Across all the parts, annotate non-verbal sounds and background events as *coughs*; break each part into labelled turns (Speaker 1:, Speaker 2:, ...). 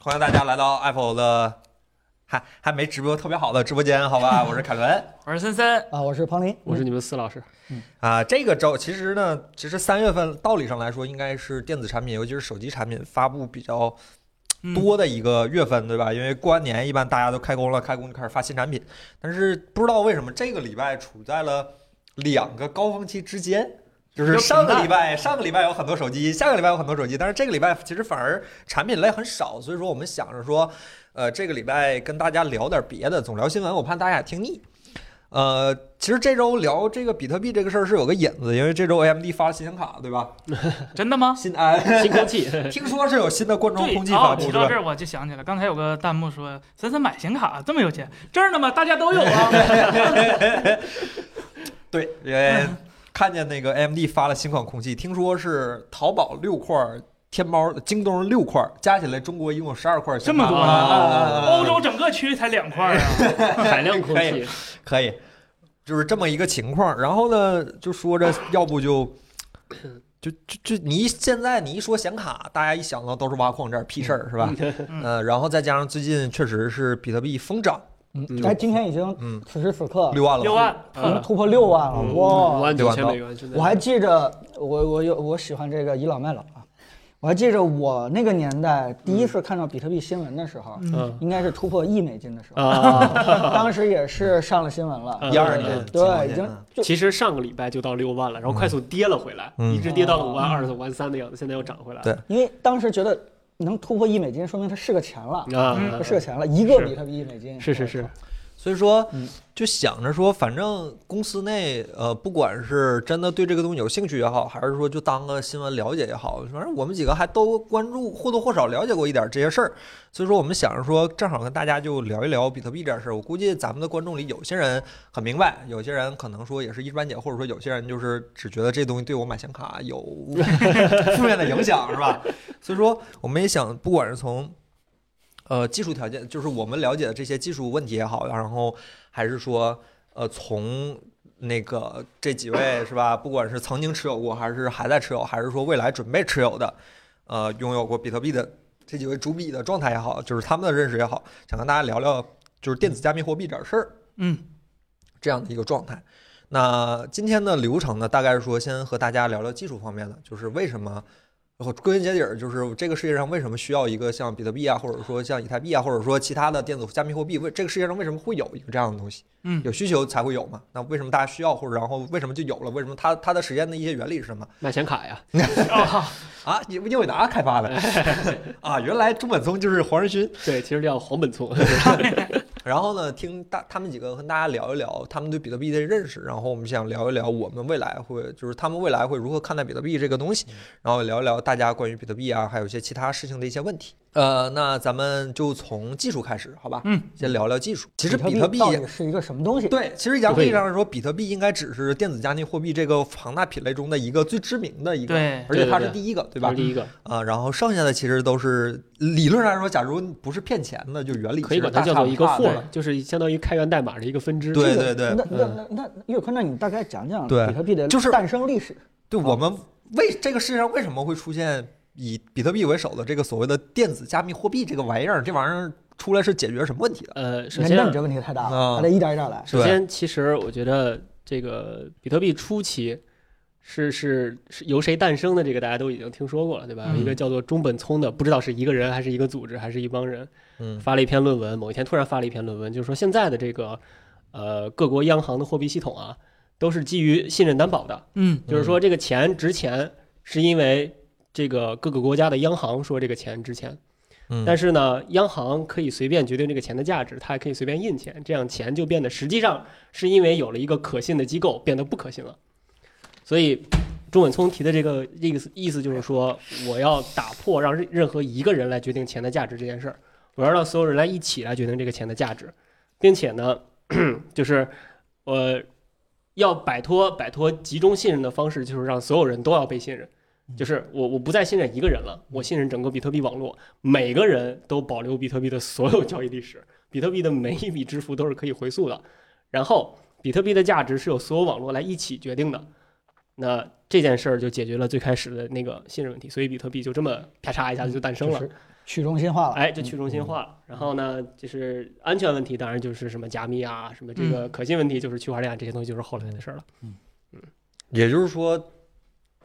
Speaker 1: 欢迎大家来到 Apple 的还还没直播特别好的直播间，好吧？我是凯伦。
Speaker 2: 我是森森，
Speaker 3: 啊，我是庞林，
Speaker 4: 我是你们司老师，
Speaker 1: 啊，这个周其实呢，其实三月份道理上来说，应该是电子产品，尤其是手机产品发布比较
Speaker 2: 嗯
Speaker 1: 多的一个月份，对吧？因为过完年一般大家都开工了，开工就开始发新产品，但是不知道为什么这个礼拜处在了两个高峰期之间。就是
Speaker 2: 比较
Speaker 1: 上个
Speaker 2: 平淡
Speaker 1: 礼拜，上个礼拜有很多手机，下个礼拜有很多手机，但是这个礼拜其实反而产品类很少，所以说我们想着说，呃，这个礼拜跟大家聊点别的，总聊新闻，我怕大家也听腻。呃，其实这周聊这个比特币这个事儿是有个引子，因为这周 AMD 发了新显卡，对吧？
Speaker 2: 真的吗？
Speaker 1: 新安，
Speaker 4: 新
Speaker 1: *laughs*
Speaker 4: 空气，
Speaker 1: 听说是有新的冠状
Speaker 2: 对
Speaker 1: 空气
Speaker 2: 哦
Speaker 1: 发，布，
Speaker 2: 提
Speaker 1: 对
Speaker 2: 到
Speaker 1: 吧
Speaker 2: 这？儿我就想起来，刚才有个弹幕说森森买显卡这么有钱，真的吗？大家都有啊。
Speaker 1: *laughs* 对，因为看见那个 AMD 发了新款空气，听说是淘宝六块儿，天猫、京东六块儿，加起来中国一共十二块儿显卡，
Speaker 2: 这么多
Speaker 1: 啊啊啊啊啊
Speaker 2: 欧洲整个区才两块啊。
Speaker 1: *laughs*
Speaker 4: 海量空
Speaker 1: 可以
Speaker 4: 气，
Speaker 1: 可以，就是这么一个情况。然后呢，就说着要不就。就就就你一现在你一说显卡，大家一想到都是挖矿这儿屁事儿是吧？
Speaker 2: 嗯
Speaker 1: 呃，然后再加上最近确实是比特币疯涨，
Speaker 3: 嗯
Speaker 4: 嗯，
Speaker 3: 哎，今天已经
Speaker 1: 嗯，
Speaker 3: 此时此刻
Speaker 1: 六万了，
Speaker 2: 六万，
Speaker 3: 突
Speaker 4: 啊
Speaker 3: 突破六万了，
Speaker 1: 嗯
Speaker 4: 五
Speaker 3: 哇！
Speaker 4: 万九千美元，现在
Speaker 3: 我还记着，我我有我喜欢这个倚老卖老啊，我还记着我那个年代第一次看到比特币新闻的时候，
Speaker 4: 嗯
Speaker 3: 应该是突破一美金的时候，
Speaker 4: 啊，
Speaker 3: 当时也是上了新闻了，
Speaker 4: 嗯
Speaker 1: 一二年，
Speaker 3: 对，已经就
Speaker 4: 其实上个礼拜就到六万了，然后快速跌了回来，
Speaker 1: 嗯
Speaker 4: 一直跌到了五万二、五万三的样子，现在又涨回来了。
Speaker 1: 对
Speaker 3: 因为当时觉得能突破一美金，说明它是个钱了，
Speaker 4: 啊，
Speaker 1: 嗯
Speaker 3: 它是个钱了，一个
Speaker 4: 是
Speaker 3: 比特币一美金，
Speaker 4: 是是是，
Speaker 1: 所以说
Speaker 4: 嗯，
Speaker 1: 就想着说，反正公司内，呃，不管是真的对这个东西有兴趣也好，还是说就当个新闻了解也好，反正我们几个还都关注，或多或少了解过一点这些事儿。所以说，我们想着说，正好跟大家就聊一聊比特币这件事儿。我估计咱们的观众里有些人很明白，有些人可能说也是一知半解，或者说有些人就是只觉得这东西对我买显卡有负面的影响，是吧？所以说，我们也想，不管是从呃，技术条件就是我们了解的这些技术问题也好，然后还是说，呃，从那个这几位是吧，不管是曾经持有过，还是还在持有，还是说未来准备持有的，呃，拥有过比特币的这几位主笔的状态也好，就是他们的认识也好，想跟大家聊聊就是电子加密货币这点事儿。
Speaker 2: 嗯，
Speaker 1: 这样的一个状态。那今天的流程呢，大概是说先和大家聊聊技术方面的，就是为什么，呃归根结底儿就是这个世界上为什么需要一个像比特币啊，或者说像以太币啊，或者说其他的电子加密货币，为这个世界上为什么会有一个这样的东西？
Speaker 2: 嗯
Speaker 1: 有需求才会有嘛。那为什么大家需要，或者然后为什么就有了？为什么它它的实验的一些原理是什么？
Speaker 4: 卖显卡
Speaker 1: 嗯
Speaker 4: 呀，
Speaker 2: 哦
Speaker 1: 啊，英英伟达开发的 *laughs* 啊，原来中本聪就是黄仁勋。
Speaker 4: 对，其实叫黄本
Speaker 1: *laughs*
Speaker 4: 聪，
Speaker 1: 然后呢，听大他们几个跟大家聊一聊他们对比特币的认识，然后我们想聊一聊我们未来会，就是他们未来会如何看待比特币这个东西，然后聊一聊大家关于比特币啊，还有一些其他事情的一些问题。呃，那咱们就从技术开始，好吧？
Speaker 2: 嗯，
Speaker 1: 先聊聊技术。其实比
Speaker 3: 比
Speaker 1: 特币
Speaker 3: 到底是一个什么东西？
Speaker 1: 对，其实严格意义上来说，比特币应该只是电子加密货币这个庞大品类中的一个最知名的一个，
Speaker 2: 对，
Speaker 1: 而且它是
Speaker 4: 对对对
Speaker 1: 第一个，对吧？
Speaker 4: 第一个
Speaker 1: 啊、然后剩下的其实都是理论上来说，假如不是骗钱的，就原理
Speaker 4: 可以
Speaker 1: 其
Speaker 4: 把
Speaker 1: 实
Speaker 4: 它
Speaker 1: 大
Speaker 4: 叫
Speaker 1: 差
Speaker 4: 做
Speaker 1: 不
Speaker 4: 一个
Speaker 1: 差的
Speaker 4: for，就是相当于开源代码的一个分支。
Speaker 1: 对
Speaker 3: 这个
Speaker 1: 对对，嗯
Speaker 3: 那那那那岳坤，那你大概讲讲
Speaker 1: 对
Speaker 3: 比特币的
Speaker 1: 就是
Speaker 3: 诞生历史？
Speaker 1: 对我们为这个世界上为什么会出现以比特币为首的这个所谓的电子加密货币这个玩意儿？这玩意儿出来是解决什么问题的？
Speaker 4: 呃，首
Speaker 3: 那
Speaker 4: 先
Speaker 3: 那
Speaker 4: 啊
Speaker 3: 你这问题太大
Speaker 1: 啊
Speaker 3: 了，还得一点一点来。
Speaker 4: 首先，其实我觉得这个比特币初期是是是由谁诞生的，这个大家都已经听说过了，对吧？
Speaker 2: 嗯
Speaker 4: 一个叫做中本聪的，不知道是一个人还是一个组织还是一帮人，
Speaker 1: 嗯
Speaker 4: 发了一篇论文，某一天突然发了一篇论文，就是说现在的这个呃各国央行的货币系统啊，都是基于信任担保的，
Speaker 2: 嗯
Speaker 4: 就是说这个钱值钱是因为这个各个国家的央行说这个钱值钱。
Speaker 1: 嗯
Speaker 4: 但是呢，央行可以随便决定这个钱的价值，它还可以随便印钱，这样钱就变得实际上是因为有了一个可信的机构变得不可信了。所以，钟伟聪提的这个意思意思就是说，我要打破让任任何一个人来决定钱的价值这件事儿，我要让所有人来一起来决定这个钱的价值，并且呢， *clears throat* 就是呃我要摆脱摆脱集中信任的方式，就是让所有人都要被信任。就是我我不再信任一个人了，我信任整个比特币网络，每个人都保留比特币的所有交易历史，比特币的每一笔支付都是可以回溯的。然后，比特币的价值是由所有网络来一起决定的。那这件事儿就解决了最开始的那个信任问题，所以比特币就这么啪嚓一下子就诞生了。
Speaker 3: 就是去中心化了。
Speaker 4: 哎，就去中心化了。然后呢，就是安全问题，当然就是什么加密啊，什么这个可信问题，就是区块链啊这些东西，就是后来的事儿了。
Speaker 1: 也就是说，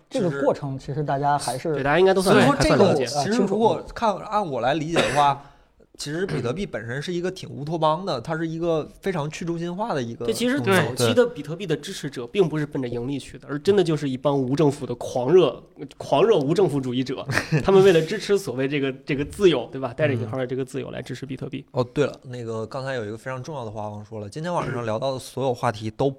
Speaker 3: 这个
Speaker 1: 就是
Speaker 3: 过程其实大家还
Speaker 4: 对，
Speaker 3: 是
Speaker 4: 大家应该都算
Speaker 1: 所以说
Speaker 4: 还
Speaker 1: 这
Speaker 4: 算
Speaker 1: 个
Speaker 4: 了解。啊
Speaker 1: 其实如果看按我来理解的话，其实比特币本身是一个挺乌托邦的，它是一个非常去中心化的一个。
Speaker 4: 这其实
Speaker 2: 对
Speaker 4: 早期的比特币的支持者并不是奔着盈利去的，而真的就是一帮无政府的狂热、狂热无政府主
Speaker 1: *laughs*
Speaker 4: 义者，他们为了支持所谓这个这个自由，对吧？带着
Speaker 1: 嗯
Speaker 4: 引号的这个自由来支持比特币。
Speaker 1: 哦，对了，那个刚才有一个非常重要的话忘说了，今天晚上聊到的所有话题都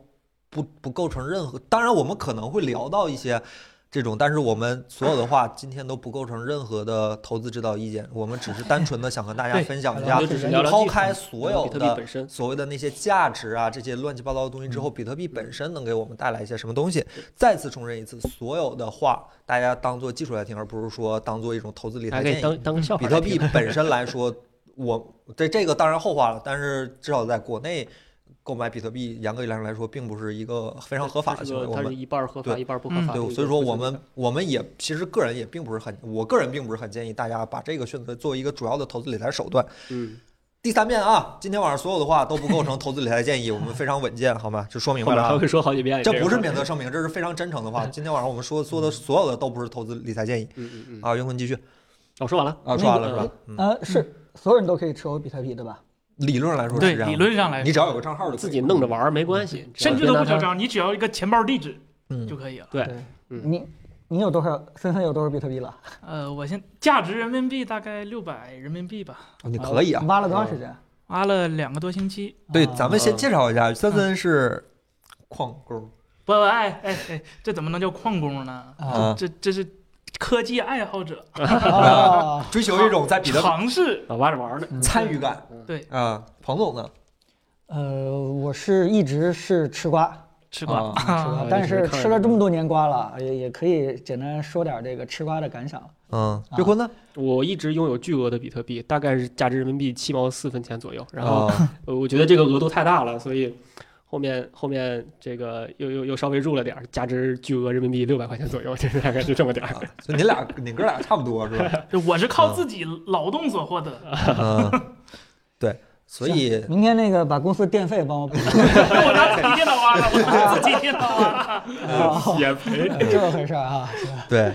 Speaker 1: 不不构成任何，当然我们可能会聊到一些这种，但是我们所有的话今天都不构成任何的投资指导意见，我们只是单纯的想和大家
Speaker 2: 对
Speaker 1: 分享一
Speaker 4: 我
Speaker 1: 下
Speaker 4: 们
Speaker 3: 嗯
Speaker 4: 就，只是聊聊
Speaker 1: 抛
Speaker 4: 技术
Speaker 1: 开所
Speaker 4: 聊聊
Speaker 1: 有
Speaker 4: 比特币
Speaker 1: 的
Speaker 4: 本身，嗯
Speaker 1: 所谓的那些价值啊，这些乱七八糟的东西之后，比特币本身能给我们带来一些什么东西？再次重申一次，所有的话大家当做技术来听，而不是说当做一种投资理
Speaker 4: 大家
Speaker 1: 财
Speaker 4: 可
Speaker 1: 建
Speaker 4: 以
Speaker 1: 议。
Speaker 4: 当当个笑话
Speaker 1: 比特
Speaker 4: 来听。
Speaker 1: 币本身来说，我对这个当然后话了，但是至少在国内购买比特币，严格意义上来说，并不是一个非常合法的
Speaker 4: 它是
Speaker 1: 行为。
Speaker 4: 个
Speaker 1: 我
Speaker 4: 它是
Speaker 1: 们
Speaker 4: 一半儿合法，
Speaker 1: 对
Speaker 4: 一半儿不合
Speaker 2: 嗯
Speaker 4: 法的一个规则。
Speaker 1: 对，所以说我们我们也其实个人也并不是很，我个人并不是很建议大家把这个选择作为一个主要的投资理财手段。
Speaker 4: 嗯，
Speaker 1: 第三遍啊，今天晚上所有的话都不构成投资理财建议，我们非常稳健，好吗？就说明
Speaker 4: 后
Speaker 1: 白
Speaker 4: 面
Speaker 1: 了
Speaker 4: 还
Speaker 1: 啊。
Speaker 4: 会说好几遍。
Speaker 1: 这
Speaker 4: 个
Speaker 1: 不是
Speaker 4: 话
Speaker 1: 免责声明，这是非常真诚的话。今天晚上我们说说的所有的都不是投资理财建议
Speaker 4: 嗯嗯嗯。
Speaker 1: 啊。云坤继续
Speaker 4: 我说完了。
Speaker 1: 啊，说完了是
Speaker 4: 那个
Speaker 1: 吧？嗯，
Speaker 3: 呃是所有人都可以持有比特币，对吧？
Speaker 1: 理论上来说
Speaker 2: 对
Speaker 1: 是这，样
Speaker 2: 理
Speaker 1: 的。
Speaker 2: 论上来
Speaker 1: 你
Speaker 2: 说，
Speaker 1: 只要有个账号就可以
Speaker 4: 自己弄着玩儿没关系，
Speaker 2: 甚至都不
Speaker 4: 只
Speaker 2: 叫
Speaker 4: 要别拿它
Speaker 2: 账，你只要一个钱包地址
Speaker 1: 嗯
Speaker 2: 就可以了。
Speaker 4: 对嗯
Speaker 3: 你你有多少？森森有多少比特币了？
Speaker 2: 呃，我现价值人民币大概六百人民币吧，
Speaker 1: 你可以啊。
Speaker 3: 挖了多长时间？
Speaker 2: 挖了两个多星期。
Speaker 1: 对，
Speaker 3: 啊
Speaker 1: 咱们先介绍一下，森森是矿工
Speaker 2: 不，哎哎哎，这怎么能叫矿工呢？
Speaker 5: 嗯
Speaker 3: 啊
Speaker 2: 这这是科技爱好者，
Speaker 1: *laughs*
Speaker 3: 啊，
Speaker 1: 追求一种在比特
Speaker 2: 尝试。
Speaker 4: 啊，挖着玩儿呢。
Speaker 1: 币参与感。
Speaker 2: 对
Speaker 1: 啊，庞总呢？
Speaker 3: 呃，我是一直是吃瓜，
Speaker 2: 吃瓜，
Speaker 1: 啊
Speaker 2: *laughs*
Speaker 3: 吃瓜
Speaker 4: 啊，
Speaker 3: 但
Speaker 4: 你是
Speaker 3: 是
Speaker 4: 看
Speaker 3: 吃了这么多年瓜了，也也可以简单说点这个吃瓜的感想了。
Speaker 1: 嗯，
Speaker 3: 啊
Speaker 1: 岳坤呢？
Speaker 4: 我一直拥有巨额的比特币，大概是价值人民币七毛四分钱左右。然后
Speaker 1: 啊
Speaker 4: 呃我觉得这个额度太大了，所以后面后面这个又又又稍微入了点儿，价值巨额人民币六百块钱左右， *laughs* 就是大概就这么点儿。
Speaker 1: 所以你俩你哥俩差不多是
Speaker 2: *laughs*
Speaker 1: 吧？
Speaker 2: 就我是靠自己劳动所获得的，
Speaker 1: 嗯，对，所以
Speaker 3: 明天那个把公司电费帮
Speaker 1: *laughs*
Speaker 3: 我补上。
Speaker 2: 我拿自己电脑挖了，我拿自己电脑挖了。
Speaker 3: 哦
Speaker 4: 也赔。
Speaker 3: 这么回事儿啊？
Speaker 1: *laughs* 对，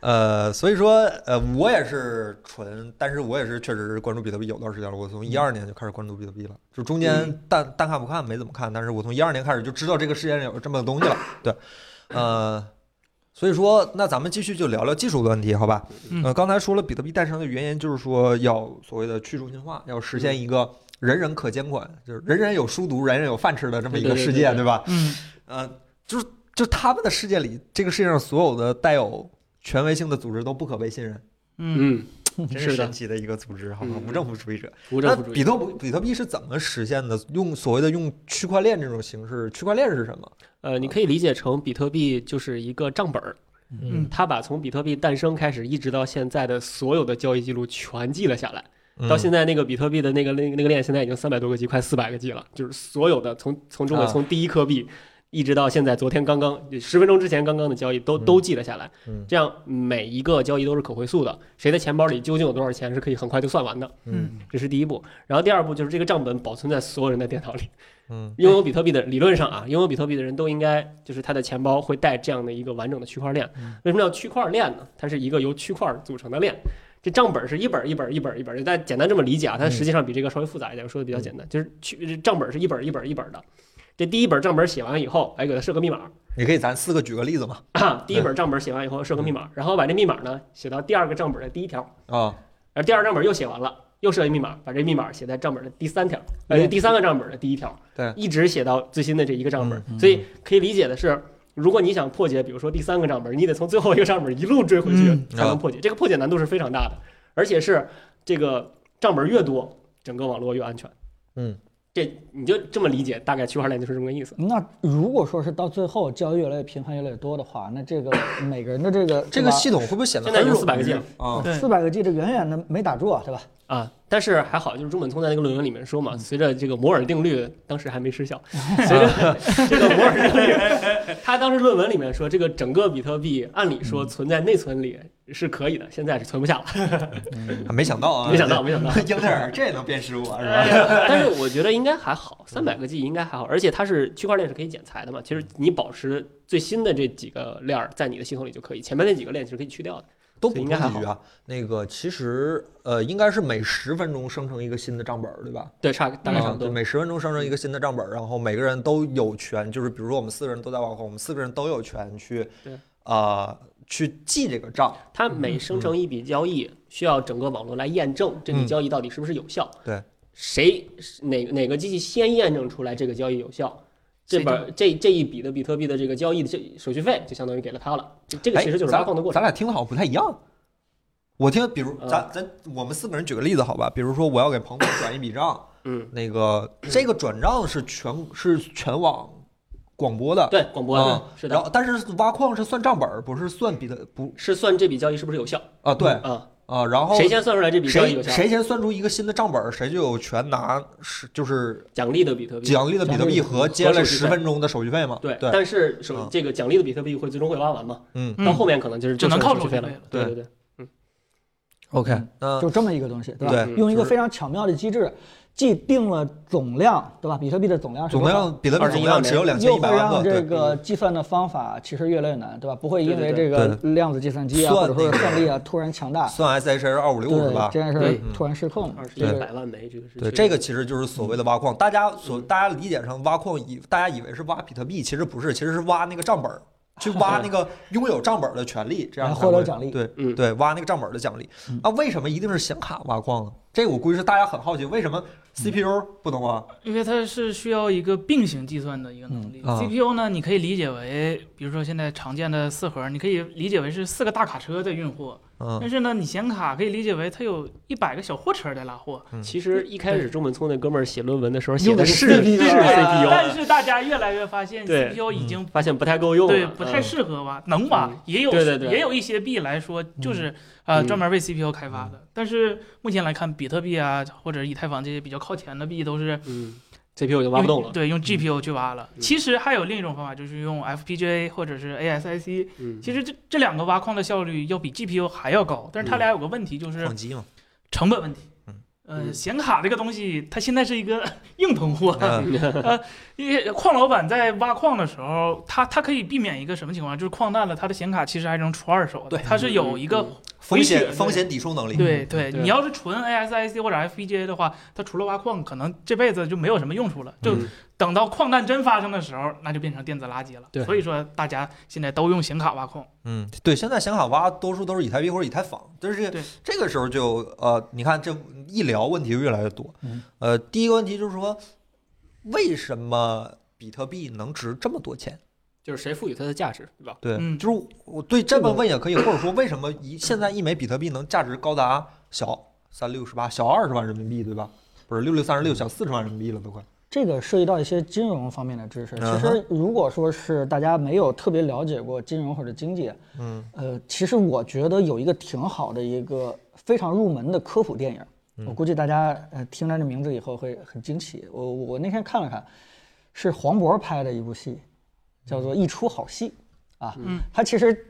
Speaker 1: 呃，所以说，呃，我也是纯，但是我也是确实是关注比特币有段时间了。我从一二年就开始关注比特币了，就中间
Speaker 4: 嗯
Speaker 1: 淡淡看不看，没怎么看。但是我从一二年开始就知道这个世界上有这么个东西了。对，呃，所以说，那咱们继续就聊聊技术的问题，好吧？
Speaker 2: 嗯
Speaker 1: 呃，刚才说了比特币诞生的原因，就是说要所谓的去中心化，要实
Speaker 4: 嗯
Speaker 1: 现一个人人可监管，就是人人有书读，人人有饭吃的这么一个
Speaker 4: 对对对
Speaker 1: 世
Speaker 4: 对
Speaker 1: 界，
Speaker 4: 对
Speaker 1: 对吧？
Speaker 2: 嗯，
Speaker 1: 呃，就是就他们的世界里，这个世界上所有的带有权威性的组织都不可被信任，
Speaker 2: 嗯，
Speaker 4: 嗯，
Speaker 1: 真
Speaker 4: 是的
Speaker 1: 神奇的一个组织，好吧，
Speaker 4: 嗯
Speaker 1: 无政府主义者。
Speaker 4: 无
Speaker 1: 那
Speaker 4: 政府主
Speaker 1: 比
Speaker 4: 义。
Speaker 1: 特币比特币是怎么实现的？用所谓的用区块链这种形式，区块链是什么？
Speaker 4: 呃，你可以理解成比特币就是一个账本儿，
Speaker 2: 嗯
Speaker 4: 它把从比特币诞生开始一直到现在的所有的交易记录全记了下来。
Speaker 1: 嗯
Speaker 4: 到现在那个比特币的那个那个那个链，现在已经三百多个 G，快四百个 G 了，就是所有的从从中
Speaker 1: 啊
Speaker 4: 国从第一颗币。一直到现在，昨天刚刚十分钟之前刚刚的交易都
Speaker 1: 嗯
Speaker 4: 都记了下来，
Speaker 1: 嗯
Speaker 4: 这样每一个交易都是可回溯的，谁的钱包里究竟有多少钱是可以很快就算完的，
Speaker 1: 嗯
Speaker 4: 这是第一步。然后第二步就是这个账本保存在所有人的电脑里，
Speaker 1: 嗯
Speaker 4: 拥有比特币的理论上啊，拥有比特币的人都应该就是他的钱包会带这样的一个完整的区块链
Speaker 1: 嗯。
Speaker 4: 为什么叫区块链呢？它是一个由区块组成的链。这账本是一本一本一本一本，大家简单这么理解啊，它
Speaker 1: 嗯
Speaker 4: 实际上比这个稍微复杂一点，我说的比较简单，就是区这账本是一本一本一本的。这第一本账本写完以后，哎，给它设个密码，啊
Speaker 1: 你可以咱四个举个例子嘛？
Speaker 4: 第一本账本写完以后设个密码，然后把这密码呢写到第二个账本的第一条，
Speaker 1: 啊，
Speaker 4: 而第二账本又写完了，又设一密码，把这密码写在账本的第三条，呃，
Speaker 3: 对
Speaker 4: 第三个账本的第一条，
Speaker 1: 对
Speaker 4: 一直写到最新的这一个账本
Speaker 1: 嗯，
Speaker 3: 嗯
Speaker 4: 所以可以理解的是。如果你想破解，比如说第三个账本，你得从最后一个账本一路追回去
Speaker 2: 嗯
Speaker 4: 才能破解。这个破解难度是非常大的，而且是这个账本越多，整个网络越安全。
Speaker 1: 嗯，
Speaker 4: 这你就这么理解，大概区块链就是这么个意思。
Speaker 3: 那如果说是到最后交易越来越频繁、越来越多的话，那这个每个人的这
Speaker 1: *coughs*
Speaker 3: 个
Speaker 1: 这个系统会不会显得
Speaker 4: 现在已
Speaker 1: 很
Speaker 4: 经
Speaker 1: 冗
Speaker 4: 400个 G
Speaker 1: 余
Speaker 4: 了
Speaker 1: 啊？
Speaker 2: 对
Speaker 3: 四百个 G 这远远的没打住啊，对吧？
Speaker 4: 啊，但是还好，就是中本聪在那个论文里面说嘛，随着这个摩尔定律，当时还没失效， *laughs* 随着这个摩尔定律，他当时论文里面说，这个整个比特币按理说存在内存里，是可以的，现在是存不下了。
Speaker 1: 还没想到啊，
Speaker 4: 没想到，没 *laughs* 哎想到。
Speaker 1: 英特尔这也能变失误啊，是吧？
Speaker 4: 但是我觉得应该还好，三百个 G 应该还好，而且它是区块链是可以剪裁的嘛。其实你保持最新的这几个链儿在你的系统里就可以，前面那几个链其实可以去掉的。
Speaker 1: *laughs* 都补充
Speaker 4: 应该还
Speaker 1: 几句啊。那个其实呃，应该是每十分钟生成一个新的账本儿，对吧？
Speaker 4: 对，差大概差
Speaker 1: 啊
Speaker 4: 不
Speaker 1: 对，
Speaker 4: 多。
Speaker 1: 每十分钟生成一个新的账本儿，然后每个人都有权，就是比如说我们四个人都在挖矿，我们四个人都有权去
Speaker 4: 对，
Speaker 1: 啊，去记这个账。
Speaker 4: 它
Speaker 1: 嗯
Speaker 4: 每生成一笔交易，需要整个网络来验证这笔交易到底是不是有效。
Speaker 1: 嗯对，
Speaker 4: 谁哪哪个机器先验证出来这个交易有效？这本这这一笔的比特币的这个交易的这手续费就相当于给了他了，这这个
Speaker 1: 哎
Speaker 4: 其实就是
Speaker 1: 咱
Speaker 4: 挖矿的过程。
Speaker 1: 咱俩听的好像不太一样。我听，比如
Speaker 4: 呃
Speaker 1: 咱咱我们四个人举个例子好吧，比如说我要给彭总转一笔账，
Speaker 4: 嗯，
Speaker 1: 那个这个转账是全是全网广播的，
Speaker 4: 对，广播、
Speaker 1: 嗯
Speaker 4: 是
Speaker 1: 然
Speaker 4: 的，
Speaker 1: 后但是挖矿是算账本儿，不是算比的不
Speaker 4: 是算这笔交易是不是有效
Speaker 1: 啊对
Speaker 4: 啊？
Speaker 1: 啊，然后
Speaker 4: 谁先算出来这笔交易
Speaker 1: 谁
Speaker 4: 有效？
Speaker 1: 谁先算出一个新的账本儿，谁就有权拿是就是
Speaker 4: 奖励的比特币。
Speaker 1: 奖励的比特币和接下来十分钟的手续费嘛。
Speaker 4: 对，
Speaker 1: 对，
Speaker 4: 但是首
Speaker 1: 嗯
Speaker 4: 这个奖励的比特币会最终会挖完嘛？
Speaker 1: 嗯
Speaker 4: 到后面可能就是
Speaker 2: 只能
Speaker 4: 剩
Speaker 2: 靠
Speaker 4: 手续费
Speaker 2: 手续
Speaker 4: 了
Speaker 2: 费了。
Speaker 1: 对
Speaker 4: 对对，
Speaker 1: ，OK，那
Speaker 5: 就这么一个东西，对吧？
Speaker 1: 嗯对
Speaker 4: 嗯
Speaker 5: 用一个
Speaker 1: 就是
Speaker 5: 非常巧妙的机制，既定了总量，对吧？比特币的总量是
Speaker 1: 总
Speaker 5: 多少
Speaker 1: 量比特币
Speaker 4: 21
Speaker 1: 总量只有两千
Speaker 5: 又
Speaker 1: 一
Speaker 5: 会
Speaker 1: 百万
Speaker 5: 让
Speaker 1: 个，
Speaker 5: 这
Speaker 1: 对，
Speaker 5: 个计算的方法其实越来越难，对吧？不会因为
Speaker 4: 对
Speaker 5: 这
Speaker 4: 对
Speaker 5: 个
Speaker 1: 对
Speaker 5: 量子计算机啊，
Speaker 1: 算
Speaker 5: 或者说
Speaker 1: 那个
Speaker 5: 是算力啊突然强大，
Speaker 1: 算 SHR 二五
Speaker 5: 对
Speaker 1: 六是吧嗯
Speaker 5: 这？件事
Speaker 4: 对
Speaker 5: 儿突然失控，
Speaker 4: 二十
Speaker 5: 这
Speaker 4: 一
Speaker 5: 个
Speaker 4: 百万枚，这个是
Speaker 1: 对，这个其实就是所谓的挖矿。大家所大家理解上挖矿以大家以为是挖比特币，其实不是，其实是挖那个账本儿，去挖那个拥有账本儿的权利，这样
Speaker 5: 来
Speaker 1: 才
Speaker 5: 获得
Speaker 1: 会
Speaker 5: 奖励嗯
Speaker 1: 对，
Speaker 4: 嗯
Speaker 1: 对，挖那个账本儿的奖励。啊，为什么一定是显卡挖矿呢？这个我估计是大家很好奇，为什么 CPU 不能挖？
Speaker 2: 因为它是需要一个并行计算的一个能力。
Speaker 1: 嗯啊
Speaker 2: CPU 呢，你可以理解为，比如说现在常见的四核，你可以理解为是四个大卡车在运货，
Speaker 1: 嗯
Speaker 2: 但是呢，你显卡可以理解为它有一百个小货车在拉货。
Speaker 4: 其实一开始中本聪那哥们儿写论文的时候写
Speaker 5: 用的
Speaker 4: 是
Speaker 5: 是
Speaker 4: 是
Speaker 5: CPU
Speaker 2: 但
Speaker 4: CPU，
Speaker 2: 是大家越来越发现
Speaker 4: 对
Speaker 2: CPU 已
Speaker 1: 嗯
Speaker 2: 经
Speaker 4: 啊发现不太够用了，
Speaker 2: 对不太
Speaker 4: 嗯
Speaker 2: 适合挖，能挖
Speaker 4: 嗯
Speaker 2: 也有
Speaker 4: 对对对
Speaker 2: 也有一些币来说就是呃
Speaker 4: 嗯
Speaker 2: 专门为 CPU 开发的，但是目前来看，比特币啊或者以太坊这些比较靠前的币都是
Speaker 4: 嗯，CPU 就挖不动
Speaker 2: 用
Speaker 4: 了，
Speaker 2: 对，用 GPU 去挖了。
Speaker 4: 嗯
Speaker 2: 其实还有另一种方法，就是用 FPGA 或者是 ASIC。
Speaker 4: 嗯，
Speaker 2: 其实这这两个挖矿的效率要比 GPU 还要高，但是它俩有个问题就是
Speaker 1: 矿机嘛，
Speaker 2: 成本问题
Speaker 1: 嗯。
Speaker 2: 呃，
Speaker 4: 嗯嗯
Speaker 2: 显卡这个东西，它现在是一个 *laughs* 硬通
Speaker 4: *laughs*
Speaker 2: 货。
Speaker 1: 嗯
Speaker 2: 因为矿老板在挖矿的时候，他他可以避免一个什么情况？就是矿难了，他的显卡其实还能出二手的，
Speaker 1: 对
Speaker 2: 它是有一个
Speaker 4: 嗯
Speaker 1: 风
Speaker 2: 回血
Speaker 1: 险
Speaker 2: 对
Speaker 1: 风险抵触能力。
Speaker 2: 对对，
Speaker 4: 对
Speaker 2: 你要是纯 ASIC 或者 FPGA 的话，它除了挖矿，可能这辈子就没有什么用处了。就
Speaker 4: 嗯
Speaker 2: 等到矿难真发生的时候，那就变成电子垃圾了。
Speaker 4: 对
Speaker 2: 所以说大家现在都用显卡挖矿。
Speaker 1: 嗯，对，现在显卡挖多数都是以太币或者以太坊，但是
Speaker 2: 对
Speaker 1: 这个时候就呃，你看这一聊问题就越来越多。
Speaker 5: 嗯
Speaker 1: 呃，第一个问题就是说，为什么比特币能值这么多钱？
Speaker 4: 就是谁赋予它的价值，对吧？
Speaker 1: 对，
Speaker 2: 嗯
Speaker 1: 就是我对这
Speaker 5: 这
Speaker 1: 么
Speaker 5: 个
Speaker 1: 问也可以，或者说为什么一现在一枚比特币能价值高达小三六十八、小二十万人民币，对吧？不是六六三十六，小四十万人民币了都快。
Speaker 5: 这个涉及到一些金融方面的知识。其
Speaker 1: 嗯哼
Speaker 5: 实，如果说是大家没有特别了解过金融或者经济，
Speaker 1: 嗯
Speaker 5: 呃，其实我觉得有一个挺好的一个非常入门的科普电影儿，
Speaker 1: 嗯
Speaker 5: 我估计大家呃听到这名字以后会很惊奇。我我我那天看了看，是黄渤拍的一部戏，叫做《一出好戏》啊，
Speaker 2: 嗯
Speaker 5: 它其实。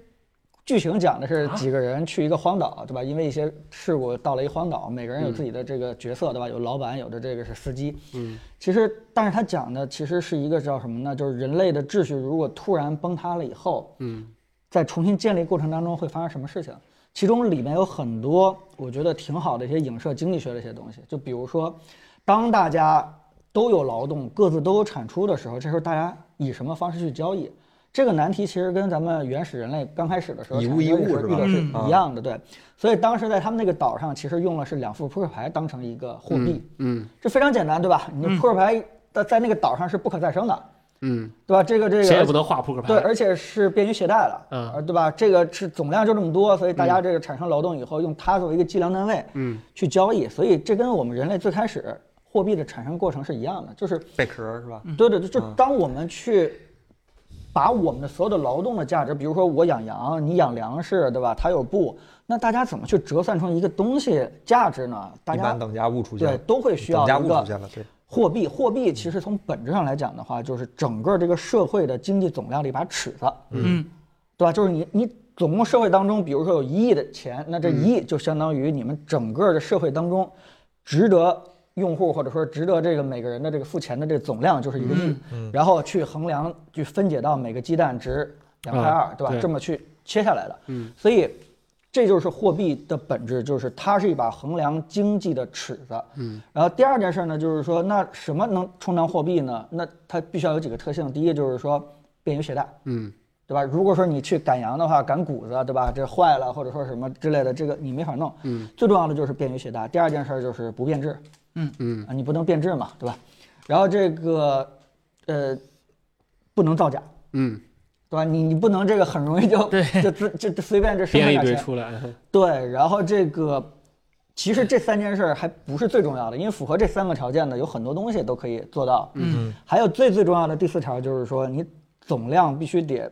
Speaker 5: 剧情讲的是几个人去一个荒岛，对吧？因为一些事故到了一荒岛，每个人有自己的这个角色，对吧？有老板，有的这个是司机，
Speaker 4: 嗯，
Speaker 5: 其实，但是他讲的其实是一个叫什么呢？就是人类的秩序如果突然崩塌了以后，
Speaker 4: 嗯，
Speaker 5: 在重新建立过程当中会发生什么事情？其中里面有很多我觉得挺好的一些影射经济学的一些东西，就比如说，当大家都有劳动，各自都有产出的时候，这时候大家以什么方式去交易？这个难题其实跟咱们原始人类刚开始的时候
Speaker 1: 以
Speaker 5: 产
Speaker 1: 物易
Speaker 5: 生的
Speaker 1: 物
Speaker 5: 时候
Speaker 1: 是
Speaker 5: 遇
Speaker 1: 吧
Speaker 5: 到是
Speaker 1: 嗯
Speaker 5: 一样的，对。所以当时在他们那个岛上，其实用的是两副扑克牌当成一个货币，
Speaker 4: 嗯
Speaker 5: 这非常简单，对吧？你
Speaker 2: 嗯
Speaker 5: 扑克牌在在那个岛上是不可再生的，
Speaker 4: 嗯，
Speaker 5: 对吧？这个这个
Speaker 4: 谁也不能画扑克牌，
Speaker 5: 对，而且是便于携带的，
Speaker 4: 嗯
Speaker 5: 呃对吧？这个是总量就这么多，所以大家这个产生劳动以后，用它作为一个计量单位，
Speaker 4: 嗯，
Speaker 5: 去交易，所以这跟我们人类最开始货币的产生过程是一样的，就是
Speaker 1: 贝壳儿是吧？
Speaker 5: 对对，对就当我们去把我们的所有的劳动的价值，比如说我养羊，你养粮食，对吧？它有布，那大家怎么去折算成一个东西价值呢？大
Speaker 1: 一
Speaker 5: 家
Speaker 1: 般等价物出现
Speaker 5: 对
Speaker 1: 了，
Speaker 5: 都会需要
Speaker 1: 等价
Speaker 5: 一
Speaker 1: 物
Speaker 5: 个
Speaker 1: 出现了，对，
Speaker 5: 货币，货币其实从本质上来讲的话，就是整个这个社会的经济总量的一把尺子，
Speaker 2: 嗯
Speaker 5: 对吧？就是你你总共社会当中，比如说有一亿的钱，那这
Speaker 4: 嗯
Speaker 5: 一亿就相当于你们整个的社会当中，值得用户或者说值得这个每个人的这个付钱的这个总量就是一个
Speaker 4: 嗯
Speaker 5: 亿，然后去衡量去分解到每个鸡蛋值两块二
Speaker 4: 啊，
Speaker 5: 对吧？
Speaker 4: 对
Speaker 5: 这么去切下来的，
Speaker 4: 嗯，
Speaker 5: 所以这就是货币的本质，就是它是一把衡量经济的尺子，嗯。然后第二件事呢，就是说那什么能充当货币呢？那它必须要有几个特性，第一就是说便于携带，
Speaker 4: 嗯
Speaker 5: 对吧？如果说你去赶羊的话，赶谷子，对吧？这坏了或者说什么之类的，这个你没法弄。
Speaker 4: 嗯，
Speaker 5: 最重要的就是便于携带。第二件事儿就是不变质。
Speaker 2: 嗯
Speaker 4: 嗯
Speaker 5: 啊，你不能变质嘛，对吧？然后这个，呃，不能造假，
Speaker 4: 嗯，
Speaker 5: 对吧？你你不能这个很容易就
Speaker 2: 对
Speaker 5: 就自就就随便这生产
Speaker 4: 编一
Speaker 5: 点
Speaker 4: 堆
Speaker 5: 钱。
Speaker 4: 出来， *laughs*
Speaker 5: 对，然后这个，其实这三件事儿还不是最重要的，因为符合这三个条件的有很多东西都可以做到。
Speaker 2: 嗯，
Speaker 5: 还有最最重要的第四条就是说，你总量必须得，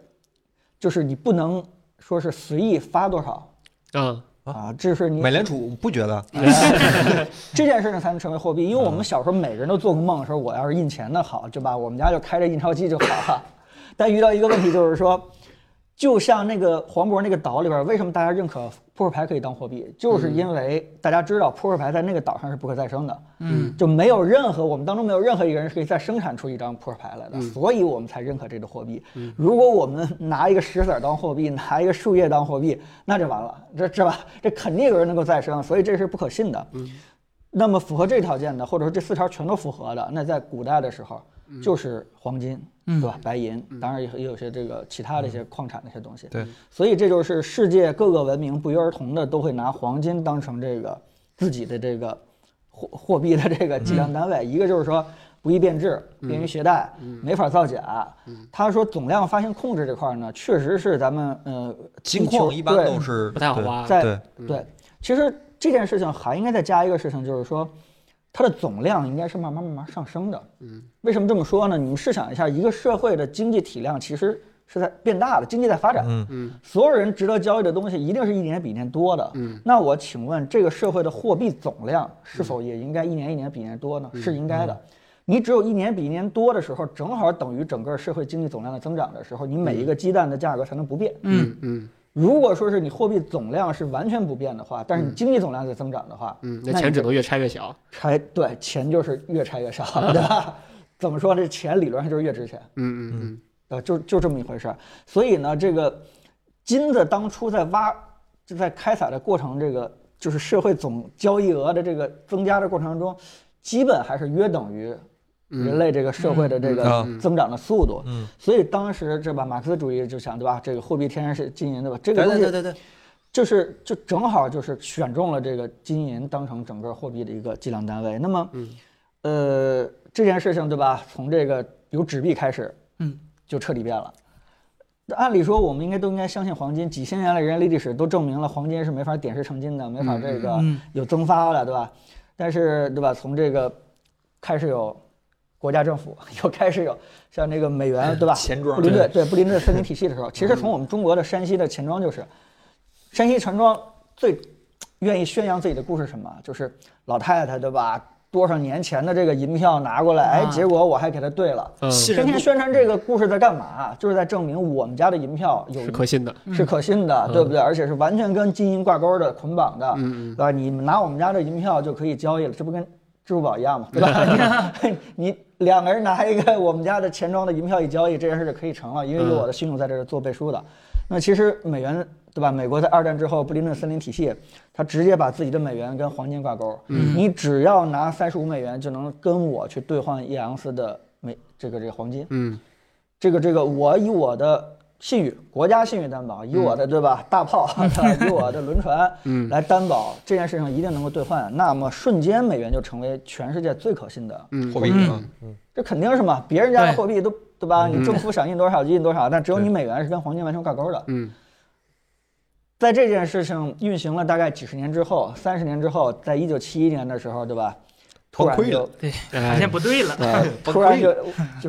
Speaker 5: 就是你不能说是随意发多少
Speaker 4: 啊，
Speaker 5: 啊，这是你
Speaker 1: 美联储不觉得，
Speaker 5: 嗯这件事情才能成为货币。因为我们小时候每个人都做过梦，说我要是印钱的好，对吧？我们家就开着印钞机就好了。但遇到一个问题就是说，就像那个黄渤那个岛里边，为什么大家认可扑克牌可以当货币？就是因为大家知道扑克牌在那个岛上是不可再生的，
Speaker 2: 嗯，
Speaker 5: 就没有任何我们当中没有任何一个人是可以再生产出一张扑克牌来的，所以我们才认可这个货币。如果我们拿一个石子儿当货币，拿一个树叶当货币，那就完了，这这吧，这肯定有人能够再生，所以这是不可信的。那么符合这条件的，或者说这四条全都符合的，那在古代的时候
Speaker 1: 嗯
Speaker 5: 就是黄金，
Speaker 2: 嗯
Speaker 5: 对吧？白银，当然也也有些这个其他的一些矿产的一些东西。
Speaker 1: 嗯对，
Speaker 5: 所以这就是世界各个文明不约而同的都会拿黄金当成这个自己的这个货货币的这个计量单
Speaker 1: 嗯
Speaker 5: 位。一个就是说不易变质，便于携带，没法造假。
Speaker 1: 嗯
Speaker 5: 他说总量发现控制这块儿呢，确实是咱们呃
Speaker 1: 金
Speaker 5: 地球
Speaker 1: 矿一般
Speaker 5: 对
Speaker 1: 都是
Speaker 4: 不太好
Speaker 1: 对
Speaker 4: 挖，
Speaker 5: 在
Speaker 1: 对
Speaker 5: 对，其实这件事情还应该再加一个事情，就是说它的总量应该是慢慢慢慢上升的。嗯，为什么这么说呢？你们试想一下，一个社会的经济体量其实是在变大的，经济在发展。
Speaker 1: 嗯
Speaker 4: 嗯，
Speaker 5: 所有人值得交易的东西一定是一年比一年多的。嗯，那我请问，这个社会的货币总量是否也应该一年一年比一年多呢？是应该的。你只有一年比一年多的时候，正好等于整个社会经济总量的增长的时候，你每一个鸡蛋的价格才能不变。
Speaker 2: 嗯，
Speaker 4: 嗯
Speaker 5: 如果说是你货币总量是完全不变的话，
Speaker 1: 嗯
Speaker 5: 但是你经济总量在增长的话，
Speaker 4: 嗯，
Speaker 5: 那
Speaker 4: 那
Speaker 5: 你
Speaker 4: 钱只
Speaker 5: 就
Speaker 4: 能越拆越小，
Speaker 5: 拆对钱就是越拆越少，对
Speaker 1: *laughs*
Speaker 5: 吧？怎么说呢？这钱理论上就是越值钱，
Speaker 4: 嗯嗯嗯
Speaker 5: 啊，就就这么一回事儿。所以呢，这个金子当初在挖就在开采的过程，这个就是社会总交易额的这个增加的过程中，基本还是约等于人类这个社会的这个
Speaker 1: 嗯
Speaker 5: 增长的速度。
Speaker 1: 嗯，
Speaker 5: 所以当时这吧，马克思主义就想对吧，这个货币天然是金银对吧？这个
Speaker 1: 对
Speaker 5: 东西
Speaker 1: 对对对对，
Speaker 5: 就是就正好就是选中了这个金银当成整个货币的一个计量单位。那么，
Speaker 2: 嗯
Speaker 5: 呃，这件事情对吧？从这个有纸币开始，
Speaker 2: 嗯，
Speaker 5: 就彻底变了。按理说，我们应该都应该相信黄金。几千年来，人类历史都证明了黄金是没法点石成金的，没法这个
Speaker 2: 嗯
Speaker 5: 有增发的，对吧？但是，对吧？从这个开始有国家政府， *laughs* 又开始有像这个美元，对吧？
Speaker 1: 钱庄
Speaker 5: 布林顿对布林顿森林体系的时候，其实从我们中国的山西的钱庄就是，山西钱庄最愿意宣扬自己的故事是什么？就是老太太对吧？多少年前的这个银票拿过来，哎，
Speaker 2: 啊
Speaker 5: 结果我还给她兑了。
Speaker 4: 嗯，
Speaker 1: 信
Speaker 5: 天
Speaker 1: 任
Speaker 5: 天
Speaker 1: 度
Speaker 5: 宣传这个故事在干嘛？就是在证明我们家的银票有
Speaker 4: 嗯是可信的，
Speaker 5: 是可信的，对不对？而且是完全跟金银挂钩的、捆绑的，
Speaker 4: 嗯
Speaker 5: 对吧？你拿我们家的银票就可以交易了，这不跟支付宝一样吗？对
Speaker 4: *laughs*
Speaker 5: 吧？你两个人拿一个我们家的钱庄的银票一交易，这件事就可以成了，因为有
Speaker 4: 嗯
Speaker 5: 我的信用在这儿做背书的。那其实美元对吧？美国在二战之后，布林顿森林体系，它直接把自己的美元跟黄金挂钩。嗯，你只要拿三十五美元就能跟我去兑换一盎司的美这个这个黄金。
Speaker 4: 嗯
Speaker 5: 这个这个，我以我的信誉，国家信誉担保，以我的对吧大炮，以我的轮船来担保这件事情一定能够兑换，那么瞬间美元就成为全世界最可信的，
Speaker 4: 嗯，
Speaker 1: 货币
Speaker 2: 嗯
Speaker 1: 啊，嗯
Speaker 5: 这肯定是嘛，别人家的
Speaker 2: 对
Speaker 5: 货币都对吧？你政府想印多少就印多少，但只有你美元是跟黄金完全挂钩的。
Speaker 4: 嗯
Speaker 5: 在这件事情运行了大概几十年之后，三十年之后，在一九七一年的时候，对吧？突然
Speaker 1: 崩溃
Speaker 5: 就
Speaker 1: 了
Speaker 2: 对，
Speaker 5: 嗯
Speaker 4: 哎
Speaker 2: 发现不对了，
Speaker 4: *laughs*
Speaker 1: 崩
Speaker 5: 突然
Speaker 1: 溃
Speaker 5: 就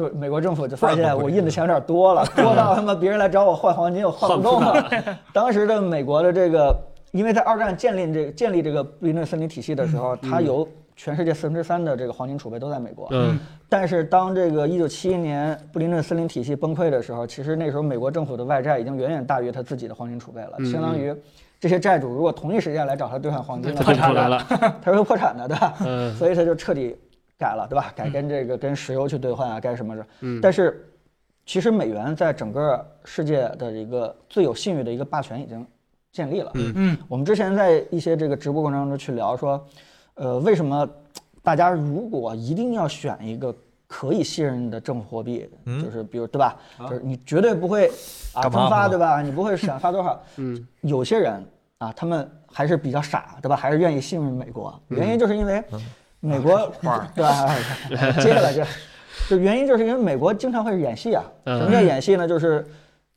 Speaker 5: 就美国政府就发
Speaker 1: 突然
Speaker 5: 现
Speaker 1: 崩溃
Speaker 5: 我印的钱有点多
Speaker 4: *laughs*
Speaker 5: 了，多到他妈别人来找我换黄金，我换不动了。当时的美国的这个，因为在二战建立这个建立这个布林顿森林体系的时候，它有全世界四分之三的这个黄金储备都在美国。
Speaker 4: 嗯
Speaker 5: 但是当这个一九七一年布林顿森林体系崩溃的时候，其实那时候美国政府的外债已经远远大于他自己的黄金储备了，
Speaker 4: 嗯
Speaker 5: 相当于这些债主如果同一时间来找他兑换黄金
Speaker 4: 他
Speaker 5: 的
Speaker 4: 做
Speaker 5: 话，
Speaker 4: 不出来了，
Speaker 5: *laughs* 他是会破产的，对吧？
Speaker 4: 嗯
Speaker 5: 所以他就彻底改了，对吧？改跟这个跟石油去兑换啊，该什么的。
Speaker 4: 嗯，
Speaker 5: 但是其实美元在整个世界的一个最有信誉的一个霸权已经建立了。
Speaker 4: 嗯
Speaker 2: 嗯
Speaker 5: 我们之前在一些这个直播过程当中去聊说，呃，为什么大家如果一定要选一个可以信任的政府货币，
Speaker 1: 嗯
Speaker 5: 就是比如对吧，
Speaker 1: 啊
Speaker 5: 就是你绝对不会啊
Speaker 1: 干
Speaker 5: 增
Speaker 1: 嘛
Speaker 5: 发
Speaker 1: 啊
Speaker 5: 对吧？你不会想发
Speaker 1: *laughs*
Speaker 5: 多少？
Speaker 4: 嗯
Speaker 5: 有些人啊，他们还是比较傻，对吧？还是愿意信任美国，
Speaker 1: 嗯
Speaker 5: 原因就是因为
Speaker 1: *laughs*
Speaker 5: 美国、 *laughs* 对吧？接下来就就原因就是因为美国经常会演戏啊。
Speaker 4: 嗯
Speaker 5: 什么叫演戏呢？就是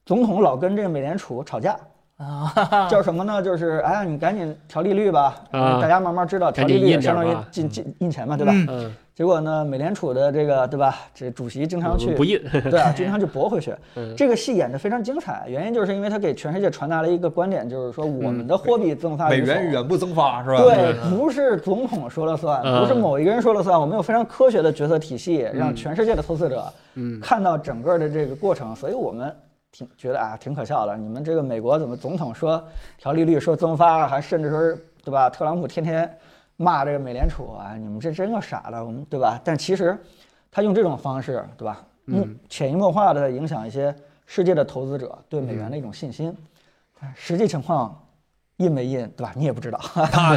Speaker 5: 总统老跟这个美联储吵架，
Speaker 2: 啊，哈哈
Speaker 5: 叫什么呢？就是哎呀，你赶紧调利率吧，
Speaker 4: 啊
Speaker 5: 大家慢慢知道调利
Speaker 4: 赶紧
Speaker 5: 率
Speaker 4: 印点
Speaker 5: 相
Speaker 4: 吧
Speaker 5: 当于进进印钱嘛，对吧？
Speaker 2: 嗯
Speaker 5: *laughs*
Speaker 4: 嗯，
Speaker 5: 结果呢，美联储的这个对吧，这主席经常
Speaker 4: 我
Speaker 5: 去
Speaker 4: 们不印，
Speaker 5: 对啊，经常去驳回去
Speaker 4: 嗯。
Speaker 5: 这个戏演得非常精彩，原因就是因为他给全世界传达了一个观点，就是说我们的货币增发
Speaker 1: 美
Speaker 5: 与否
Speaker 1: 元远不增发是吧？
Speaker 5: 对，不是总统说了算，
Speaker 4: 嗯
Speaker 5: 不是某一个人说了算，我们有非常科学的决策体系，让全世界的投资者
Speaker 4: 嗯
Speaker 5: 看到整个的这个过程，所以我们。挺觉得啊，挺可笑的。你们这个美国怎么总统说调利率，说增发，还甚至说是对吧？特朗普天天骂这个美联储啊，你们这真够傻的，我们对吧？但其实他用这种方式，对吧？嗯默潜移默化的影响一些世界的投资者对美元的一种信心。但实际情况印没印，对吧？你也不知道。 *laughs*
Speaker 1: 那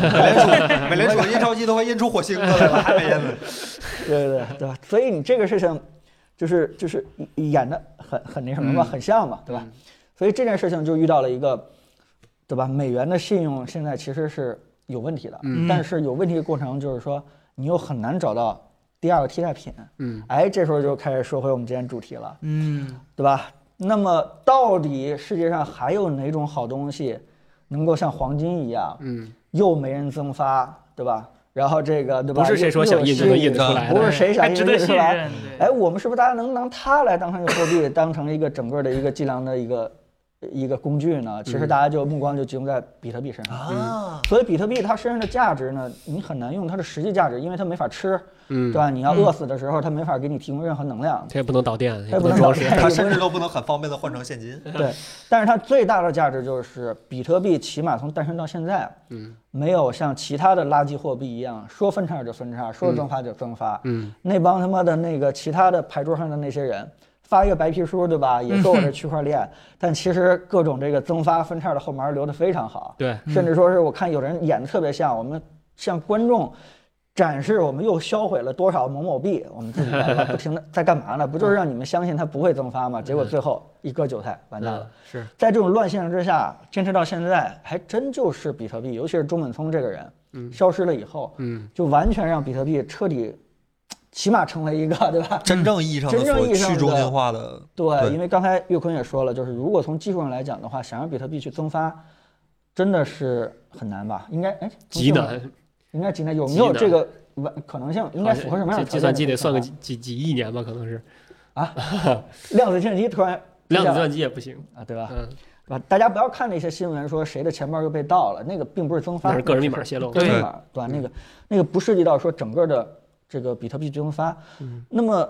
Speaker 1: 美联储美联储印钞机都快印出火星子来了，还没印呢。
Speaker 5: *laughs* 对对对对吧？所以你这个事情，就是就是演的很很那什么嘛，很像嘛，对吧？所以这件事情就遇到了一个，对吧？美元的信用现在其实是有问题的，
Speaker 2: 嗯
Speaker 5: 但是有问题的过程就是说，你又很难找到第二个替代品。
Speaker 4: 嗯，
Speaker 5: 哎，这时候就开始说回我们今天主题了，
Speaker 2: 嗯
Speaker 5: 对吧？那么到底世界上还有哪种好东西，能够像黄金一样，
Speaker 4: 嗯，
Speaker 5: 又没人增发，对吧？然后这个对吧？
Speaker 4: 不是谁说想印就能印得出来的
Speaker 5: 不是谁想
Speaker 2: 还
Speaker 5: 印
Speaker 2: 值
Speaker 5: 就能
Speaker 2: 得
Speaker 5: 印出
Speaker 2: 信
Speaker 5: 来。
Speaker 2: 任，
Speaker 5: 哎，我们是不是大家能拿它来当成一个货币，当成一个整个的一个计量的一个一个工具呢？其
Speaker 4: 嗯
Speaker 5: 实大家就目光就集中在比特币身上，
Speaker 1: 啊，
Speaker 5: 所以比特币它身上的价值呢，你很难用它的实际价值，因为它没法吃，
Speaker 4: 嗯
Speaker 5: 对吧？你要饿死的时候，它没法给你提供任何能量。
Speaker 4: 它也不能导电，
Speaker 5: 它也不能
Speaker 4: 能装
Speaker 5: 导
Speaker 4: 饰，
Speaker 5: 电
Speaker 1: 它嗯甚至都不能很方便的换成现金。
Speaker 5: 对，但是它最大的价值就是比特币，起码从诞生到现在，
Speaker 4: 嗯，
Speaker 5: 没有像其他的垃圾货币一样，说分叉就分叉，说蒸发就蒸发。
Speaker 4: 嗯，
Speaker 5: 那帮他妈的那个其他的牌桌上的那些人。发一个白皮书，对吧？也说
Speaker 4: *laughs*
Speaker 5: 我这区块链，但其实各种这个增发分叉的后门留得非常好，
Speaker 4: 对，
Speaker 5: 甚至说是我看有人演的特别像，我们向观众展示我们又销毁了多少某某币，我们自己在那不停的在干嘛呢？不就是让你们相信它不会增发吗？结果最后一割韭菜，完蛋了。
Speaker 4: 嗯是
Speaker 5: 在这种乱象之下，坚持到现在，还真就是比特币，尤其是中本聪这个人，消失了以后，
Speaker 4: 嗯
Speaker 5: 就完全让比特币彻底，起码成为一个，对吧？
Speaker 1: 真正意义上的
Speaker 5: 真正
Speaker 1: 所
Speaker 5: 意义上
Speaker 1: 去
Speaker 5: 的
Speaker 1: 中心化的，
Speaker 5: 对，
Speaker 1: 对
Speaker 5: 因为刚才岳坤也说了，就是如果从技术上来讲的话，想让比特币去增发，真的是很难吧？应该哎，从
Speaker 4: 极
Speaker 5: 这种
Speaker 4: 难，
Speaker 5: 应该极难，有没
Speaker 4: 极
Speaker 5: 有
Speaker 4: 难
Speaker 5: 这个完可能性？应该符合什么样的
Speaker 4: 计
Speaker 5: 条件啊
Speaker 4: 计算机
Speaker 5: 才
Speaker 4: 得算个
Speaker 5: 行
Speaker 4: 几几几亿年吧，可能是
Speaker 5: 量子计算机突然
Speaker 4: 量子
Speaker 5: 出现
Speaker 4: 计
Speaker 5: 了
Speaker 4: 算机也不行，
Speaker 5: 啊，对吧？
Speaker 4: 嗯，
Speaker 5: 对吧？大家不要看那些新闻说谁的钱包又被盗了，那个并不是增发，
Speaker 4: 那是个人密码泄露
Speaker 5: 个人密
Speaker 1: 对
Speaker 5: 码对吧？那个那个不涉及到说整个的这个比特币增发。那么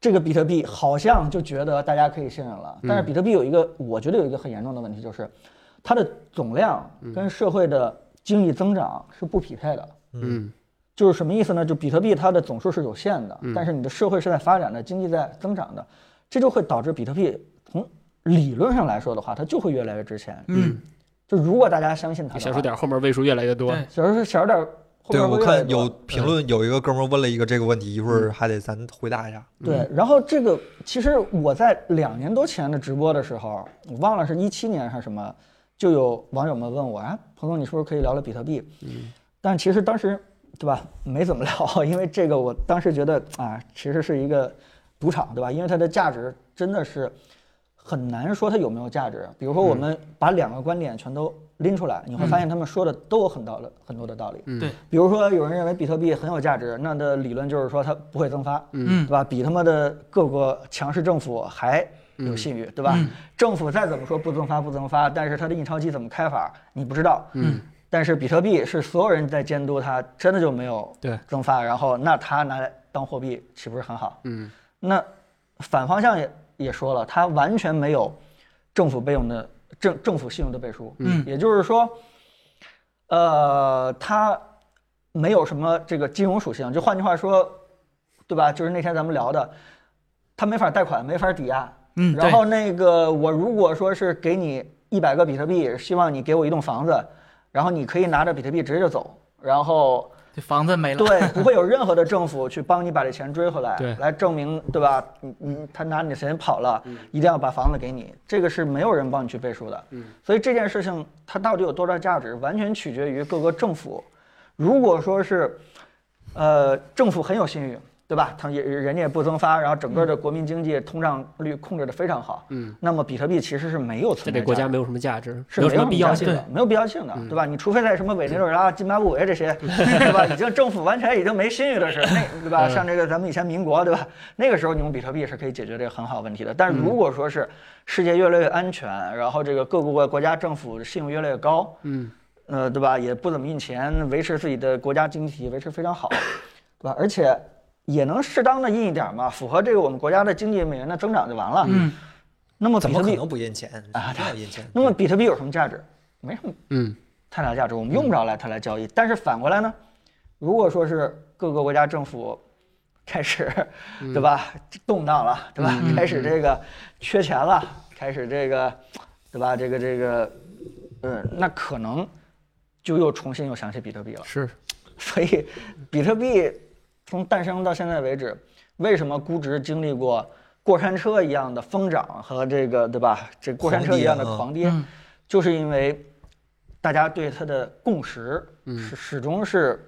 Speaker 5: 这个比特币好像就觉得大家可以信任了，但是比特币有一个，我觉得有一个很严重的问题就是，它的总量跟社会的经济增长是不匹配的。
Speaker 4: 嗯
Speaker 5: 就是什么意思呢？就比特币它的总数是有限的，但是你的社会是在发展的，经济在增长的，这就会导致比特币从理论上来说的话，它就会越来越值钱。
Speaker 2: 嗯
Speaker 5: 就如果大家相信它的话，
Speaker 4: 小数点后面位数越来越多，
Speaker 2: 对
Speaker 5: 小数小数点后
Speaker 1: 对
Speaker 5: 面
Speaker 1: 我
Speaker 5: 会越来越
Speaker 1: 看
Speaker 5: 多
Speaker 1: 有评论有一个哥们儿问了一个这个问题，一会
Speaker 5: 嗯
Speaker 1: 儿还得咱回答一下。
Speaker 5: 对，然后这个其实我在两年多前的直播的时候，我忘了是一七年还是什么，就有网友们问我，啊，彭总，你是不是可以聊聊比特币？嗯，但其实当时对吧，没怎么聊， *laughs* 因为这个我当时觉得啊，其实是一个赌场，对吧？因为它的价值真的是很难说它有没有价值。比如说，我们把两个观点全都拎出来，你会发现他们说的都有很道的很多的道理。
Speaker 4: 嗯
Speaker 2: 对，
Speaker 5: 比如说有人认为比特币很有价值，那的理论就是说它不会增发，
Speaker 2: 嗯
Speaker 5: 对吧？比他妈的各国强势政府还有信誉，对吧？政府再怎么说不增发不增发，但是它的印钞机怎么开法你不知道，
Speaker 4: 嗯，
Speaker 5: 但是比特币是所有人在监督它，真的就没有
Speaker 1: 对
Speaker 5: 蒸发，然后那它拿来当货币岂不是很好？
Speaker 4: 嗯，
Speaker 5: 那反方向也也说了，它完全没有政府备用的政政府信用的背书，
Speaker 2: 嗯
Speaker 5: 也就是说，呃，它没有什么这个金融属性，就换句话说，对吧？就是那天咱们聊的，它没法贷款，没法抵押，
Speaker 2: 嗯，
Speaker 5: 然
Speaker 2: 对
Speaker 5: 后那个我如果说是给你一百个比特币，希望你给我一栋房子，然后你可以拿着比特币直接就走，然后
Speaker 2: 这房子没了，
Speaker 5: 对，不会有任何的政府去帮你把这钱追回来，
Speaker 4: 对
Speaker 5: 来证明对吧？你你他拿你的钱跑了，一定要把房子给你，这个是没有人帮你去背书的。
Speaker 4: 嗯，
Speaker 5: 所以这件事情它到底有多大价值，完全取决于各个政府。如果说是，呃，政府很有信誉，对吧？他也人家也不增发，然后整个的国民经济通胀率控制的非常好，
Speaker 4: 嗯，
Speaker 5: 那么比特币其实是没有
Speaker 4: 这
Speaker 5: 存在
Speaker 4: 对国
Speaker 5: 价值
Speaker 4: 家没有什么价值，
Speaker 5: 是
Speaker 4: 没有
Speaker 5: 没
Speaker 4: 什么必要性
Speaker 5: 的
Speaker 4: 的。，
Speaker 5: 没有必要性的，对吧？你除非在什么委内瑞拉、津巴布韦这些，对吧？已经政府完全已经没信誉的事儿，那对吧？像这个咱们以前民国，对吧？那个时候你用比特币是可以解决这个很好问题的。但如果说是世界越来越安全，然后这个各国国家政府信用越来越高，
Speaker 4: 嗯，
Speaker 5: 呃，对吧？也不怎么印钱，维持自己的国家经济维持非常好，对吧？而且也能适当的印一点儿嘛，符合这个我们国家的经济美元的增长就完了。
Speaker 2: 嗯，
Speaker 5: 那么
Speaker 1: 怎
Speaker 5: 比
Speaker 1: 么
Speaker 5: 特
Speaker 1: 可
Speaker 5: 币，
Speaker 1: 能不印钱
Speaker 5: 啊
Speaker 1: 一定要印钱。
Speaker 5: 那么比特币有什么价值？没什么。
Speaker 4: 嗯，
Speaker 5: 太大价值，我们用不着来它来交易。但是反过来呢，如果说是各个国家政府开始，对吧，动荡了，对吧，开始这个缺钱了，开始这个，对吧，这个这个，嗯，那可能就又重新又想起比特币了。
Speaker 4: 是，
Speaker 5: 所以，比特币从诞生到现在为止，为什么估值经历过过山车一样的疯涨和这个对吧？这过山车一样的狂跌，啊
Speaker 2: 嗯
Speaker 5: 就是因为大家对它的共识
Speaker 4: 嗯
Speaker 5: 是始终是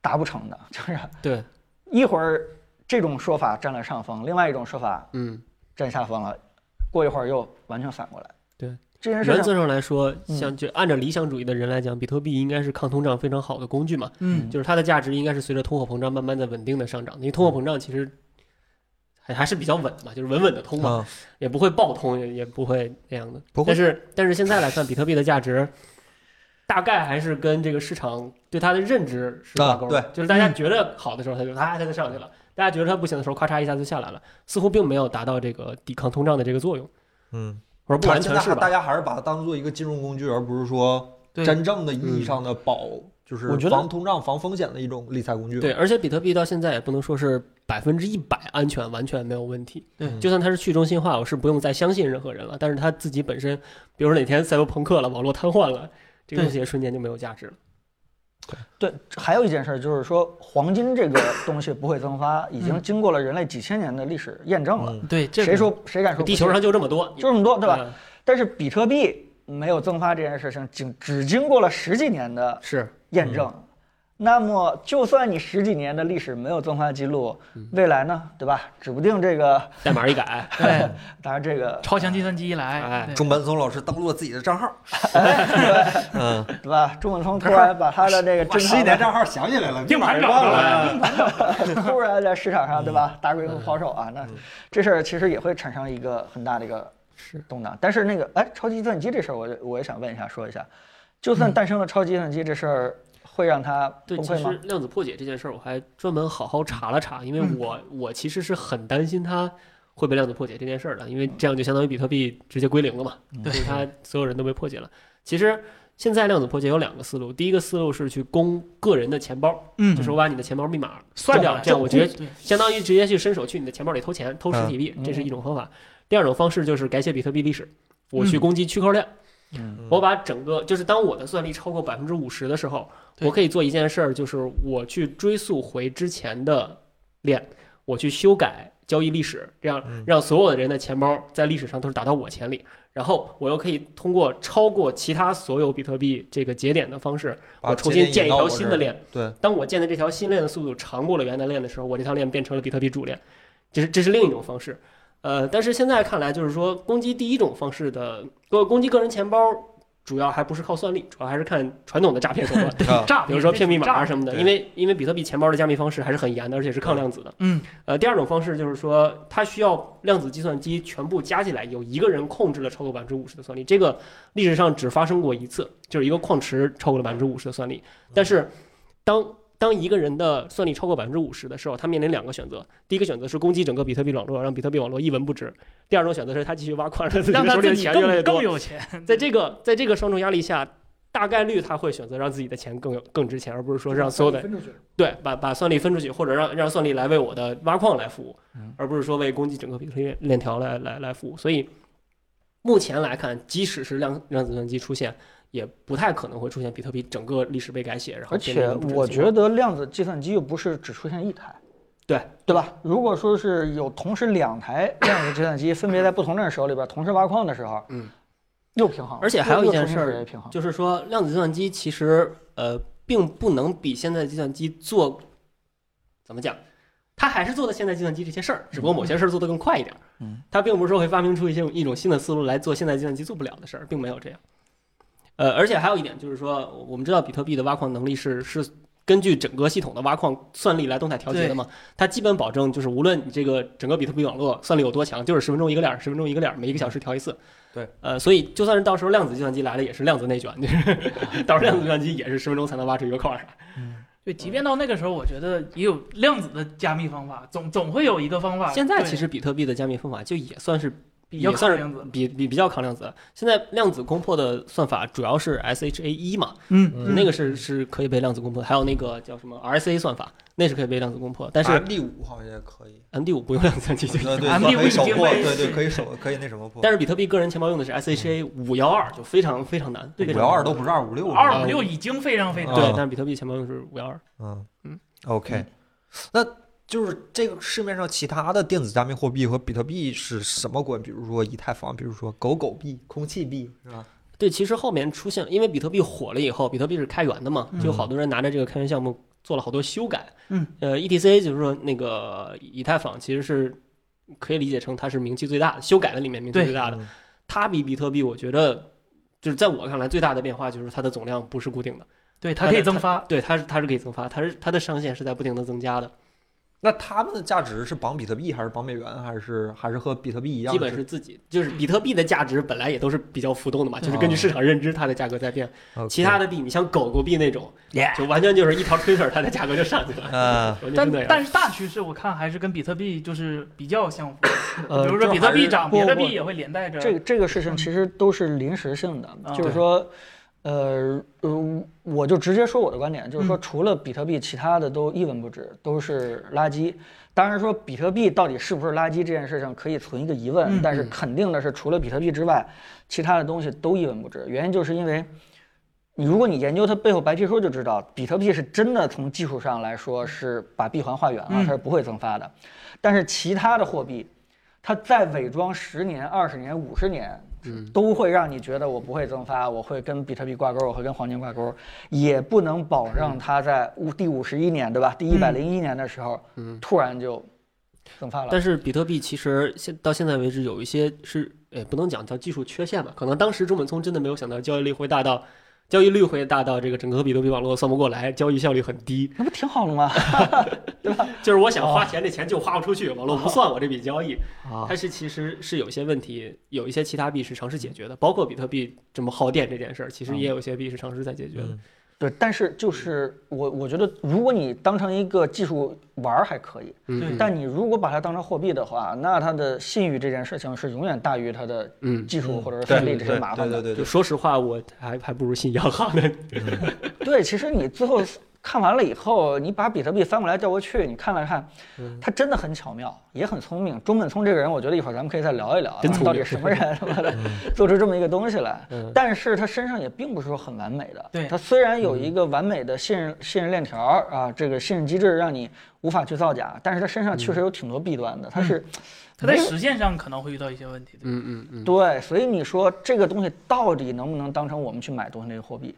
Speaker 5: 达不成的， *laughs* 就是
Speaker 4: 对，
Speaker 5: 一会儿这种说法占了上风，另外一种说法
Speaker 4: 嗯，
Speaker 5: 占下风了，过一会儿又完全反过来。
Speaker 4: 对
Speaker 5: 这件
Speaker 4: 原
Speaker 5: 事
Speaker 4: 则
Speaker 5: 情，
Speaker 4: 上来说，像就按照理想主义的人来讲，比特币应该是抗通胀非常好的工具嘛，
Speaker 2: 嗯，
Speaker 4: 就是它的价值应该是随着通货膨胀慢慢的稳定的上涨，因为通货膨胀其实还还是比较稳嘛，就是稳稳的通嘛，
Speaker 1: 啊，
Speaker 4: 也不会暴通，也也不会那样的。
Speaker 1: 不会
Speaker 4: 但是但是现在来看，比特币的价值大概还是跟这个市场对它的认知是挂钩的。
Speaker 1: 啊对，
Speaker 4: 就是大家觉得好的时候，它就啊它就上去了；大家觉得它不行的时候，咔嚓一下就下来了，似乎并没有达到这个抵抗通胀的这个作用，
Speaker 1: 嗯，
Speaker 4: 或者不完全
Speaker 1: 现
Speaker 4: 是
Speaker 1: 在大
Speaker 4: 吧？
Speaker 1: 家还是把它当做一个金融工具，而不是说
Speaker 2: 对
Speaker 4: 嗯
Speaker 1: 真正的意义上的保，就是
Speaker 5: 我觉得
Speaker 1: 防通胀、防风险的一种理财工具。
Speaker 4: 对，，而且比特币到现在也不能说是百分之一百安全，完全没有问题。
Speaker 2: 对
Speaker 1: 嗯
Speaker 4: 就算它是去中心化，我是不用再相信任何人了。但是它自己本身，比如说哪天赛博朋克了，网络瘫痪了，这个东西也瞬间就没有价值了。
Speaker 5: 对，还有一件事就是说，黄金这个东西不会增发，已
Speaker 4: 嗯
Speaker 5: 经经过了人类几千年的历史验证了。
Speaker 1: 嗯，
Speaker 2: 对，这个
Speaker 5: 谁说谁敢说不
Speaker 4: 地球
Speaker 5: 是
Speaker 4: 上就这么多，
Speaker 5: 就这么多，对吧？
Speaker 4: 嗯？
Speaker 5: 但是比特币没有增发这件事情，仅只经过了十几年的
Speaker 4: 是，
Speaker 5: 验证。
Speaker 4: 嗯
Speaker 5: 那么，就算你十几年的历史没有增发记录，
Speaker 4: 嗯
Speaker 5: 未来呢，对吧？指不定这个，
Speaker 4: 代码一改，
Speaker 2: 对
Speaker 5: *laughs* 当然这个，
Speaker 2: 超强计算机一来，
Speaker 4: 哎
Speaker 2: 对
Speaker 1: 中本聪老师登录了自己的账号，嗯，
Speaker 5: 对吧？钟文聪突然把他的这个
Speaker 1: 把
Speaker 5: 珍
Speaker 1: 十一
Speaker 5: 藏
Speaker 1: 年
Speaker 5: 的，
Speaker 1: 账号想起来了，嗯
Speaker 2: 硬盘
Speaker 1: 找到
Speaker 2: 找到了。
Speaker 5: *laughs* 突然在市
Speaker 4: 嗯
Speaker 5: 场上，对吧？大规模抛售啊，那这事儿其实也会产生一个很大的一个
Speaker 4: 嗯是
Speaker 5: 动荡。但是那个，哎，超级计算机这事儿，我就我也想问一下，说一下，就算诞生了超级计算机这事儿，会让它
Speaker 4: 对，
Speaker 5: 崩
Speaker 4: 其
Speaker 5: 溃
Speaker 4: 实
Speaker 5: 吗？
Speaker 4: 量子破解这件事儿，我还专门好好查了查，因为
Speaker 2: 嗯
Speaker 4: 我我其实是很担心它会被量子破解这件事儿的，因为这样就相当于比特币直接归零了嘛，
Speaker 2: 对
Speaker 4: 所以它所有人都被破解了。其实现在量子破解有两个思路，第一个思路是去攻个人的钱包，
Speaker 2: 嗯，
Speaker 4: 就是我把你的钱包密码
Speaker 2: 算
Speaker 4: 这
Speaker 2: 过
Speaker 4: 样
Speaker 2: 来，
Speaker 4: 这样我觉得
Speaker 2: 对
Speaker 4: 相当于直接去伸手去你的钱包里偷钱，偷实体币，
Speaker 5: 嗯
Speaker 4: 这是一种方法。第二种方式就是改写比特币历史，我去
Speaker 2: 嗯
Speaker 4: 攻击区块链。
Speaker 5: 嗯
Speaker 4: 我把整个就是当我的算力超过百分之五十的时候，
Speaker 2: 对
Speaker 4: 我可以做一件事儿，就是我去追溯回之前的链，我去修改交易历史，这样
Speaker 1: 嗯
Speaker 4: 让所有的人的钱包在历史上都是打到我钱里，然后我又可以通过超过其他所有比特币这个节点的方式，
Speaker 1: 把
Speaker 4: 我重
Speaker 1: 节
Speaker 4: 新
Speaker 1: 点
Speaker 4: 建一
Speaker 1: 引到
Speaker 4: 条
Speaker 1: 我这
Speaker 4: 新
Speaker 1: 儿 *laughs*
Speaker 4: 的链。
Speaker 1: 对，
Speaker 4: 当我建的这条新链的速度长过了原来链的时候，我这条链变成了比特币主链，这是这是另一种方式。呃，但是现在看来，就是说攻击第一种方式的，呃，攻击个人钱包主要还不是靠算力，主要还是看传统的诈骗手段，
Speaker 1: 啊
Speaker 2: 诈骗，
Speaker 4: 比如说骗密码
Speaker 2: 诈
Speaker 4: 啊
Speaker 2: 骗
Speaker 4: 什么的。
Speaker 1: 对
Speaker 4: 因为因为比特币钱包的加密方式还是很严的，而且是抗量子的。
Speaker 2: 嗯，
Speaker 4: 呃，第二种方式就是说，它需要量子计算机全部加起来，有一个人控制了超过百分之五十的算力。这个历史上只发生过一次，就是一个矿池超过了百分之五十的算力。 *laughs* 但是当当一个人的算力超过百分之五十的时候，他面临两个选择：第一个选择是攻击整个比特币网络，让比特币网络一文不值；第二种选择是他继续挖矿，让自己
Speaker 2: 让
Speaker 4: 手
Speaker 2: 他
Speaker 4: 里的
Speaker 2: 自己
Speaker 4: 钱越来越
Speaker 2: 更
Speaker 4: 多
Speaker 2: 更。有钱。
Speaker 4: 在这个在这个双重压力下，大概率他会选择让自己的钱更有更值钱，而不是说让所有的
Speaker 5: 分出去。
Speaker 4: 对把把算力分出去，或者让让算力来为我的挖矿来服务，
Speaker 5: 嗯
Speaker 4: 而不是说为攻击整个比特币链链条来来来服务。所以目前来看，即使是量量子计算机出现，也不太可能会出现比特币整个历史被改写，然后
Speaker 5: 而
Speaker 4: 变成
Speaker 5: 且
Speaker 4: 一个不值的
Speaker 5: 我
Speaker 4: 情
Speaker 5: 觉
Speaker 4: 况
Speaker 5: 得量子计算机又不是只出现一台，
Speaker 4: 对
Speaker 5: 对吧？如果说是有同时两台量子计算机分别在不同人手里边同时挖矿的时候，
Speaker 4: 嗯，
Speaker 5: 又平衡了。
Speaker 4: 而且还有一
Speaker 5: 又
Speaker 4: 件
Speaker 5: 重新
Speaker 4: 事儿
Speaker 5: 解决平衡，
Speaker 4: 就是说量子计算机其实呃并不能比现在的计算机做怎么讲，它还是做的现在计算机这些事儿，只不过某些事儿做得更快一点。
Speaker 5: 嗯，
Speaker 4: 它并不是说会发明出一些一种新的思路来做现在计算机做不了的事儿，并没有这样。呃，而且还有一点就是说，我们知道比特币的挖矿能力是是根据整个系统的挖矿算力来动态调节的嘛，它基本保证就是无论你这个整个比特币网络算力有多强，就是十分钟一个链，十分钟一个链，每一个小时调一次。
Speaker 1: 对，
Speaker 4: 呃，所以就算是到时候量子计算机来了，也是量子内卷，就是 *laughs* 到时候量子计算机也是十分钟才能挖出一个矿啥。
Speaker 2: 对，即便到那个时候，我觉得也有量子的加密方法，总总会有一个方法。
Speaker 4: 现在
Speaker 2: 对
Speaker 4: 其实比特币的加密方法就也算是
Speaker 2: 比
Speaker 4: 也
Speaker 2: 较
Speaker 4: 算是
Speaker 2: 量子，
Speaker 4: 比比比较抗量子。现在量子攻破的算法主要是 SHA 一嘛，
Speaker 2: 嗯
Speaker 1: 嗯
Speaker 4: 那个是是可以被量子攻破的，还有那个叫什么 RSA 算法，那是可以被量子攻破，但
Speaker 2: 啊
Speaker 4: 是
Speaker 1: MD 五好像也可
Speaker 4: *laughs*
Speaker 1: 以，呃
Speaker 4: MD 五不用量子计算机。
Speaker 1: 对对，
Speaker 2: MD5
Speaker 1: 可以手
Speaker 2: 已经
Speaker 1: 破，
Speaker 2: 被
Speaker 1: 对对，可以手可以那什么破，
Speaker 4: 但是比特币个人钱包用的是 SHA 五幺二，就非常非常难。
Speaker 1: 嗯五
Speaker 4: 非常
Speaker 1: 幺二
Speaker 4: 难
Speaker 1: 都不是二五六，
Speaker 2: 嗯二五六已经非常非常
Speaker 1: 啊
Speaker 4: 对，但是比特币钱包用的是五幺二。
Speaker 1: 嗯
Speaker 4: 嗯
Speaker 1: ，OK，那就是这个市面上其他的电子加密货币和比特币是什么关？比如说以太坊，比如说狗狗币、空气币，是吧？
Speaker 4: 对，其实后面出现，因为比特币火了以后，比特币是开源的嘛，就好多人拿着这个开源项目做了好多修改。
Speaker 2: 嗯，
Speaker 4: 呃，ETC 就是说那个以太坊其实是可以理解成它是名气最大的，修改的里面名气
Speaker 2: 对
Speaker 4: 最大的。
Speaker 1: 嗯
Speaker 4: 它比比特币，我觉得就是在我看来最大的变化就是它的总量不是固定的，
Speaker 2: 对，它可以增发。
Speaker 4: 对，它是它是可以增发，它是它的上限是在不停的增加的，
Speaker 1: 那他们的价值是绑比特币还是绑美元，还是还是和比特币一样？
Speaker 4: 基本是自己就是比特币的价值本来也都是比较浮动的嘛，就是根据市场认知它的价格在变。
Speaker 1: OK
Speaker 4: 其他的币，你像狗狗币那种
Speaker 2: Yeah，
Speaker 4: 就完全就是一条 Twitter 它的价格就上去了。
Speaker 1: 呃，
Speaker 4: 完全
Speaker 2: 但
Speaker 4: 就那样
Speaker 2: 但是大趋势我看还是跟比特币就是比较相符，
Speaker 5: 呃
Speaker 2: 比如说比特币涨，
Speaker 5: 就还
Speaker 2: 比
Speaker 5: 是
Speaker 2: 特
Speaker 5: 不不
Speaker 2: 币也会连带着。
Speaker 5: 这个这个事情其实都是临时性的，
Speaker 4: 嗯
Speaker 2: 啊
Speaker 5: 就是说，呃，呃，我就直接说我的观点，就是
Speaker 4: 嗯
Speaker 5: 说，除了比特币，其他的都一文不值，都是垃圾。当然说，比特币到底是不是垃圾这件事情可以存一个疑问，
Speaker 2: 嗯
Speaker 5: 但是肯定的是，除了比特币之外，其他的东西都一文不值。原因就是因为。你如果你研究它背后白皮书，就知道比特币是真的从技术上来说是把闭环画圆了，它是不会增发的。但是其他的货币，它再伪装十年、二十年、五十年，都会让你觉得我不会增发，我会跟比特币挂钩，我会跟黄金挂钩，也不能保证它在五第五十一年，对吧？第一百零一年的时候，突然就增发了。
Speaker 4: 但是比特币其实现到现在为止有一些是，也不能讲叫技术缺陷吧，可能当时中本聪真的没有想到交易率会大到，交易率会大到这个整个比特币网络算不过来，交易效率很低。
Speaker 5: 那不挺好了吗？
Speaker 4: 就是我想花钱，这钱就花不出去，网络不算我这笔交易。
Speaker 5: 啊，
Speaker 4: 它是其实是有些问题，有一些其他币是尝试解决的，包括比特币这么耗电这件事儿，其实也有一些币是尝试在解决的。
Speaker 5: 对，但是就是我，我觉得如果你当成一个技术玩儿还可以，
Speaker 4: 嗯
Speaker 5: 但你如果把它当成货币的话，那它的信誉这件事情是永远大于它的
Speaker 4: 嗯，
Speaker 5: 技术或者是
Speaker 1: 对
Speaker 5: 算力这些麻烦
Speaker 1: 对
Speaker 5: 的。
Speaker 1: 对
Speaker 4: 就
Speaker 1: 对对
Speaker 4: 说实话，我还还不如信央行呢。 *laughs*
Speaker 5: 对，其实你最后看完了以后，你把比特币翻过来调过去，你看了看，
Speaker 4: 嗯
Speaker 5: 他真的很巧妙，也很聪明。钟本聪这个人，我觉得一会儿咱们可以再聊一聊啊，
Speaker 4: 真聪明
Speaker 5: 到底什么人他妈的做出这么一个东西来
Speaker 4: 嗯？
Speaker 5: 但是他身上也并不是说很完美的。
Speaker 2: 对
Speaker 5: 他虽然
Speaker 4: 嗯
Speaker 5: 有一个完美的信任信任链条啊，这个信任机制让你无法去造假，但是他身上
Speaker 4: 嗯
Speaker 5: 确实有挺多弊端的。他是
Speaker 2: 它在实现上可能会遇到一些问题。对吧
Speaker 4: 嗯嗯嗯，
Speaker 5: 对，所以你说这个东西到底能不能当成我们去买东西的一个货币？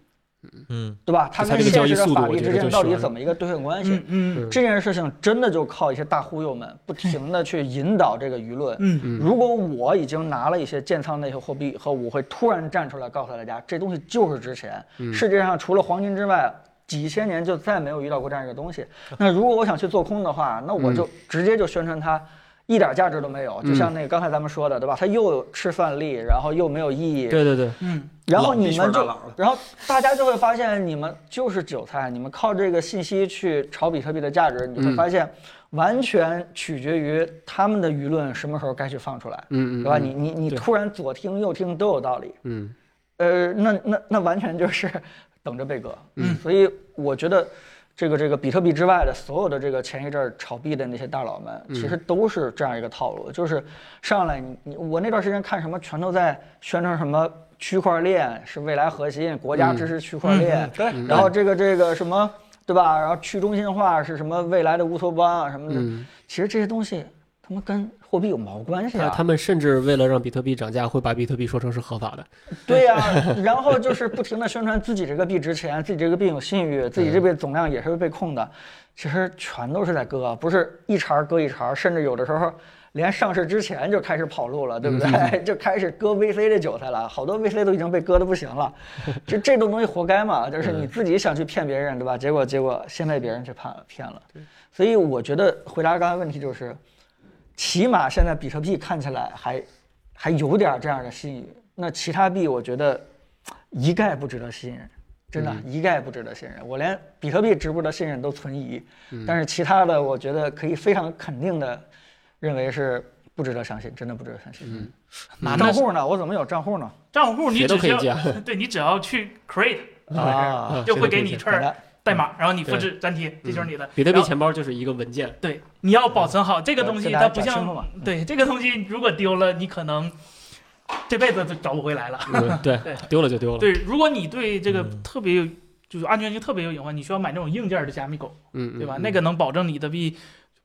Speaker 1: 嗯，
Speaker 5: 对吧？它
Speaker 4: 它
Speaker 5: 跟
Speaker 4: 这个交
Speaker 5: 现
Speaker 4: 易
Speaker 5: 实的
Speaker 4: 速度
Speaker 5: 法
Speaker 4: 我
Speaker 5: 律
Speaker 4: 觉
Speaker 5: 之
Speaker 4: 得
Speaker 5: 间
Speaker 4: 就
Speaker 5: 到底
Speaker 4: 悬了
Speaker 5: 怎么一个兑换关系？
Speaker 2: 嗯嗯
Speaker 5: 这件事情真的就靠一些大忽悠们不停的去引导这个舆论。
Speaker 2: 嗯
Speaker 4: 嗯
Speaker 5: 如果我已经拿了一些建仓那些货币以后，我会突然站出来告诉大家，这东西就是值钱。
Speaker 4: 嗯
Speaker 5: 世界上除了黄金之外，几千年就再没有遇到过这样一个东西。那如果我想去做空的话，那我
Speaker 4: 嗯
Speaker 5: 就直接就宣传它。一点价值都没有，就像那个刚才咱们说的，对吧？它又有吃饭粒，然后又没有意义，
Speaker 4: 对对对，
Speaker 2: 嗯，
Speaker 5: 然后
Speaker 1: 老一
Speaker 5: 你
Speaker 1: 圈
Speaker 5: 们
Speaker 1: 大
Speaker 5: 就
Speaker 1: 佬了，
Speaker 5: 然后大家就会发现你们就是韭菜，你们靠这个信息去炒比特币的价值，你会发现完全取决于他们的舆论什么时候该去放出来，
Speaker 4: 嗯嗯，
Speaker 5: 对吧？
Speaker 4: 嗯
Speaker 5: 你你你
Speaker 4: 对
Speaker 5: 突然左听右听都有道理，
Speaker 4: 嗯
Speaker 5: 呃，那那那完全就是 *laughs* 等着被割。
Speaker 2: 嗯
Speaker 5: 所以我觉得这个这个比特币之外的所有的这个前一阵儿炒币的那些大佬们，其实都是这样一个套路，就是上来你你我那段时间看什么全都在宣传什么。区块链是未来核心，国家支持区块链。
Speaker 1: 嗯嗯
Speaker 5: 然后这个这个什么，对吧？然后去中心化是什么未来的乌托邦啊什么的。
Speaker 4: 嗯，
Speaker 5: 其实这些东西他妈跟货币有毛关系
Speaker 4: 他
Speaker 5: 啊？
Speaker 4: 他们甚至为了让比特币涨价，会把比特币说成是合法的。
Speaker 5: *laughs* 对呀、然后就是不停的宣传自己这个币值钱，自己这个币有信誉，自己这币总量也是会被控的，其实全都是在割，不是一茬儿割一茬儿，甚至有的时候连上市之前就开始跑路了，对不对？ *laughs* 就开始割 VC 这韭菜了，好多 VC 都已经被割的不行了，就这种东西活该嘛，就是你自己想去骗别人，对吧？结果结果先被别人去骗骗了，所以我觉得回答刚才问题就是，起码现在比特币看起来还还有点这样的吸引，那其他币我觉得一概不值得信任，真的，一概不值得信任。我连比特币值不值得信任都存疑，但是其他的我觉得可以非常肯定的认为是不值得相信，真的不值得相
Speaker 4: 嗯
Speaker 5: 信。
Speaker 2: 拿
Speaker 5: 账
Speaker 2: 那
Speaker 5: 户呢？我怎么有账户呢？
Speaker 2: 账户
Speaker 4: 谁
Speaker 2: 你
Speaker 4: 都
Speaker 2: 只
Speaker 4: 可以
Speaker 2: 需要 *laughs*
Speaker 4: 加
Speaker 2: 对你只要去 create
Speaker 5: 啊，
Speaker 2: 就会给你一
Speaker 5: 简
Speaker 2: 串
Speaker 5: 单
Speaker 2: 儿代
Speaker 4: 嗯
Speaker 2: 码，然后你复制粘贴，这就是你的
Speaker 4: 比特
Speaker 2: 然
Speaker 4: 币
Speaker 2: 后
Speaker 4: 钱包就是一个文件，
Speaker 2: 对，你要保存好这个东西，
Speaker 5: 给大家
Speaker 2: 它不
Speaker 5: 讲清楚嘛
Speaker 2: 像对这个东西，如果丢了，你可能这辈子都找不回来了。
Speaker 4: 嗯对
Speaker 2: 对，
Speaker 4: 丢了就丢了。
Speaker 2: 对，如果你对这个
Speaker 1: 嗯
Speaker 2: 特别有就是安全性特别有隐患，你需要买那种硬件的加密狗，
Speaker 4: 嗯，嗯
Speaker 2: 对吧？
Speaker 4: 嗯
Speaker 2: 那个能保证你的币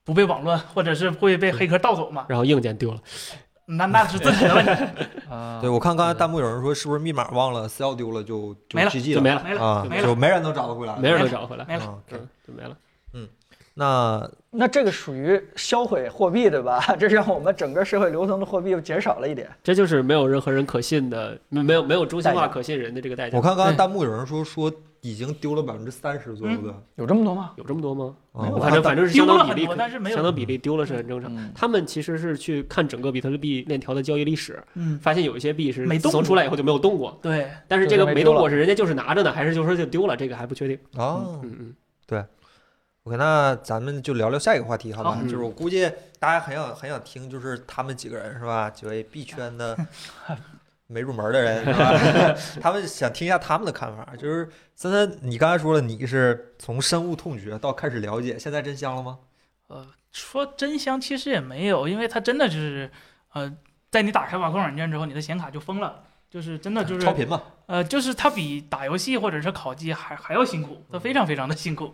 Speaker 2: 不被网乱，或者是会被黑客盗走
Speaker 4: *laughs*
Speaker 2: 嘛？
Speaker 4: 然后硬件丢了，
Speaker 2: 那那是自己的问题，
Speaker 5: 啊
Speaker 1: 对，我看刚才弹幕有人说是不是密码忘了，私钥丢了就就
Speaker 2: 没了
Speaker 1: GG
Speaker 4: 就没了，
Speaker 2: 没了，
Speaker 1: 啊
Speaker 2: 就没，了
Speaker 1: 就没人能找得回来，
Speaker 4: 没人能找回来，
Speaker 2: 没了。
Speaker 1: 啊，OK
Speaker 4: 嗯，就没了。
Speaker 1: 那
Speaker 5: 那这个属于销毁货币对吧？ *laughs* 这让我们整个社会流通的货币减少了一点。
Speaker 4: 这就是没有任何人可信的，没没有没有中心
Speaker 5: 代
Speaker 4: 化
Speaker 5: 价
Speaker 4: 可信人的这个代价。
Speaker 1: 我看刚才弹幕有人说说已经丢了百分之三十左右的，
Speaker 5: 有这么多吗？
Speaker 4: 有这么多吗？
Speaker 1: 啊
Speaker 5: 有
Speaker 1: 我
Speaker 4: 反
Speaker 1: 看弹
Speaker 4: 正反正是
Speaker 2: 丢
Speaker 4: 相
Speaker 2: 了
Speaker 4: 当比
Speaker 2: 很
Speaker 4: 例
Speaker 2: 多，，但是没有
Speaker 4: 相当比例丢了是很正常
Speaker 5: 嗯。
Speaker 4: 他们其实是去看整个比特币链条的交易历史，
Speaker 2: 嗯，
Speaker 4: 发现有一些币是
Speaker 2: 没动
Speaker 4: 自从
Speaker 2: 过
Speaker 4: 出来以后就没有动过，
Speaker 2: 对，
Speaker 4: 但是这
Speaker 5: 就
Speaker 4: 个
Speaker 5: 是没
Speaker 4: 没动
Speaker 5: 丢
Speaker 4: 过是人家就是拿着呢，还是就说就丢了，这个还不确定。
Speaker 1: 啊
Speaker 4: 嗯嗯，
Speaker 1: ，OK，那咱们就聊聊下一个话题，好吧？
Speaker 4: 好
Speaker 1: 就是我估计大家很想很想听，就是他们几个人是吧？几位币圈
Speaker 2: *laughs*
Speaker 1: 的没入门的人是吧？ *laughs* 他们想听一下他们的看法。就是森森，你刚才说了你是从深恶痛绝到开始了解，现在真香了吗？
Speaker 2: 呃，说真香其实也没有，因为它真的就是，呃，在你打开挖矿软件之后，你的显卡就疯了，就是真的就是
Speaker 1: 超频嘛，
Speaker 2: 呃，就是它比打游戏或者是烤鸡还还要辛苦，它非常非常的辛苦。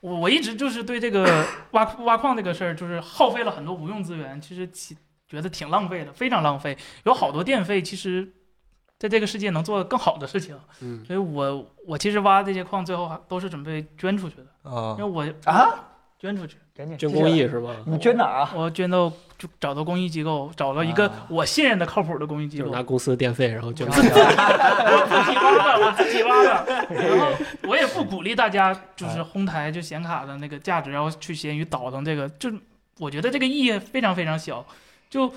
Speaker 2: 我我一直就是对这
Speaker 4: *laughs*
Speaker 2: 个挖挖矿这个事儿，就是耗费了很多无用资源，其实其觉得挺浪费的，非常浪费。有好多电费，其实在这个世界能做更好的事情，
Speaker 4: 嗯
Speaker 2: 所以我我其实挖这些矿最后还都是准备捐出去的，
Speaker 1: 啊
Speaker 4: 哦
Speaker 2: 因为我
Speaker 5: 啊，
Speaker 2: 捐出去，
Speaker 5: 赶紧
Speaker 4: 捐公，益是吗？
Speaker 5: 你捐哪儿 *laughs* 啊？
Speaker 2: 我捐到就找到公益机构，找到一个
Speaker 5: 啊
Speaker 2: 我信任的靠谱的公益机
Speaker 4: 就是
Speaker 2: 构，
Speaker 4: 拿公司的电费，然后捐。
Speaker 2: 自己挖的，我自己挖的。然后我也不鼓励大家就是哄抬就显卡的那个价值，然后去闲鱼倒腾这个，就我觉得这个意义非常非常小。就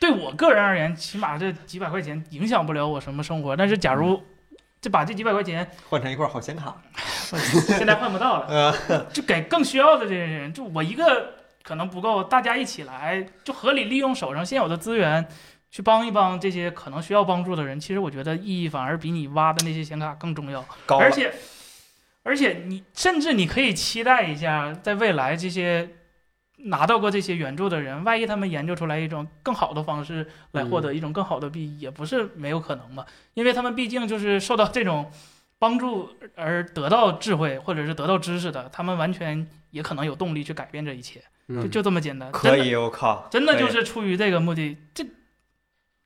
Speaker 2: 对我个人而言，起码这几百块钱影响不了我什么生活。但是假如这把这几百块钱
Speaker 1: 换成一块好显卡，
Speaker 2: 现在换不到了，就给更需要的这些人，就我一个可能不够，大家一起来就合理利用手上现有的资源。去帮一帮这些可能需要帮助的人，其实我觉得意义反而比你挖的那些显卡更重要。
Speaker 1: 高
Speaker 2: 而
Speaker 1: 了
Speaker 2: 且而且你甚至你可以期待一下，在未来这些拿到过这些援助的人，万一他们研究出来一种更好的方式来获
Speaker 1: 嗯
Speaker 2: 得一种更好的币，也不是没有可能嘛，因为他们毕竟就是受到这种。帮助而得到智慧或者是得到知识的，他们完全也可能有动力去改变这一切，就
Speaker 4: 嗯
Speaker 2: 就这么简单。
Speaker 1: 可
Speaker 2: 真的
Speaker 1: 以，我靠，
Speaker 2: 真的
Speaker 1: 可以
Speaker 2: 就。是出于这个目的，这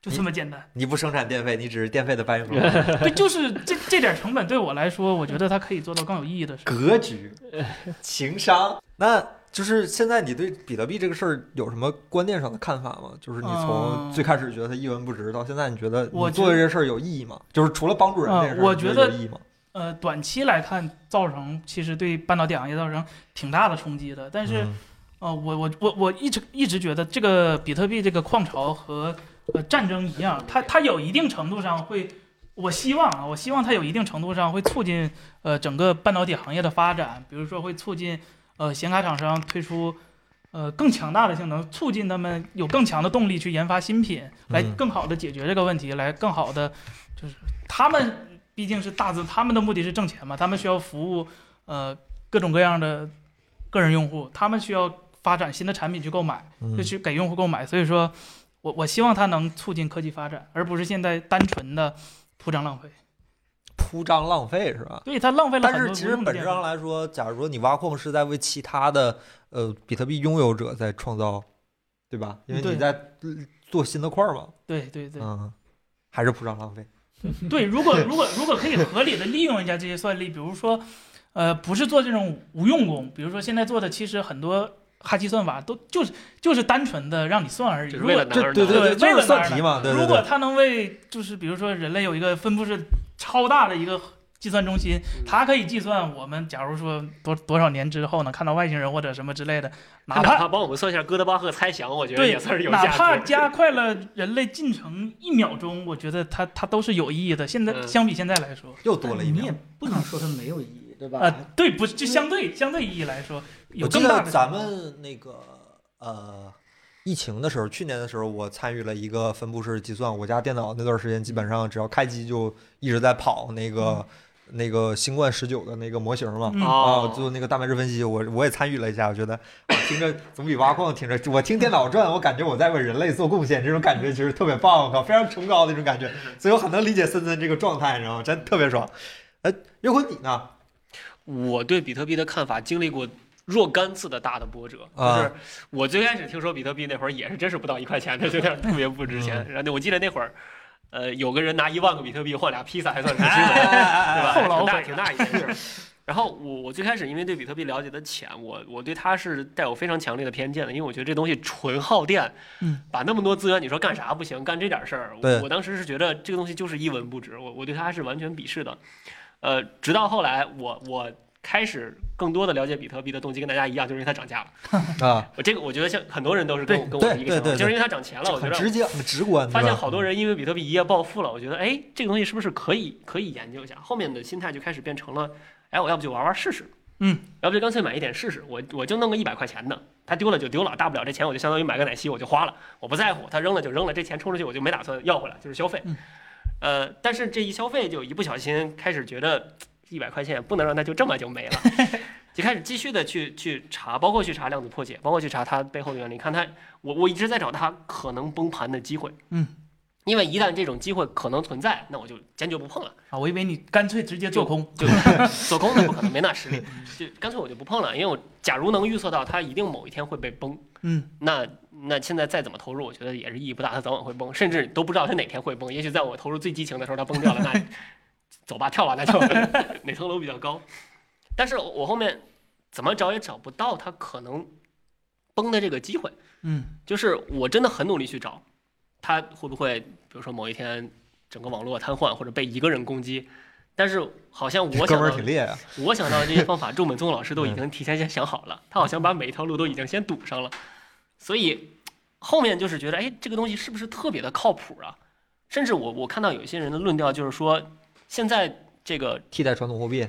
Speaker 2: 就这么简单。
Speaker 1: 你不生产电费，你只是电费的搬运工。
Speaker 2: 对，就是这这点成本对我来说，我觉得它可以做到更有意义的事。
Speaker 1: 格 *laughs* 局、情商，那就是现在你对比特币这个事儿有什么观念上的看法吗？就是你从
Speaker 2: 嗯
Speaker 1: 最开始觉得它一文不值，到现在你觉得
Speaker 2: 我
Speaker 1: 你
Speaker 2: 觉
Speaker 1: 做的这事儿有意义吗？就是除了帮助人这
Speaker 2: 嗯
Speaker 1: 件事儿，
Speaker 2: 我
Speaker 1: 你
Speaker 2: 觉
Speaker 1: 得
Speaker 2: 得
Speaker 1: 有意义吗？
Speaker 2: 呃，短期来看，造成其实对半导体行业造成挺大的冲击的。但是，
Speaker 1: 嗯
Speaker 2: 呃，我我我我一直一直觉得这个比特币这个矿潮和呃战争一样，它它有一定程度上会，我希望啊，我希望它有一定程度上会促进呃整个半导体行业的发展，比如说会促进呃显卡厂商推出。呃，更强大的性能，促进他们有更强的动力去研发新品，来
Speaker 1: 嗯
Speaker 2: 更好的解决这个问题，来更好的，就是他们毕竟是大资，他们的目的是挣钱嘛，他们需要服务呃各种各样的个人用户，他们需要发展新的产品去购买，
Speaker 1: 嗯
Speaker 2: 就去给用户购买。所以说我我希望它能促进科技发展，而不是现在单纯的铺张浪费。
Speaker 1: 铺张浪费是吧？
Speaker 2: 所以它浪费了
Speaker 1: 但
Speaker 2: 很
Speaker 1: 是
Speaker 2: 多
Speaker 1: 其
Speaker 2: 无
Speaker 1: 实
Speaker 2: 用的
Speaker 1: 本质
Speaker 2: 电
Speaker 1: 上
Speaker 2: 力。
Speaker 1: 来说，假如说你挖矿是在为其他的呃比特币拥有者在创造，对吧？因为你
Speaker 2: 对
Speaker 1: 在呃做新的块儿嘛，
Speaker 2: 对对对、
Speaker 1: 嗯，还是铺张浪费。
Speaker 2: 对，如果如果如果可以合理的利用一下这些算力，比如说呃不是做这种无用功，比如说现在做的其实很多。哈希算法都就是就是单纯的让你算而已，
Speaker 4: 就是
Speaker 2: 如
Speaker 4: 为
Speaker 2: 果
Speaker 4: 了男
Speaker 1: 这
Speaker 4: 儿
Speaker 1: 对
Speaker 4: 男
Speaker 1: 对
Speaker 4: 儿
Speaker 1: 对，
Speaker 2: 对为
Speaker 1: 就是
Speaker 2: 了
Speaker 1: 算
Speaker 2: 哪儿
Speaker 1: 题嘛，对对
Speaker 2: 如果
Speaker 1: 对。
Speaker 2: 它能为就是比如说人类有一个分布式超大的一个计算中心，
Speaker 4: 嗯
Speaker 2: 它可以计算我们假如说多多少年之后呢看到外星人或者什么之类
Speaker 4: *laughs*
Speaker 2: 的，哪
Speaker 4: 他哪
Speaker 2: 怕
Speaker 4: 怕帮我们算一下哥德巴赫猜想，我觉得
Speaker 2: 对
Speaker 4: 也算是有
Speaker 2: 哪
Speaker 4: 价值。
Speaker 2: 怕加快了人类进程一秒钟，我觉得它它都是有意义的。现在
Speaker 4: 嗯
Speaker 2: 相比现在来说，
Speaker 1: 又多了一
Speaker 3: 你
Speaker 1: 秒
Speaker 3: 也。不能说它没有意义，对吧？
Speaker 4: *laughs*
Speaker 2: 啊，对，不是就相对相对意义来说有
Speaker 1: 我记
Speaker 2: 更大
Speaker 1: 得
Speaker 2: 的
Speaker 1: 咱们那个呃，疫情的时候，去年的时候，我参与了一个分布式计算。我家电脑那段时间，基本上只要开机就一直在跑那个、那个新冠十九的那个模型嘛。
Speaker 2: 嗯
Speaker 1: 啊，
Speaker 4: 哦，
Speaker 1: 就那个蛋白质分析，我我也参与了一下，我觉得啊听着总比挖矿听着，我听电脑转，我感觉我在为人类做贡献，这种感觉其实特别棒，我靠，非常崇高的那种感觉，所以我很能理解森森这个状态，你知道吗？真特别爽。哎，岳坤你呢？
Speaker 4: 我对比特币的看法经历过若干次的大的波折，
Speaker 1: 啊
Speaker 4: 就是我最开始听说比特币那会儿也是真是不到一块钱的，就有点特别不值钱。然后那我记得那会儿，呃，有个人拿一万个比特币换俩披萨，还算是新
Speaker 1: 哎
Speaker 4: 闻，
Speaker 1: 啊
Speaker 4: 对吧？
Speaker 2: 后劳
Speaker 4: 挺大
Speaker 2: 费
Speaker 4: 挺大一件事儿。 *laughs* 然后我我最开始因为对比特币了解的浅，我我对它是带有非常强烈的偏见的，因为我觉得这东西纯耗电，
Speaker 2: 嗯，
Speaker 4: 把那么多资源你说干啥不行，干这点事儿，
Speaker 1: 对
Speaker 4: 我我当时是觉得这个东西就是一文不值，我我对它是完全鄙视的，呃，直到后来我我开始更多的了解比特币的动机跟大家一样，就是因为它涨价了，
Speaker 1: 啊，
Speaker 4: 我这个我觉得像很多人都是跟我跟
Speaker 1: 对
Speaker 4: 我一个想
Speaker 1: 对对
Speaker 4: 法，就是因为它涨钱了，我觉
Speaker 1: 很
Speaker 4: 得
Speaker 1: 直接，很直观，
Speaker 4: 发
Speaker 1: 对
Speaker 4: 现
Speaker 1: 吧
Speaker 4: 好多人因为比特币一夜暴富了，我觉得哎，这个东西是不是可以可以研究一下？后面的心态就开始变成了，哎，我要不就玩玩试试，
Speaker 2: 嗯，
Speaker 4: 要不就干脆买一点试试，我我就弄个一百块钱的，它丢了就丢了，大不了这钱我就相当于买个奶昔我就花了，我不在乎，它扔了就扔了，这钱充出去我就没打算要回来，就是消费。
Speaker 2: 嗯
Speaker 4: 呃，但是这一消费就一不小心开始觉得一百块钱也不能让它就这么就没了。就开始继续的去去查，包括去查量子破解，包括去查它背后的原理，看它，我我一直在找它可能崩盘的机会。
Speaker 2: 嗯，
Speaker 4: 因为一旦这种机会可能存在，那我就坚决不碰了。
Speaker 2: 啊，我以为你干脆直接做空， *laughs*
Speaker 4: 就做空的不可能，没那实力，就干脆我就不碰了。因为我假如能预测到它一定某一天会被崩，
Speaker 2: 嗯，
Speaker 4: 那那现在再怎么投入，我觉得也是意义不大，它早晚会崩，甚至都不知道它哪天会崩。也许在我投入最激情的时候它崩掉了，那走吧，跳吧，那就哪层楼比较高。但是我后面怎么找也找不到它可能崩的这个机会，
Speaker 2: 嗯，
Speaker 4: 就是我真的很努力去找，它会不会，比如说某一天整个网络瘫痪或者被一个人攻击。但是好像我
Speaker 1: 这
Speaker 4: 想
Speaker 1: 哥们儿
Speaker 4: 到
Speaker 1: 挺厉害啊，
Speaker 4: 我想到的这些方法，仲本聪老师都已经提前先想好了，他好像把每一条路都已经先堵上了，所以后面就是觉得，哎，这个东西是不是特别的靠谱啊？甚至我我看到有一些人的论调就是说，现在这个
Speaker 1: 替代传统货币，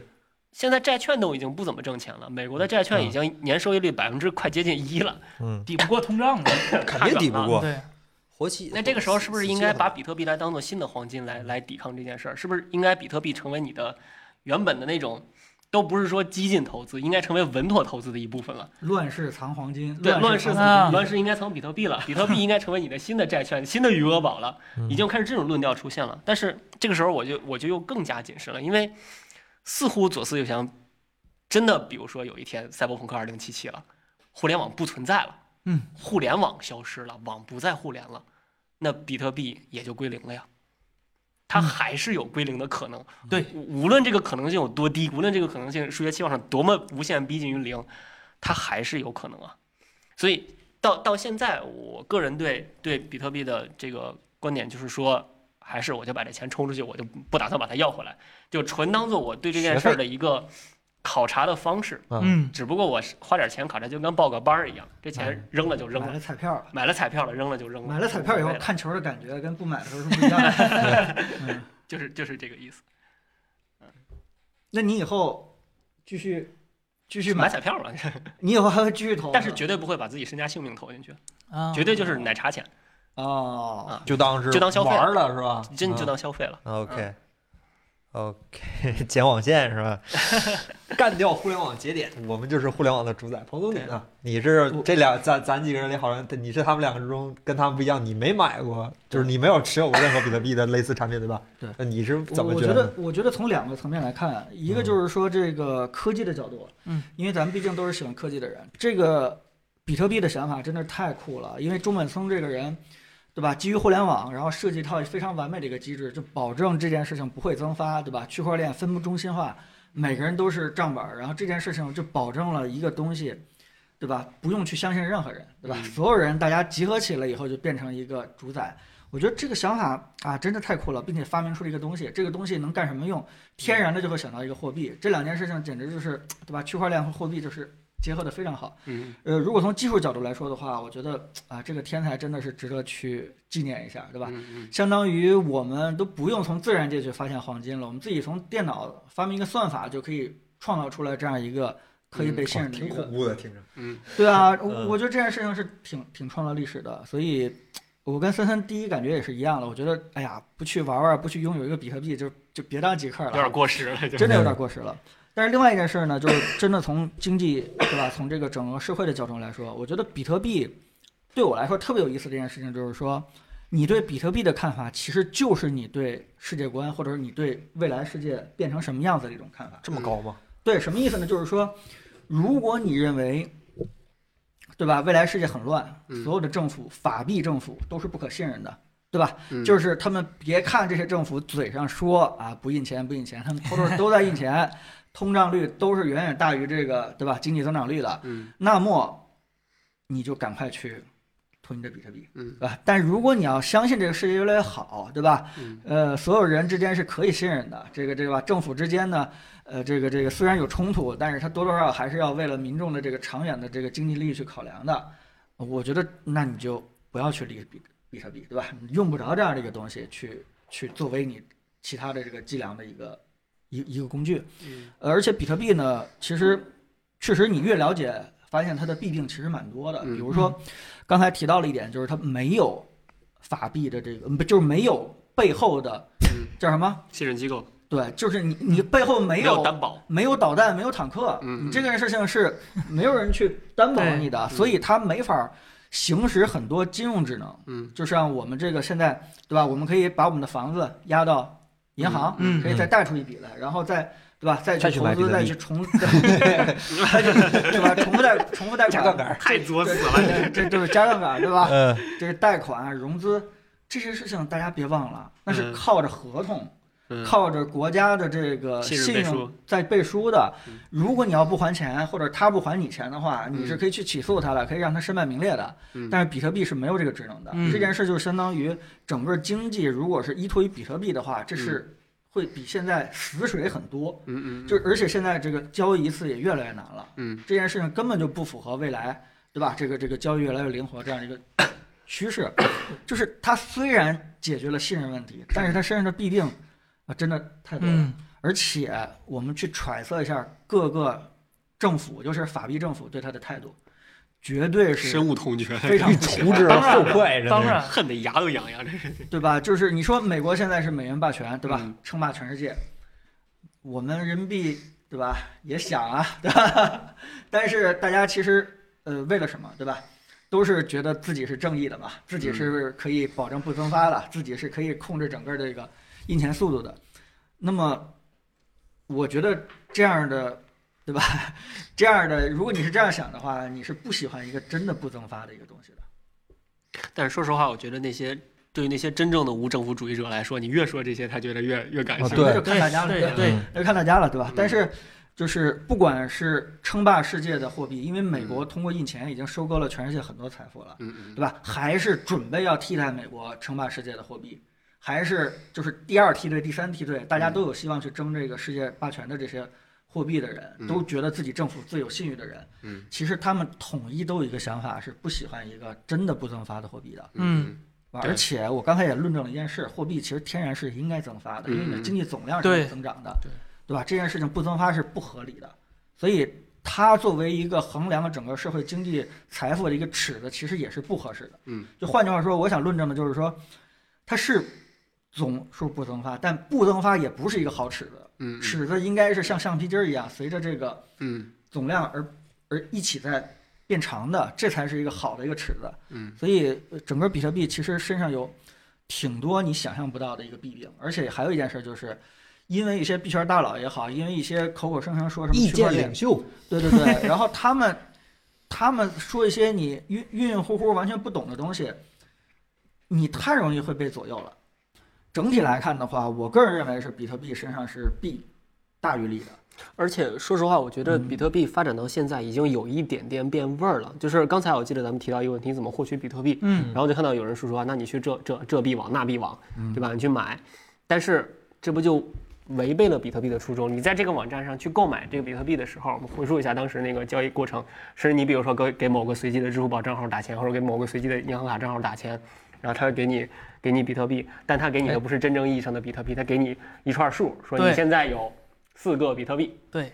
Speaker 4: 现在债券都已经不怎么挣钱了，美国的债券已经年收益率百分之快接近一了，
Speaker 1: 嗯，
Speaker 2: 抵不过通胀嘛。
Speaker 1: 肯定抵不过。
Speaker 2: 对，
Speaker 1: 活期
Speaker 4: 嗯那这个时候是不是应该把比特币来当做新的黄金来来抵抗这件事儿？是不是应该比特币成为你的原本的那种，都不是说激进投资，应该成为稳妥投资的一部分了？
Speaker 3: 乱世藏黄金，
Speaker 4: 对，乱世
Speaker 3: 世藏
Speaker 2: 世藏
Speaker 3: 黄
Speaker 2: 啊
Speaker 3: 金
Speaker 5: 嗯
Speaker 4: 乱世应该藏比特币了，比特币应该成为你的新的债券、新的余额宝了，
Speaker 1: 嗯
Speaker 4: 已经开始这种论调出现了。但是这个时候我就我就又更加谨慎了，因为似乎左思右想，真的比如说有一天赛博朋克二零七七了，互联网不存在了，
Speaker 2: 嗯，
Speaker 4: 互联网消失了，网不再互联了，那比特币也就归零了呀。它还是有归零的可能，对，无论这个可能性有多低，无论这个可能性数学期望上多么无限逼近于零，它还是有可能啊。所以到到现在，我个人对对比特币的这个观点就是说，还是我就把这钱充出去，我就不打算把它要回来，就纯当做我对这件事儿的一个考察的方式。
Speaker 2: 嗯，
Speaker 4: 只不过我是花点钱考察，就跟报个班儿一样，这钱扔了就扔
Speaker 5: 哎买
Speaker 4: 了，
Speaker 5: 了彩票，
Speaker 4: 买了彩票了扔了就扔了，
Speaker 5: 买了彩票以
Speaker 4: 无
Speaker 5: 后
Speaker 4: 所谓了
Speaker 5: 看球的感觉跟不买的时候是不一样
Speaker 4: *laughs*
Speaker 5: 的。嗯，
Speaker 4: 就是就是这个意思，
Speaker 5: 那你以后继续继续
Speaker 4: 去买
Speaker 5: 买，嗯
Speaker 4: 彩票嘛，
Speaker 5: 你以后还会继续投吗，
Speaker 4: 但是绝对不会把自己身家性命投进去，
Speaker 2: 啊
Speaker 4: 绝对就是奶茶钱，
Speaker 5: 哦，
Speaker 1: 就当是
Speaker 4: 就当消费
Speaker 1: 玩儿了是吧？
Speaker 4: 真的就
Speaker 1: 嗯
Speaker 4: 当消嗯费了。
Speaker 1: OK OK，剪 *laughs* 网线是吧？干掉互联网节点，我们就是互联网的主宰。彭总，你呢？你是这俩咱咱几个人里，好像你是他们两个之中跟他们不一样，你没买过，就是你没有持有过任何比特币的类似产品，对吧？
Speaker 5: 对
Speaker 1: 那你是
Speaker 5: 我
Speaker 1: 怎么
Speaker 5: 我
Speaker 1: 觉得
Speaker 5: 觉得
Speaker 1: 呢？，嗯
Speaker 5: 我觉得从两个层面来看，一个就是说这个科技的角度，
Speaker 2: 嗯，
Speaker 5: 因为咱们毕竟都是喜欢科技的人，这个比特币的想法真的太酷了，因为中本聪这个人，对吧？基于互联网，然后设计一套非常完美的一个机制，就保证这件事情不会增发，对吧？区块链分布中心化，每个人都是账本儿，然后这件事情就保证了一个东西，对吧？不用去相信任何人，对吧？
Speaker 4: 嗯
Speaker 5: 所有人大家集合起来以后，就变成一个主宰。我觉得这个想法啊，真的太酷了，并且发明出了一个东西，这个东西能干什么用？天然的就会想到一个货币，这两件事情简直就是，对吧？区块链和货币就是结合的非常好。
Speaker 4: 嗯，
Speaker 5: 呃，如果从技术角度来说的话，我觉得啊，这个天才真的是值得去纪念一下，对吧？
Speaker 4: 嗯
Speaker 5: 相当于我们都不用从自然界去发现黄金了，我们自己从电脑发明一个算法就可以创造出来这样一个可以被信任的一
Speaker 1: 哦挺
Speaker 5: 个。
Speaker 1: 恐怖的，听着。
Speaker 4: *laughs* 嗯
Speaker 5: 对啊，
Speaker 1: 嗯
Speaker 5: 我我觉得这件事情是挺挺创造历史的，所以我跟森森第一感觉也是一样的。我觉得，哎呀，不去玩玩，不去拥有一个比特币，就就别当极客
Speaker 4: 嗯，有
Speaker 5: 了，
Speaker 4: 点嗯过时了，
Speaker 5: *laughs*
Speaker 4: 就
Speaker 5: 真的有点过时了。但是另外一件事呢，就是真的从经济 *coughs* 对吧，从这个整个社会的角度来说，我觉得比特币对我来说特别有意思的一件事情就是说，你对比特币的看法，其实就是你对世界观，或者是你对未来世界变成什么样子的一种看法。
Speaker 1: 这么高吗？
Speaker 5: 对，什么意思呢？就是说，如果你认为，对吧，未来世界很乱，
Speaker 4: 嗯
Speaker 5: 所有的政府、法币政府都是不可信任的，对吧？
Speaker 4: 嗯
Speaker 5: 就是他们别看这些政府嘴上说啊不印钱不印钱，他们偷偷都在印钱，通胀率都是远远大于这个对吧经济增长率的，
Speaker 4: 嗯
Speaker 5: 那么你就赶快去囤你的比特币，
Speaker 4: 嗯
Speaker 5: 对吧？呃但如果你要相信这个世界越来越好，对吧？
Speaker 4: 嗯
Speaker 5: 呃，所有人之间是可以信任的，这个这个吧，政府之间呢，呃，这个这个虽然有冲突，但是它多多少少还是要为了民众的这个长远的这个经济利益去考量的。我觉得那你就不要去理比比特币，对吧？你用不着这样的一个东西去去作为你其他的这个计量的一个一一个工具。
Speaker 4: 嗯
Speaker 5: 呃而且比特币呢，其实确实你越了解，发现它的弊病其实蛮多的。
Speaker 4: 嗯
Speaker 5: 比如说，刚才提到了一点，就是它没有法币的这个，嗯不就是没有背后的
Speaker 4: 嗯，
Speaker 5: 叫什么？
Speaker 4: 信任机构
Speaker 5: 对，就是你你背后没
Speaker 4: 没
Speaker 5: 有
Speaker 4: 担保，
Speaker 5: 没有导弹，没有坦克，
Speaker 4: 嗯嗯
Speaker 5: 你这件事情是没有人去担保
Speaker 2: 对
Speaker 5: 你的，
Speaker 4: 嗯
Speaker 5: 所以它没法行使很多金融职能。
Speaker 4: 嗯
Speaker 5: 就像我们这个现在，对吧？我们可以把我们的房子押到银行，
Speaker 2: 嗯
Speaker 5: 可以再贷出一笔来，然后再对吧？再
Speaker 1: 再
Speaker 5: 去
Speaker 1: 去
Speaker 5: 投
Speaker 1: 买比
Speaker 5: 资，
Speaker 1: 特
Speaker 5: 再
Speaker 1: 币
Speaker 5: 去重， *laughs* 对对吧？重复贷，重复贷
Speaker 1: 加
Speaker 5: 款，
Speaker 1: 杠杆儿
Speaker 4: 太作死了，
Speaker 5: 对，这就是加杠杆，对吧？
Speaker 1: 嗯，
Speaker 5: 这是贷款、啊融资这些事情，大家别忘了，那是
Speaker 4: 嗯
Speaker 5: 靠着合同、
Speaker 4: 嗯
Speaker 5: 靠着国家的这个
Speaker 4: 信任
Speaker 5: 信
Speaker 4: 背
Speaker 5: 用
Speaker 4: 书
Speaker 5: 在背书的
Speaker 4: 嗯。
Speaker 5: 如果你要不还钱，或者他不还你钱的话，你是
Speaker 4: 嗯
Speaker 5: 可以去起诉他的，可以让他身败名裂的
Speaker 4: 嗯。
Speaker 5: 但是比特币是没有这个职能的
Speaker 2: 嗯。
Speaker 5: 这件事就相当于整个经济如果是依托于比特币的话，这
Speaker 4: 嗯
Speaker 5: 是会比现在死水很多。
Speaker 4: 嗯嗯，
Speaker 5: 就而且现在这个交易一次也越来越难了。
Speaker 4: 嗯
Speaker 5: 这件事情根本就不符合未来，对吧？这个这个交易越来越灵活这样一个 *coughs* 趋势，就是它虽然解决了信任问题，但是它身上的弊病啊真的太多了。
Speaker 2: 嗯
Speaker 5: 而且我们去揣测一下各个政府，就是法币政府对它的态度，绝对是
Speaker 4: 深恶痛绝，
Speaker 5: 非常
Speaker 1: 欲
Speaker 5: 不
Speaker 1: 除之而后快，真的是
Speaker 2: 当然，
Speaker 4: 恨得牙都痒痒，这是
Speaker 5: 对吧？就是你说美国现在是美元霸权，对吧？
Speaker 4: 嗯
Speaker 5: 称霸全世界，我们人民币对吧也想啊， *laughs* 对吧？但是大家其实呃为了什么，对吧？都是觉得自己是正义的嘛，自己是可以保证不增发的，自己是可以控制整个这个印钱速度的。那么，我觉得这样的，对吧？ *laughs* 这样的，如果你是这样想的话，你是不喜欢一个真的不增发的一个东西的。
Speaker 4: 但是说实话，我觉得那些
Speaker 6: 对于那些真正的无政府主义者来说，你越说这些，他觉得越越感
Speaker 1: 啊
Speaker 6: 兴趣。
Speaker 1: 对
Speaker 5: 那就看大家了，
Speaker 2: 对
Speaker 5: 吧
Speaker 2: 对对
Speaker 1: 嗯
Speaker 5: 那就看大家了，对吧？
Speaker 6: 嗯
Speaker 5: 但是就是不管是称霸世界的货币，因为美国通过印钱已经收购了全世界很多财富了，
Speaker 6: 嗯
Speaker 5: 对
Speaker 6: 嗯
Speaker 5: 吧？还是准备要替代美国称霸世界的货币，还是就是第二梯队、第三梯队，大
Speaker 6: 嗯
Speaker 5: 家都有希望去争这个世界霸权的这些货币的人，
Speaker 6: 嗯
Speaker 5: 都觉得自己政府最有信誉的人，
Speaker 6: 嗯
Speaker 5: 其实他们统一都有一个想法，是不喜欢一个真的不增发的货币的。
Speaker 6: 嗯对
Speaker 5: 而且我刚才也论证了一件事，货币其实天然是应该增发的，因为你的
Speaker 6: 嗯
Speaker 5: 经济总量是
Speaker 2: 对
Speaker 5: 有增长的，
Speaker 6: 对
Speaker 5: 吧？这件事情不增发是不合理的，所以它作为一个衡量了整个社会经济财富的一个尺子，其实也是不合适的。
Speaker 6: 嗯，
Speaker 5: 就换句话说，我想论证的就是说，它是总数不增发，但不增发也不是一个好尺子，
Speaker 6: 嗯嗯
Speaker 5: 尺子应该是像橡皮筋儿一样，随着这个
Speaker 6: 嗯
Speaker 5: 总量而而一起在变长的，这才是一个好的一个尺子。
Speaker 6: 嗯，
Speaker 5: 所以呃整个比特币其实身上有挺多你想象不到的一个弊病，而且还有一件事就是。因为一些币圈大佬也好，因为一些口口声声说什么
Speaker 1: 意
Speaker 5: 区块
Speaker 1: 见
Speaker 5: 链
Speaker 1: 领，袖，
Speaker 5: 对对对，然后他们他们说一些你晕晕晕乎乎完全不懂的东西，你太容易会被左右了。整体来看的话，我个人认为是比特币身上是弊大于利的。
Speaker 4: 而且说实话，我觉得比特币发展到现在已经有一点点变味儿了。就是刚才我记得咱们提到一个问题，怎么获取比特币？
Speaker 5: 嗯，
Speaker 4: 然后就看到有人说说啊，那你去这这这币网那币网，
Speaker 2: 嗯
Speaker 4: 对吧？你去买，但是这不就违背了比特币的初衷？你在这个网站上去购买这个比特币的时候，我们回溯一下当时那个交易过程，是你比如说给给某个随机的支付宝账号打钱，或者给某个随机的银行卡账号打钱，然后他给你给你比特币，但他给你的不是真正意义上的比特币，他给你一串数，说你
Speaker 2: 对
Speaker 4: 现在有四个比特币。
Speaker 2: 对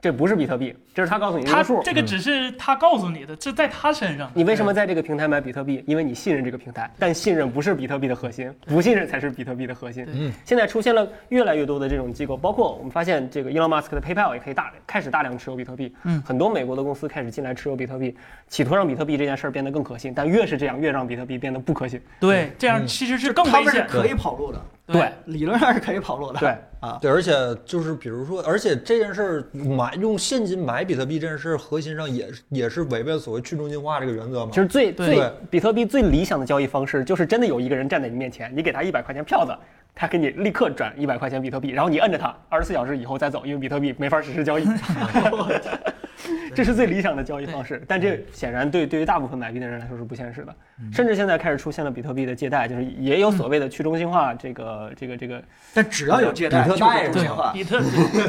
Speaker 4: 这不是比特币，这是他告诉你这
Speaker 2: 他
Speaker 4: 个数。
Speaker 2: 这个只是他告诉你的，这在他身上的。
Speaker 4: 你为什么在这个平台买比特币？因为你信任这个平台，但信任不是比特币的核心，不信任才是比特币的核心
Speaker 2: 对。
Speaker 1: 嗯，
Speaker 4: 现在出现了越来越多的这种机构，包括我们发现这个 Elon Musk 的 PayPal 也可以大开始大量持有比特币。
Speaker 2: 嗯
Speaker 4: 很多美国的公司开始进来持有比特币，企图让比特币这件事儿变得更可信，但越是这样，越让比特币变得不
Speaker 2: *laughs*
Speaker 4: 可信。
Speaker 2: 对，这样
Speaker 1: 嗯
Speaker 2: 其实是
Speaker 5: 就
Speaker 2: 更
Speaker 5: 他
Speaker 2: 危
Speaker 5: 们是
Speaker 2: 险。
Speaker 5: 可以跑路的，
Speaker 4: 对
Speaker 5: 理论上是可以跑路的。啊
Speaker 1: 对，
Speaker 4: 对，
Speaker 1: 而且就是比如说，而且这件事儿买用现金买比特币这件事儿，核心上也是也是违背了所谓去中心化这个原则嘛
Speaker 4: 其。实最
Speaker 2: 对
Speaker 4: 最
Speaker 1: 对
Speaker 4: 比特币最理想的交易方式，就是真的有一个人站在你面前，你给他一百块钱票子，他给你立刻转一百块钱比特币，然后你摁着他，二十四小时以后再走，因为比特币没法实施交易。这是最理想的交易方式，但这显然对对于大部分买币的人来说是不现实的。甚至现在开始出现了比特币的借贷，就是也有所谓的去中心化这个这个这个。
Speaker 5: 但只要有借贷，
Speaker 1: 比特
Speaker 5: 就
Speaker 1: 贷
Speaker 5: 是
Speaker 1: 是
Speaker 5: 中
Speaker 1: 吧
Speaker 5: 心化。
Speaker 2: 比特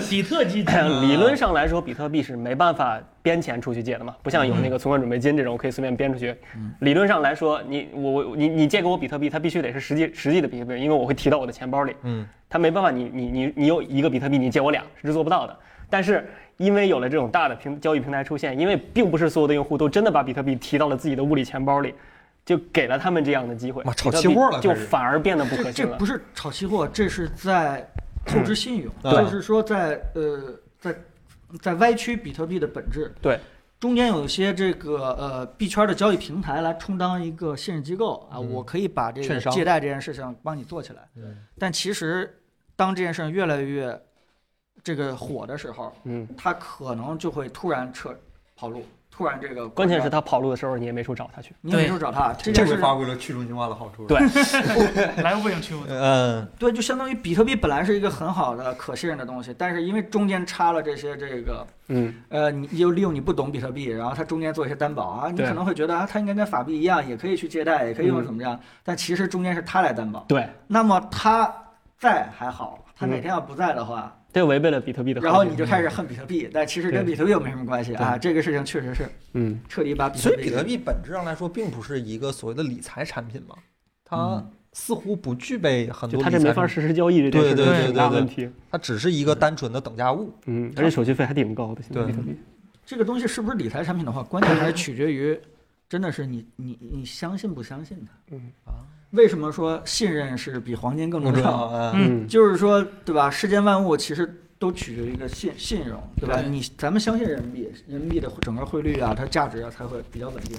Speaker 2: 比特基金，啊
Speaker 4: *laughs* 理
Speaker 1: 嗯
Speaker 4: 论上来说，比特币是没办法编钱出去借的嘛，不像有
Speaker 1: 嗯
Speaker 4: 那个存款准备金这种可以随便编出去。理论上来说，你我我你你借给我比特币，它必须得是实际实际的比特币，因为我会提到我的钱包里。
Speaker 1: 嗯，
Speaker 4: 它没办法，你你你你有一个比特币，你借我俩是做不到的。但是因为有了这种大的平交易平台出现，因为并不是所有的用户都真的把比特币提到了自己的物理钱包里，就给了他们这样的机会
Speaker 1: 哇，炒
Speaker 4: 比特
Speaker 1: 期
Speaker 4: 币
Speaker 1: 货了
Speaker 4: 就
Speaker 1: 开始 *laughs*
Speaker 4: 反而变得不可
Speaker 5: 这
Speaker 4: 信
Speaker 5: 这
Speaker 4: 了
Speaker 5: 不。是炒期货，这是在透支信用，
Speaker 1: 嗯对
Speaker 5: 就是说在呃在在歪曲比特币的本质。
Speaker 4: 对，
Speaker 5: 中间有一些这个呃币圈的交易平台来充当一个信任机构啊，
Speaker 1: 嗯
Speaker 5: 我可以把这个
Speaker 1: 券商
Speaker 5: 借贷这件事情帮你做起来。
Speaker 1: 嗯
Speaker 5: 但其实当这件事情越来越这个火的时候，
Speaker 4: 嗯，
Speaker 5: 它可能就会突然撤跑路，突然这个
Speaker 4: 关键是他跑路的时候，你也没处找他去。
Speaker 5: 你也没
Speaker 2: 对
Speaker 5: 处找他，这
Speaker 1: 这
Speaker 5: 件
Speaker 1: 回
Speaker 5: 事
Speaker 1: 发挥了去中心化的好处。
Speaker 4: 对
Speaker 2: 来无影去
Speaker 4: *laughs*
Speaker 2: 无踪。
Speaker 1: 嗯，
Speaker 5: 对，就相当于比特币本来是一个很好的、可信任的东西，但是因为中间插了这些这个，
Speaker 4: 嗯，
Speaker 5: 呃，你又利用你不懂比特币，然后它中间做一些担保啊，你
Speaker 4: 对
Speaker 5: 可能会觉得啊，它应该跟法币一样，也可以去借贷，也可以用
Speaker 4: 嗯
Speaker 5: 怎么样，但其实中间是它来担保。
Speaker 4: 对，
Speaker 5: 那么它在还好，它哪
Speaker 4: 嗯
Speaker 5: 天要不在的话，
Speaker 4: 这违背了比特币的核嗯心。
Speaker 5: 然后你就开始恨比特币，但其实跟比特币又没什么关系啊。这个事情确实是
Speaker 4: 嗯。
Speaker 5: 彻底把比特
Speaker 1: 所
Speaker 5: 币
Speaker 1: 以比特币本质上来说，并不是一个所谓的理财产品嘛，它
Speaker 5: 嗯
Speaker 1: 似乎不具备很
Speaker 4: 就
Speaker 1: 多
Speaker 4: 他
Speaker 1: 理
Speaker 4: 这没
Speaker 1: 财
Speaker 4: 法
Speaker 1: 产品，
Speaker 4: 实施交易，这件
Speaker 1: 对
Speaker 4: 事
Speaker 1: 对
Speaker 4: 情
Speaker 1: 对
Speaker 4: 是很大
Speaker 1: 对对
Speaker 4: 问题。
Speaker 1: 它只是一个单纯的等价物。
Speaker 4: 嗯，而且手续费还挺高的，现在
Speaker 1: 对
Speaker 4: 比特币。
Speaker 5: 这个东西是不是理财产品的话，关键还是取决于，真的是你你你相信不相信它。
Speaker 4: 嗯
Speaker 5: 啊，为什么说信任是比黄金更重要？
Speaker 1: 嗯，
Speaker 2: 嗯，
Speaker 5: *laughs* 就是说，对吧？世间万物其实都取决于一个信信用，对吧？
Speaker 2: 对
Speaker 5: 你咱们相信人民币，人民币的整个汇率啊，它价值啊才会比较稳定，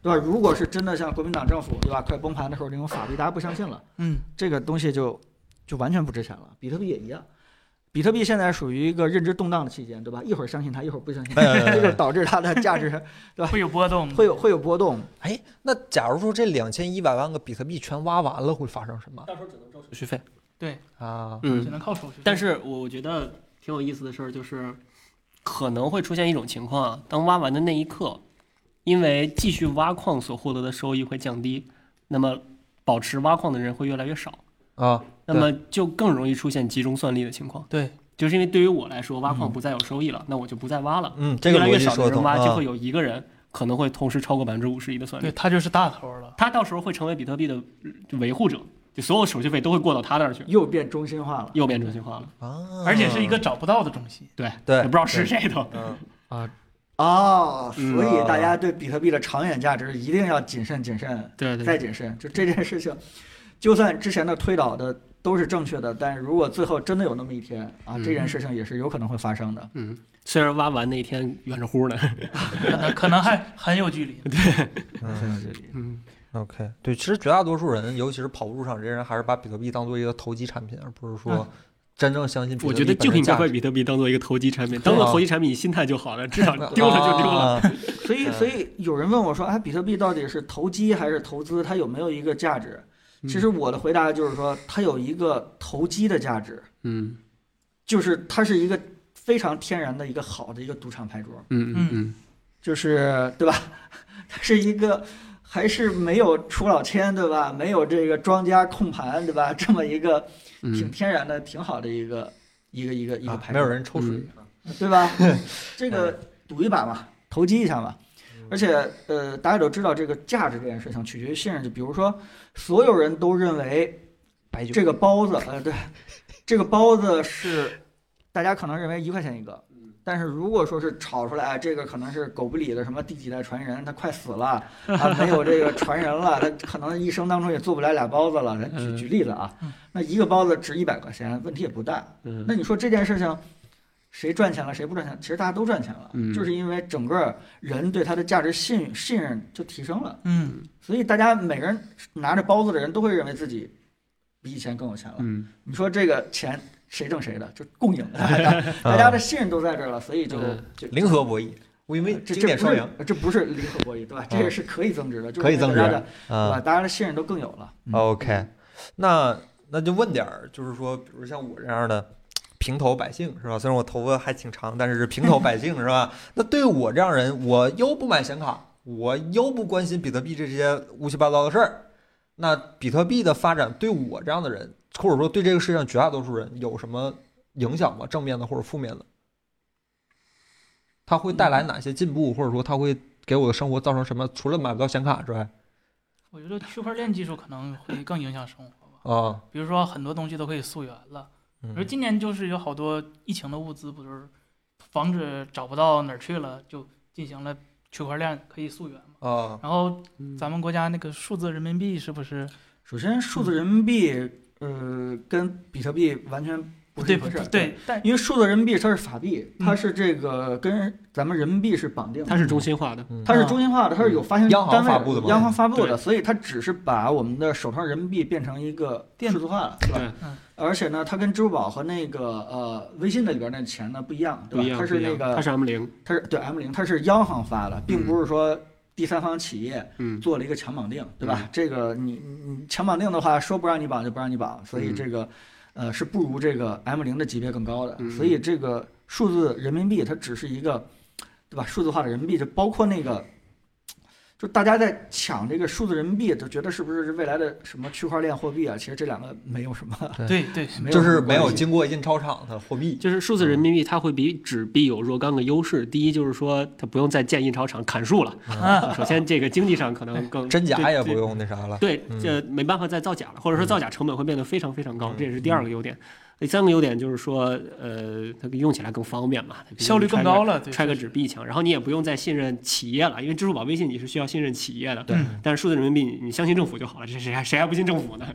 Speaker 5: 对吧？如果是真的像国民党政府，对吧？快崩盘的时候那种法币，大家不相信了，
Speaker 2: 嗯，
Speaker 5: 这个东西就就完全不值钱了。比特币也一样，比特币现在属于一个认知动荡的期间，对吧？一会儿相信它，一会儿不相信它，
Speaker 1: 哎
Speaker 5: *laughs* 这就导致它的价值
Speaker 2: 会有波动。
Speaker 5: 会有会有波动。
Speaker 1: 哎，那假如说这两千一百万个比特币全挖完了，会发生什么
Speaker 7: 到时候只能收手续费。
Speaker 1: 啊？
Speaker 4: 嗯
Speaker 2: 只能靠手续费。
Speaker 4: 但是我觉得挺有意思的事儿就是，可能会出现一种情况啊，当挖完的那一刻，因为继续挖矿所获得的收益会降低，那么保持挖矿的人会越来越少，
Speaker 1: 啊，
Speaker 4: 那么就更容易出现集中算力的情况。
Speaker 7: 对，
Speaker 4: 就是因为对于我来说，挖
Speaker 1: 嗯
Speaker 4: 矿不再有收益了，那我就不再挖了。
Speaker 1: 嗯，这个
Speaker 4: 越来
Speaker 1: 逻
Speaker 4: 越
Speaker 1: 辑
Speaker 4: 少
Speaker 1: 说
Speaker 4: 的
Speaker 1: 得通
Speaker 4: 人挖，
Speaker 1: 啊
Speaker 4: 就会有一个人可能会同时超过百分之五十一的算
Speaker 2: 对
Speaker 4: 力，
Speaker 2: 他就是大头了。
Speaker 4: 他到时候会成为比特币的呃维护者，就所有手续费都会过到他那儿去，
Speaker 5: 又变中心化了。
Speaker 4: 又变中心化了，
Speaker 1: 啊，
Speaker 2: 而且是一个找不到的东西，
Speaker 1: 对
Speaker 4: 也不知道是谁都。
Speaker 1: 嗯
Speaker 5: 哦，所
Speaker 1: 嗯
Speaker 5: 以大家对比特币的长远价值一定要谨慎、谨慎
Speaker 4: 对
Speaker 5: 再谨慎。就这件事情，就算之前的推导的都是正确的，但如果最后真的有那么一天啊，
Speaker 4: 嗯
Speaker 5: 这件事情也是有可能会发生的。
Speaker 4: 嗯，虽然挖完那天圆着乎呢。
Speaker 2: 可能可能
Speaker 4: *laughs*
Speaker 2: 还很有距离。
Speaker 1: 嗯
Speaker 4: 嗯，
Speaker 1: ，OK，对，其实绝大多数人，尤其是跑步上这些人，还是把比特币当做一个投机产品，而不是说真正相信比特
Speaker 4: 嗯我
Speaker 1: 币
Speaker 4: 觉得就应该把
Speaker 1: 本身价值
Speaker 4: 比特币当做一个投机产品，当做投机产品，你心态就好了，至少丢了就丢了。
Speaker 1: 啊
Speaker 5: 所以，所以有人问我说，哎，比特币到底是投机还是投资？它有没有一个价值？
Speaker 1: 嗯
Speaker 5: 其实我的回答就是说，它有一个投机的价值，
Speaker 4: 嗯
Speaker 5: 就是它是一个非常天然的一个好的一个赌场牌桌。
Speaker 4: 嗯嗯嗯，
Speaker 5: 就是对吧？ *laughs* 它是一个还是没有除老千对吧？没有这个庄家控盘对吧？这么一个
Speaker 4: 嗯
Speaker 5: 挺天然的、挺好的一个一个一个一个
Speaker 1: 啊
Speaker 5: 牌，
Speaker 1: 没有人抽水啊
Speaker 4: 嗯，
Speaker 1: *laughs*
Speaker 5: 对吧？这个赌一把嘛，投机一下嘛。
Speaker 1: 嗯
Speaker 5: 而且呃，大家都知道这个价值这件事情取决于信任。就比如说，所有人都认为
Speaker 1: 白酒
Speaker 5: 这个包子，呃，对，这个包子是大家可能认为一块钱一个，但是如果说是炒出来，哎这个可能是狗不理的什么第几代传人，他快死了，啊，没有这个传人了，他可能一生当中也做不来俩包子了。咱举
Speaker 4: 嗯
Speaker 5: 举例子啊
Speaker 2: 嗯，
Speaker 5: 那一个包子值一百块钱，问题也不大。
Speaker 4: 嗯
Speaker 5: 那你说这件事情，谁赚钱了，谁不赚钱？其实大家都赚钱了，
Speaker 4: 嗯
Speaker 5: 就是因为整个人对它的价值信信任就提升了，
Speaker 2: 嗯，
Speaker 5: 所以大家每个人拿着包子的人都会认为自己比以前更有钱了。
Speaker 4: 嗯
Speaker 5: 你说这个钱谁挣谁的，就共赢，
Speaker 1: *laughs*
Speaker 5: 大家大家的信任都在这儿了，所以就
Speaker 4: 嗯
Speaker 5: 就
Speaker 1: 零和博弈，win-win，
Speaker 4: 呃
Speaker 5: 这
Speaker 1: 经
Speaker 5: 这
Speaker 1: 典
Speaker 5: 不
Speaker 1: 双
Speaker 5: 是
Speaker 1: 赢
Speaker 5: 这不是零和博弈，对吧？这个是可以增值的，就是
Speaker 1: 可以增值哦
Speaker 5: 大家的对吧？
Speaker 1: 啊。
Speaker 5: 大家的信任都更有了。嗯
Speaker 1: OK，那那就问点儿，就是说，比如像我这样的平头百姓是吧？虽然我头发还挺长，但是是平头百姓是吧？那对我这样人，我又不买显卡，我又不关心比特币这些乌七八糟的事儿，那比特币的发展对我这样的人，或者说对这个世界上绝大多数人有什么影响吗？正面的或者负面的？它会带来哪些进步，或者说它会给我的生活造成什么？除了买不到显卡之外，
Speaker 2: 我觉得区块链技术可能会更影响生活吧。
Speaker 1: 啊，
Speaker 2: 比如说很多东西都可以溯源了，
Speaker 1: 嗯
Speaker 2: 比如今年就是有好多疫情的物资，不就是防止找不到哪儿去了，就进行了区块链可以溯源嘛。
Speaker 1: 啊，
Speaker 2: 然后
Speaker 4: 嗯
Speaker 2: 咱们国家那个数字人民币是不是
Speaker 5: 首先，数字人民币，呃，跟比特币完全不是一回
Speaker 2: 不
Speaker 5: 事儿。
Speaker 2: 对，但
Speaker 5: 因为数字人民币它是法币，
Speaker 2: 嗯
Speaker 5: 它是这个跟咱们人民币是绑定的，
Speaker 4: 它是中心化的。
Speaker 1: 嗯
Speaker 5: 它是中心化的，它是有发行
Speaker 1: 央行
Speaker 5: 单位
Speaker 1: 发布的吗
Speaker 5: 央行发布的，
Speaker 4: 对
Speaker 5: 所以它只是把我们的手头人民币变成一个
Speaker 2: 电
Speaker 5: 数字化了，对吧
Speaker 4: 对
Speaker 2: 嗯？
Speaker 5: 而且呢，它跟支付宝和那个呃微信那里边那钱呢不一样，
Speaker 4: 不
Speaker 5: 对吧？
Speaker 4: 一样，
Speaker 5: 它是那
Speaker 4: 不一样它
Speaker 5: 个
Speaker 4: 是嗯 M 零，
Speaker 5: 它是对 M 零，它是央行发的，并不是说第三方企业
Speaker 4: 嗯，
Speaker 5: 做了一个强绑定，对
Speaker 1: 嗯
Speaker 5: 吧？这个你你你强绑定的话，说不让你绑就不让你绑，所以
Speaker 4: 嗯
Speaker 5: 这个、呃是不如这个 M 零的级别更高的。
Speaker 4: 嗯
Speaker 5: 所以这个数字人民币它只是一个，对吧？数字化的人民币就包括那个，就大家在抢这个数字人民币，都觉得是不是未来的什么区块链货币啊？其实这两个没有什么，
Speaker 2: 对对，
Speaker 5: 没有
Speaker 1: 就
Speaker 5: 什
Speaker 1: 是
Speaker 5: 么
Speaker 1: 没有
Speaker 5: 关系
Speaker 1: 经过印钞厂的货币。
Speaker 4: 就是数字人民币，它会比纸币有若干个优势。第一就是说，它不用再建印钞厂砍树了。
Speaker 2: 啊
Speaker 4: 首先，这个经济上可能 *laughs* 更
Speaker 1: 真假
Speaker 4: 对
Speaker 1: 也不
Speaker 4: 对
Speaker 1: 用那啥了，
Speaker 4: 对
Speaker 1: 嗯，
Speaker 4: 这没办法再造假了，或者说
Speaker 1: 嗯
Speaker 4: 造假成本会变得非常非常高，
Speaker 1: 嗯
Speaker 4: 这也是第二个优点。第三个优点就是说，呃，它用起来更方便嘛，它比
Speaker 2: 效率更高了，
Speaker 4: 揣
Speaker 2: 对
Speaker 4: 个，揣个纸币强。然后你也不用再信任企业了，因为支付宝、微信你是需要信任企业的，
Speaker 1: 对
Speaker 2: 嗯
Speaker 4: 但是数字人民币你你相信政府就好了，这谁还谁还不信政府呢？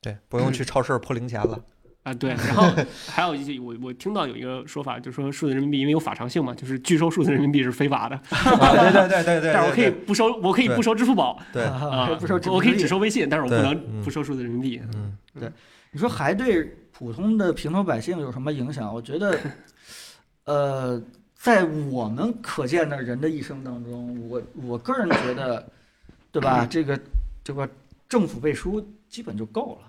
Speaker 1: 对，不用去超市破零钱了。
Speaker 4: 啊，对。然后还有一些，我我听到有一个说法，就是说数字人民币因为有法偿性嘛，就是拒收数字人民币是非法的，
Speaker 1: 啊对对对对对，
Speaker 4: 但是我可以
Speaker 1: 对
Speaker 4: 不收，我可以
Speaker 1: 对
Speaker 4: 不收支付宝
Speaker 1: *laughs* 对，
Speaker 5: 啊
Speaker 4: 啊，
Speaker 5: *laughs* 不收纸
Speaker 4: 我可以
Speaker 5: 币
Speaker 4: 只收微信，但是我不
Speaker 1: 对
Speaker 4: 能
Speaker 1: 嗯
Speaker 4: 不收数字人民币。
Speaker 1: 嗯，
Speaker 5: 你说还对普通的平头百姓有什么影响？我觉得，呃，在我们可见的人的一生当中，我我个人觉得，对吧？这个这个政府背书基本就够
Speaker 1: 啊
Speaker 5: 了。
Speaker 4: 嗯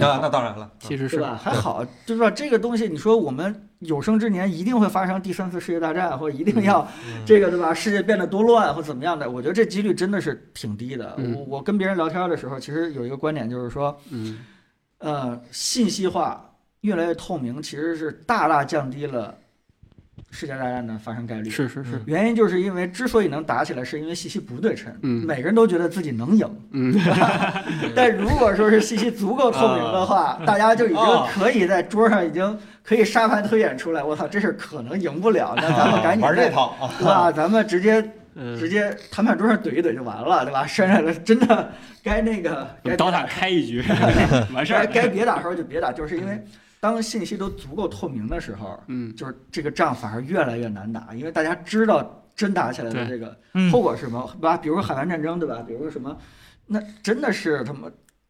Speaker 1: 那那当然了，
Speaker 4: 其实
Speaker 5: 对
Speaker 4: 是
Speaker 5: 吧？还好，对吧？这个东西，你说我们有生之年一定会发生第三次世界大战，或者一定要
Speaker 1: 嗯
Speaker 5: 这个，对吧？世界变得多乱或怎么样的？我觉得这几率真的是挺低的。
Speaker 4: 嗯
Speaker 5: 我我跟别人聊天的时候，其实有一个观点就是说，
Speaker 4: 嗯
Speaker 5: 呃，信息化越来越透明，其实是大大降低了世界大战的发生概率。
Speaker 4: 是是是，
Speaker 5: 原因就是因为之所以能打起来，是因为信息不对称，
Speaker 4: 嗯
Speaker 5: 每个人都觉得自己能赢。
Speaker 4: 嗯，
Speaker 5: 但如果说是信息足够透明的
Speaker 4: 啊
Speaker 5: 话，大家就已经
Speaker 1: 哦
Speaker 5: 可以在桌上已经可以沙盘推演出来。我操，这事儿可能赢不了，那咱们赶
Speaker 1: *laughs*
Speaker 5: 紧
Speaker 1: 玩这
Speaker 5: 再
Speaker 1: 套啊，*laughs*
Speaker 5: 对吧？咱们直接直
Speaker 4: 嗯，
Speaker 5: 接谈判桌上怼一怼就完了，对吧？ *laughs* 剩下的真的该那个该
Speaker 4: 刀塔开一局 *laughs* 完事
Speaker 5: 该 *laughs*
Speaker 4: 儿，
Speaker 5: 该别打的时候就别打，就是因为当信息都足够透明的时候，
Speaker 4: 嗯
Speaker 5: 就是这个仗反而越来越难打，因为大家知道真打起来的
Speaker 4: 对
Speaker 5: 这个
Speaker 2: 嗯
Speaker 5: 后果是什么，对吧？比如说海湾战争，对吧？比如说什么，那真的是他妈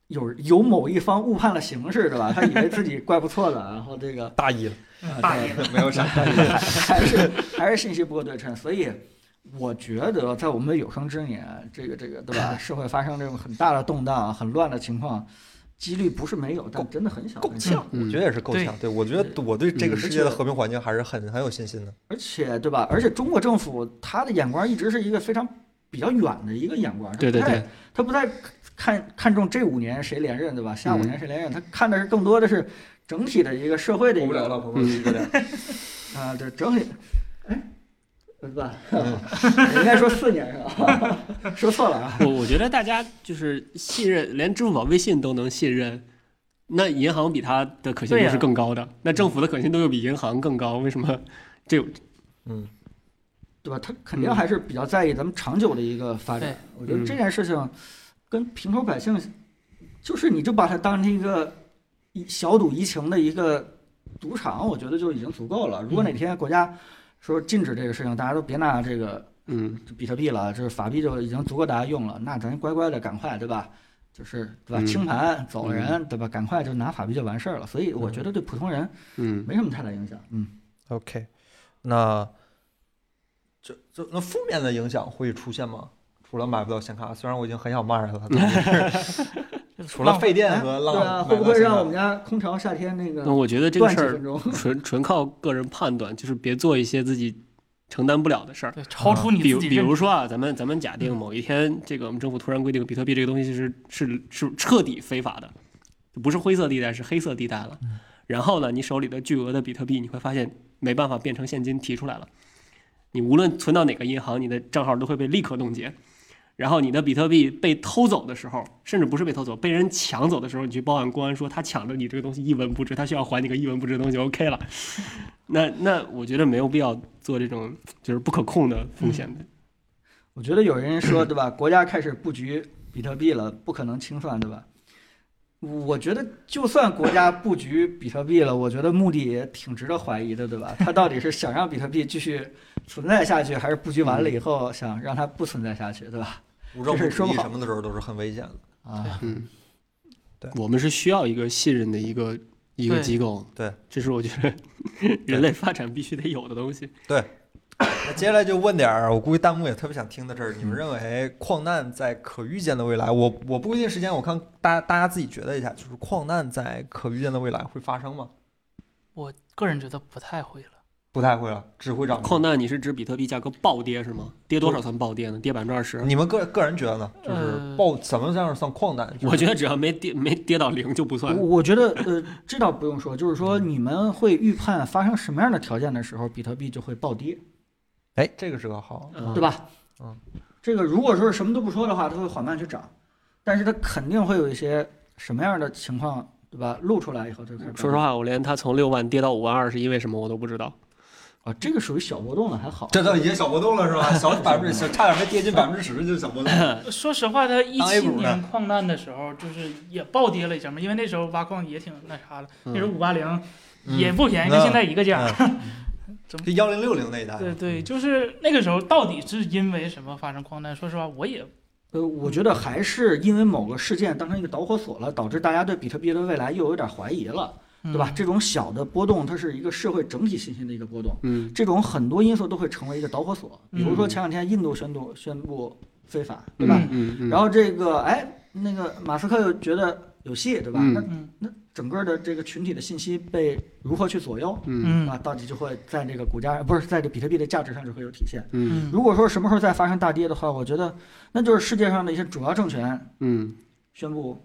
Speaker 5: 有有某一方误判了形势，对吧？他以为自己怪不错的，然后这个
Speaker 1: *laughs* 大意了，
Speaker 5: 啊
Speaker 2: 大
Speaker 5: 对
Speaker 2: 爷
Speaker 1: 没有啥，
Speaker 5: 还还是还是信息不够对称，所以我觉得在我们有生之年，这个这个对吧？社会发生这种很大的动荡、很乱的情况，几率不是没有，但真的很小。
Speaker 1: 够 *laughs* 呛，我
Speaker 4: 嗯
Speaker 1: 觉得也是够
Speaker 2: 对
Speaker 1: 呛。对，我觉得我对这个
Speaker 4: 嗯
Speaker 1: 世界的和平环境还是很很有信心的。
Speaker 5: 而且对吧？而且中国政府他的眼光一直是一个非常比较远的一个眼光，他
Speaker 4: 对对
Speaker 5: 不太
Speaker 4: 对，
Speaker 5: 他不太看看重这五年谁连任，对吧？
Speaker 4: 嗯
Speaker 5: 下五年谁连任，他看的是更多的是整体的一个社会的一个
Speaker 1: 了，朋友们，
Speaker 5: 啊，对，整理，哎，对吧？
Speaker 4: 嗯
Speaker 5: 我 *laughs* 应该说四年是吧？ *laughs* 说错了啊。
Speaker 4: 我我觉得大家就是信任，连支付宝、微信都能信任，那银行比它的可信
Speaker 2: 对
Speaker 4: 度
Speaker 2: 呀
Speaker 4: 是更高的，那政府的可信度又比银行更高，为什么这有？
Speaker 1: 嗯，
Speaker 5: 对吧？他肯定还是比较在意咱们长久的一个发展。我觉得
Speaker 1: 嗯
Speaker 5: 这件事情跟平头百姓，就是你就把它当成一个一小赌怡情的一个赌场，我觉得就已经足够了。如果哪
Speaker 1: 嗯
Speaker 5: 天国家说禁止这个事情，大家都别拿这个
Speaker 4: 嗯
Speaker 5: 比特币了，就是法币就已经足够大家用了，那咱乖乖的赶快，对吧？就是对吧？
Speaker 4: 嗯
Speaker 5: 清盘走人，
Speaker 1: 嗯
Speaker 5: 对吧？赶快就拿法币就完事儿了。所以我觉得对普通人
Speaker 4: 嗯，
Speaker 5: 没什么太大影响。嗯，
Speaker 1: OK，那这这那负面的影响会出现吗？除了买不到显卡，虽然我已经很想骂人了，但是除了费哎电和浪，
Speaker 5: 对啊，
Speaker 1: 买
Speaker 5: 会
Speaker 1: 不
Speaker 5: 不
Speaker 1: 到
Speaker 5: 会
Speaker 1: 显
Speaker 5: 让
Speaker 1: 卡
Speaker 5: 我们家空调夏天那
Speaker 4: 那
Speaker 5: 个
Speaker 4: 我觉得这个
Speaker 5: 断
Speaker 4: 事
Speaker 5: 几
Speaker 4: 儿
Speaker 5: 分钟？ *laughs*
Speaker 4: 纯纯靠个人判断，就是别做一些自己承担不了的事儿。
Speaker 2: 对，超出你
Speaker 4: 比
Speaker 2: 自
Speaker 4: 如
Speaker 2: 己
Speaker 4: 比
Speaker 2: 认
Speaker 4: 如说啊，咱们咱们假定某一天，这个我们政府突然规定比特币这个东西是是是彻底非法的，不是灰色地带，是黑色地带了。
Speaker 2: 嗯
Speaker 4: 然后呢，你手里的巨额的比特币，你会发现没办法变成现金提出来了。你无论存到哪个银行，你的账号都会被立刻冻结。然后你的比特币被偷走的时候，甚至不是被偷走，被人抢走的时候，你去报案，公安说他抢了你这个东西一文不值，他需要还你个一文不值的东西，OK 了。 *laughs* 那那我觉得没有必要做这种就是不可控的风险的。
Speaker 5: 我觉得有人说，对吧？国家开始布局比特币了，不可能清算，对吧？我觉得，就算国家布局比特币了，我觉得目的也挺值得怀疑的，对吧？他到底是想让比特币继续存在下去，还是布局完了以后想让它不存在下去，对吧？
Speaker 1: 无政
Speaker 5: 这
Speaker 1: 府
Speaker 5: 是
Speaker 1: 主
Speaker 5: 说
Speaker 1: 义
Speaker 5: 好
Speaker 1: 什么的时候都是很危险的。
Speaker 5: 啊，
Speaker 4: 嗯，
Speaker 1: 对
Speaker 4: 我们是需要一个信任的一个一个
Speaker 2: 对
Speaker 4: 机构，
Speaker 1: 对，
Speaker 4: 这是我觉得人类发展必须得有的东西。
Speaker 1: 嗯那接下来就问点儿，啊我估计弹幕也特别想听的事儿。你们认为矿难在可预见的未来，我我不规定时间，我看大家大家自己觉得一下，就是矿难在可预见的未来会发生吗？
Speaker 2: 我个人觉得不太会了。
Speaker 1: 不太会了，只会涨。
Speaker 4: 矿难，你是指比特币价格暴跌是吗？跌多少算暴跌呢？跌百分之二十？
Speaker 1: 你们个个人觉得呢？就是
Speaker 2: 呃
Speaker 1: 爆怎么样算矿难？就是
Speaker 4: 我觉得只要没跌没跌到零就不
Speaker 5: 我
Speaker 4: 算。
Speaker 5: 我觉得，呃，这倒不用说，就是说你们会预判发生什么样的条件的时候，比特币就会暴跌，
Speaker 1: 哎，这个是个好，
Speaker 4: 嗯
Speaker 5: 对？吧？
Speaker 1: 嗯，
Speaker 5: 啊这个如果说是什么都不说的话，它会缓慢去涨，但是它肯定会有一些什么样的情况，对吧？露出来以后就开始暴跌。
Speaker 4: 说实话，我连它从六万跌到五万二是因为什么我都不知道。
Speaker 5: 啊，这个属于小波动了，还
Speaker 1: *laughs*
Speaker 5: 好。
Speaker 1: 这倒已经小波动了是吧？ *laughs* 小百分之小，差点没跌进百分之十就是小波动。
Speaker 2: 说实话，他一
Speaker 1: 当 A
Speaker 2: 七
Speaker 1: 股呢
Speaker 2: 年矿难的时候，就是也暴跌了一下嘛，因为那时候挖矿也挺那啥的，那时候
Speaker 4: 嗯
Speaker 2: 五八零
Speaker 1: 嗯
Speaker 2: 也不便宜，跟现在一个价。
Speaker 1: *laughs*
Speaker 2: 怎么
Speaker 1: 就幺零六零那一代，
Speaker 2: 对对，就是那个时候到底是因为什么发生矿难？说实话，我也
Speaker 5: 呃，我觉得还是因为某个事件当成一个导火索了，导致大家对比特币的未来又有点怀疑了。
Speaker 4: 嗯
Speaker 5: 对吧？这种小的波动，它是一个社会整体信心的一个波动，
Speaker 4: 嗯
Speaker 5: 这种很多因素都会成为一个导火索。比如说
Speaker 4: 嗯
Speaker 5: 前两天印度宣布宣布非法，对吧？
Speaker 4: 嗯嗯，
Speaker 5: 然后这个哎，那个马斯克又觉得有戏，对吧？
Speaker 4: 嗯
Speaker 5: 那
Speaker 2: 嗯
Speaker 5: 那整个的这个群体的信息被如何去左右？
Speaker 4: 嗯
Speaker 2: 嗯
Speaker 5: 啊，到底就会在这个股价不是在这比特币的价值上就会有体现。
Speaker 4: 嗯
Speaker 5: 如果说什么时候再发生大跌的话，我觉得那就是世界上的一些主要政权
Speaker 4: 嗯，
Speaker 5: 宣布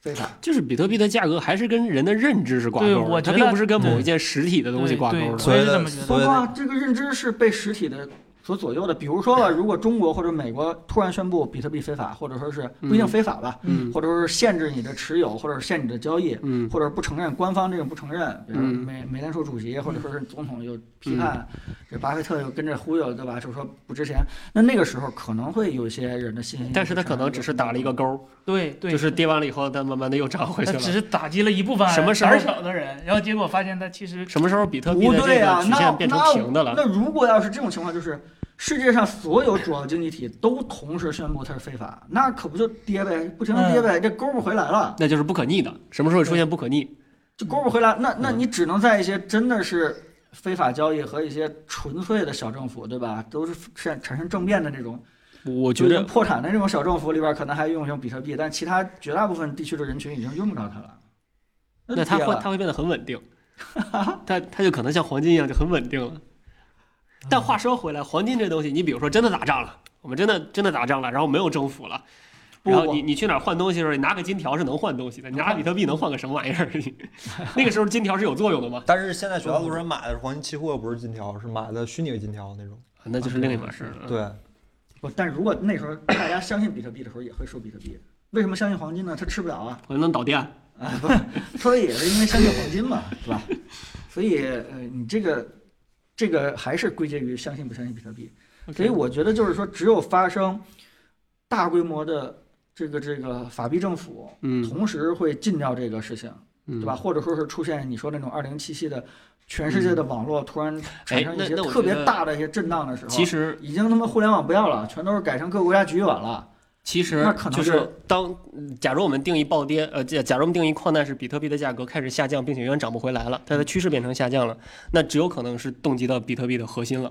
Speaker 5: 非法。
Speaker 4: 就是比特币的价格还是跟人的认知是挂钩
Speaker 2: 对我
Speaker 4: 的，它
Speaker 2: 觉得
Speaker 4: 并不是跟某一件实体的东西挂钩
Speaker 2: 对
Speaker 4: 的。
Speaker 2: 对
Speaker 1: 所
Speaker 2: 我
Speaker 1: 以
Speaker 2: 也是这
Speaker 1: 呢
Speaker 2: 么觉得
Speaker 1: 所
Speaker 5: 包
Speaker 1: 以
Speaker 5: 括
Speaker 1: 呢
Speaker 5: 这个认知是被实体的所左右的。比如说吧，如果中国或者美国突然宣布比特币非法，或者说是不一定非法吧，
Speaker 4: 嗯
Speaker 5: 或者说是限制你的持有，或者是限制你的交易，
Speaker 4: 嗯
Speaker 5: 或者不承认官方这种不承认，比如
Speaker 4: 嗯
Speaker 5: 美美联储主席或者说是总统又批判，这巴菲特又跟着忽悠，对吧？就说不值钱。那那个时候可能会有一些人的信心，
Speaker 4: 但是它可能只是打了一个勾儿，
Speaker 2: 对对，
Speaker 4: 就是跌完了以后，它慢慢的又涨回去
Speaker 2: 他
Speaker 4: 了
Speaker 2: 只。是打击了一部分
Speaker 4: 什么时候
Speaker 2: 胆儿小的人，然后结果发现他其实
Speaker 4: 什么时候比特币
Speaker 5: 不
Speaker 4: 的这
Speaker 5: 对啊
Speaker 4: 个，曲
Speaker 5: 那
Speaker 4: 线变成平
Speaker 5: 那
Speaker 4: 的了？
Speaker 5: 那如果要是这种情况，就是世界上所有主要经济体都同时宣布它是非法，那可不就跌呗，不停的跌
Speaker 4: 嗯
Speaker 5: 呗，这勾不回来了，
Speaker 4: 那就是不可逆的。什么时候会出现不可逆？
Speaker 5: 就勾不回来。那那你只能在一些真的是非法交易和一些纯粹的小政府，对吧？都是产产生政变的这种，
Speaker 4: 我
Speaker 5: 我
Speaker 4: 觉得
Speaker 5: 破产的这种小政府里边可能还用用比特币，但其他绝大部分地区的人群已经用不着它了。
Speaker 4: *laughs* 那它
Speaker 5: 跌
Speaker 4: 会
Speaker 5: 了
Speaker 4: 它会变得很稳定，它它就可能像黄金一样就很稳定了。但话说回来，黄金这东西，你比如说真的打仗了，我们真的真的打仗了，然后没有政府了，
Speaker 5: 不
Speaker 4: 然后你你去哪儿换东西的时候，你拿个金条是能换东西的，你拿比特币能换个什么玩意儿？ *laughs* 你那个时候金条是有作用的吗？
Speaker 1: 但是现在绝大多数人买的是黄金期货，又不是金条，是买的虚拟金条那种。
Speaker 4: 那就是另一码事儿了。
Speaker 1: 对，
Speaker 5: 不，但如果那时候大家相信比特币的时候，也会说比特币。为什么相信黄金呢？它吃不了啊。
Speaker 4: 我能导电，
Speaker 5: 啊， *laughs* 不是，所以也是因为相信黄金嘛，是吧？所以呃，你这个这个还是归结于相信不相信比特币。所以我觉得就是说，只有发生大规模的这个这个法币政府，
Speaker 4: 嗯
Speaker 5: 同时会禁掉这个事情，
Speaker 4: 嗯
Speaker 5: 对吧？？或者说是出现你说那种二零七系的全世界的网络突然产
Speaker 4: 嗯哎
Speaker 5: 生
Speaker 4: 那
Speaker 5: 一些
Speaker 4: 那我
Speaker 5: 特
Speaker 4: 觉得
Speaker 5: 别大的一些震荡的时候，
Speaker 4: 其实
Speaker 5: 已经他妈互联网不要了，全都是改成各国家局域网了。
Speaker 4: 其实
Speaker 5: 那可能
Speaker 4: 就是是当假如我们定义暴跌，呃，假假如我们定义矿难是比特币的价格开始下降，并且永远涨不回来了，它的趋势变成下降了，那只有可能是动及到比特币的核心了。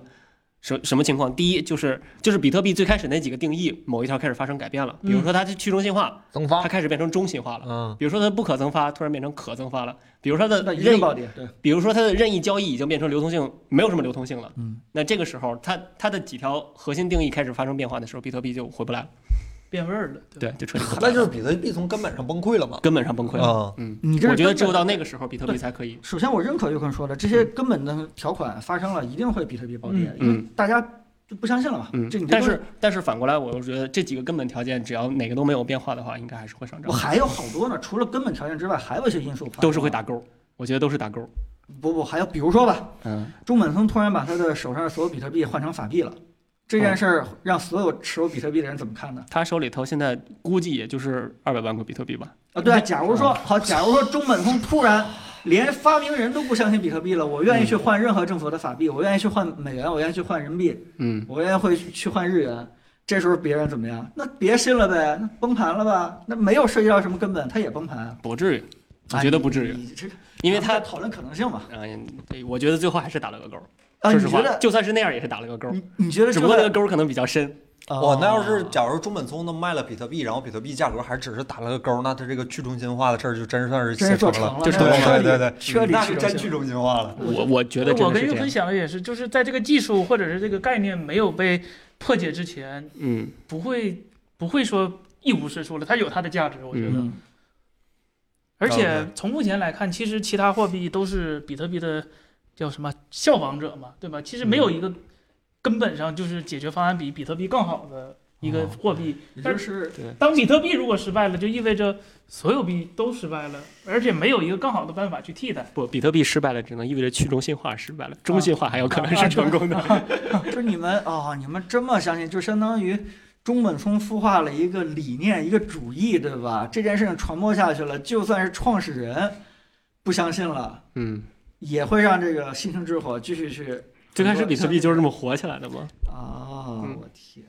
Speaker 4: 什什么情况？第一就是就是比特币最开始那几个定义某一条开始发生改变了，比如说它去中心化，
Speaker 1: 增
Speaker 4: 它，开始变成中心化了。
Speaker 1: 嗯，
Speaker 4: 比如说它的不可增发突然变成可增发了，比如说它
Speaker 5: 那
Speaker 4: 的
Speaker 5: 一
Speaker 4: 任
Speaker 5: 定
Speaker 4: 意，
Speaker 5: 暴跌，对，
Speaker 4: 比如说它的任意交易已经变成流通性没有什么流通性了，
Speaker 5: 嗯，
Speaker 4: 那这个时候它它的几条核心定义开始发生变化的时候，比特币就回不来了，
Speaker 2: 变味儿了。
Speaker 4: 对，就彻底回不
Speaker 1: 那
Speaker 4: 来了
Speaker 1: 就是比特币从根本上崩溃了嘛。
Speaker 4: 根本上崩溃了。
Speaker 1: 嗯，
Speaker 4: 嗯，
Speaker 5: 哦你这
Speaker 4: 我
Speaker 5: 是
Speaker 4: 觉得
Speaker 5: 根
Speaker 4: 只有
Speaker 5: 本
Speaker 4: 到那个时候，比特币才可以。
Speaker 5: 首先，我认可岳坤说的，这些根本的条款发生了，一定会比特币暴跌，
Speaker 4: 嗯
Speaker 5: 因为大家就不相信了嘛。
Speaker 4: 嗯
Speaker 5: 这你，这
Speaker 4: 但
Speaker 5: 东西
Speaker 4: 是但是反过来，我又觉得这几个根本条件，只要哪个都没有变化的话，应该还是会上
Speaker 5: 我
Speaker 4: 涨，
Speaker 5: 还有好多呢，除了根本条件之外，还有一些因素发生
Speaker 4: 都是会打勾。我觉得都是打勾。
Speaker 5: 不不，还有比如说吧，
Speaker 4: 嗯，
Speaker 5: 中本聪突然把他的手上的所有比特币换成法币了，
Speaker 4: 嗯
Speaker 5: 这件事儿让所有持有比特币的人怎么看呢？
Speaker 4: 他手里头现在估计也就是二百万个比特币吧。
Speaker 5: 啊，
Speaker 4: *laughs*
Speaker 5: 对啊，假如说好，假如说中本聪突然连发明人都不相信比特币了，我愿
Speaker 4: 嗯
Speaker 5: 意去换任何政府的法币，我愿意去换美元，我愿意去换人民币，
Speaker 4: 嗯，
Speaker 5: 我也会去换日元。这时候别人怎么样？那别信了呗，那崩盘了吧？那没有涉及到什么根本，它也崩盘。啊
Speaker 4: 不至于，
Speaker 5: 哎
Speaker 4: 我觉得不至于，
Speaker 5: 你这个，
Speaker 4: 因为
Speaker 5: 咱
Speaker 4: 他
Speaker 5: 们在，讨论可能性嘛。
Speaker 4: 嗯，对，我觉得最后还是打了个勾。
Speaker 5: 啊，
Speaker 4: 说
Speaker 5: 你
Speaker 4: 实
Speaker 5: 觉
Speaker 4: 话，
Speaker 5: 得？
Speaker 4: 就算是那样也是打了个勾，
Speaker 5: 你你觉得
Speaker 4: 只
Speaker 5: 这
Speaker 4: 不过那个勾可能比较深。
Speaker 1: 哇，那要是假如中本聪他卖了比特币，然后比特币价格还只是打了个勾，那他这个去中心化的事儿就真算是
Speaker 5: 真是
Speaker 1: 写
Speaker 5: 做
Speaker 1: 成
Speaker 5: 成
Speaker 1: 了，
Speaker 5: 了，
Speaker 4: 就是
Speaker 5: 那
Speaker 1: 对
Speaker 5: 彻
Speaker 1: 对
Speaker 5: 底
Speaker 1: 对
Speaker 5: 彻底
Speaker 1: 那
Speaker 5: 去
Speaker 1: 是
Speaker 5: 中
Speaker 1: 真
Speaker 5: 心
Speaker 1: 去中心化了。
Speaker 4: 我我觉得真
Speaker 2: 我
Speaker 4: 的
Speaker 2: 跟
Speaker 4: 是这
Speaker 2: 岳坤
Speaker 4: 样。
Speaker 2: 想的也是，就是在这个技术或者是这个概念没有被破解之前，
Speaker 4: 嗯，
Speaker 2: 不会不会说一无是处了，它有它的价值，我觉得。
Speaker 5: 嗯
Speaker 2: 而且
Speaker 1: OK
Speaker 2: 从目前来看，其实其他货币都是比特币的叫什么效仿者嘛，对吧？其实没
Speaker 4: 嗯
Speaker 2: 有一个根本上就是解决方案比比特币更好的一
Speaker 4: 哦
Speaker 2: 个货币。
Speaker 5: 也就是
Speaker 2: 当比特币如果失败了，就意味着所有币都失败了，而且没有一个更好的办法去替代。
Speaker 4: 不，比特币失败了，只能意味着去中心化失败了，中心化还有可能
Speaker 5: 啊
Speaker 4: 是成功的。
Speaker 5: *laughs* 就是你们哦，你们这么相信，就相当于中本聪孵化了一个理念，一个主义，对吧？这件事情传播下去了，就算是创始人不相信了。
Speaker 4: 嗯，
Speaker 5: 也会让这个新兴之火继续去
Speaker 4: 最开始比特币就是这么火起来的嘛。
Speaker 5: 啊！
Speaker 4: 嗯
Speaker 5: 我天，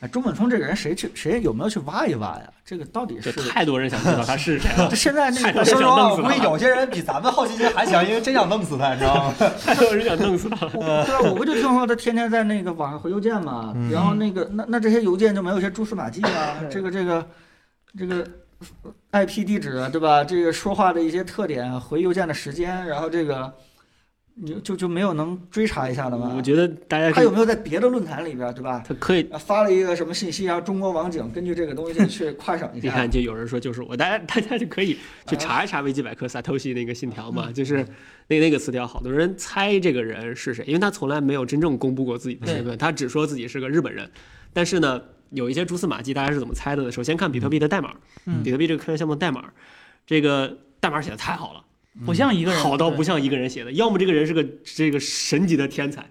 Speaker 5: 哎，中本聪这个人谁去谁有没有去挖一挖呀？这个到底
Speaker 4: 就是太多人想知道他是谁
Speaker 5: *laughs*
Speaker 4: 了
Speaker 5: 这，现在那
Speaker 4: 太多
Speaker 5: 个
Speaker 1: 我
Speaker 4: 人
Speaker 1: 说实
Speaker 4: 想
Speaker 1: 话，
Speaker 4: 弄
Speaker 1: 我估
Speaker 4: 死
Speaker 1: 计
Speaker 4: 他，
Speaker 1: 有些人比咱们好奇心还强，因为真想弄死他，你知道
Speaker 4: *laughs*
Speaker 1: 吗？
Speaker 4: 太多人想弄死他了。
Speaker 5: 我对啊，我不就听说他天天在那个网上回邮件嘛，
Speaker 1: 嗯
Speaker 5: 然后那个那那这些邮件就没有一些蛛丝马迹啊，这个这个这个 IP 地址啊对吧？这个说话的一些特点，啊回邮件的时间，然后这个你就就没有能追查一下的吗？
Speaker 4: 我觉得大家
Speaker 5: 他
Speaker 4: 可以
Speaker 5: 有没有在别的论坛里边对吧？
Speaker 4: 他可以，
Speaker 5: 啊发了一个什么信息啊？中国网警根据这个东西
Speaker 4: *laughs*
Speaker 5: 去跨省一
Speaker 4: 你
Speaker 5: 下，
Speaker 4: 看就有人说就是我，大家大家就可以去查一查维基百科 Satoshi 那个信条嘛，就是那那个词条，好多人猜这个人是谁，因为他从来没有真正公布过自己的身份，他只说自己是个日本人，但是呢，有一些蛛丝马迹，大家是怎么猜的呢？首先看比特币的代码，
Speaker 2: 嗯
Speaker 4: 比特币这个科学项目的代码，这个代码写的太好了。
Speaker 2: 不
Speaker 5: 嗯
Speaker 2: 像一个人，
Speaker 4: 嗯好到
Speaker 2: 对
Speaker 4: 不像一个人写的，要么这个人是个这个神级的天才，